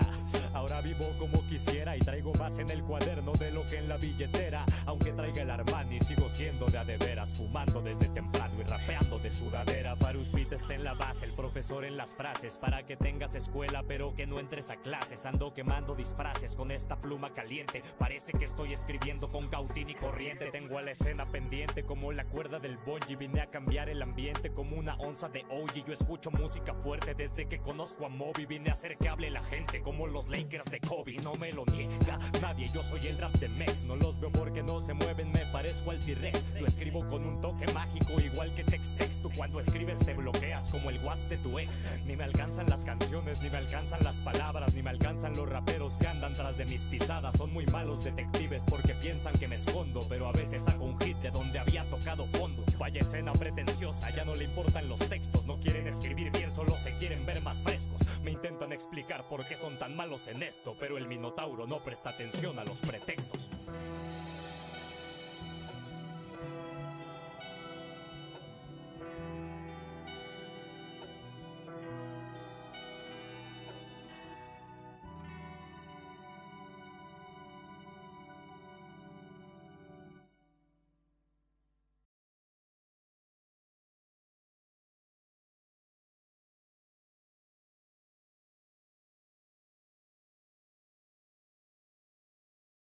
Speaker 10: Ahora vivo como quisiera y traigo más en el cuaderno de lo que en la billetera. Aunque traiga el Armani, sigo siendo de a de veras, fumando desde temprano y rapeando de sudadera. Farus Fit está en la base, el profesor en las frases. Para que tengas escuela, pero que no entres a clases. Ando quemando disfraces con esta pluma caliente. Parece que estoy escribiendo con cautín y corriente. Tengo a la escena pendiente como la cuerda del bonji. Vine a cambiar el ambiente como una onza de OG. Yo escucho música fuerte desde que conozco a Moby. Vine a hacer que hable la gente como los Lakers de Kobe. No me lo niega nadie, yo soy el rap de Mex. No los veo porque no se mueven, me parezco al T-Rex. Lo escribo con un toque mágico, igual que Tex-Tex. Tú cuando escribes te bloqueas como el WhatsApp de tu ex. Ni me alcanzan las canciones, ni me alcanzan las palabras, ni me alcanzan los raperos que andan tras de mis pisadas. Son muy malos detectives porque piensan que me escondo, pero a veces saco un hit de donde había tocado fondo. Vaya escena pretenciosa, ya no le importan los textos, no quieren escribir bien, solo se quieren ver más frescos. Me intentan explicar por qué son tan malos en esto, pero el Minotauro no presta atención a los pretextos.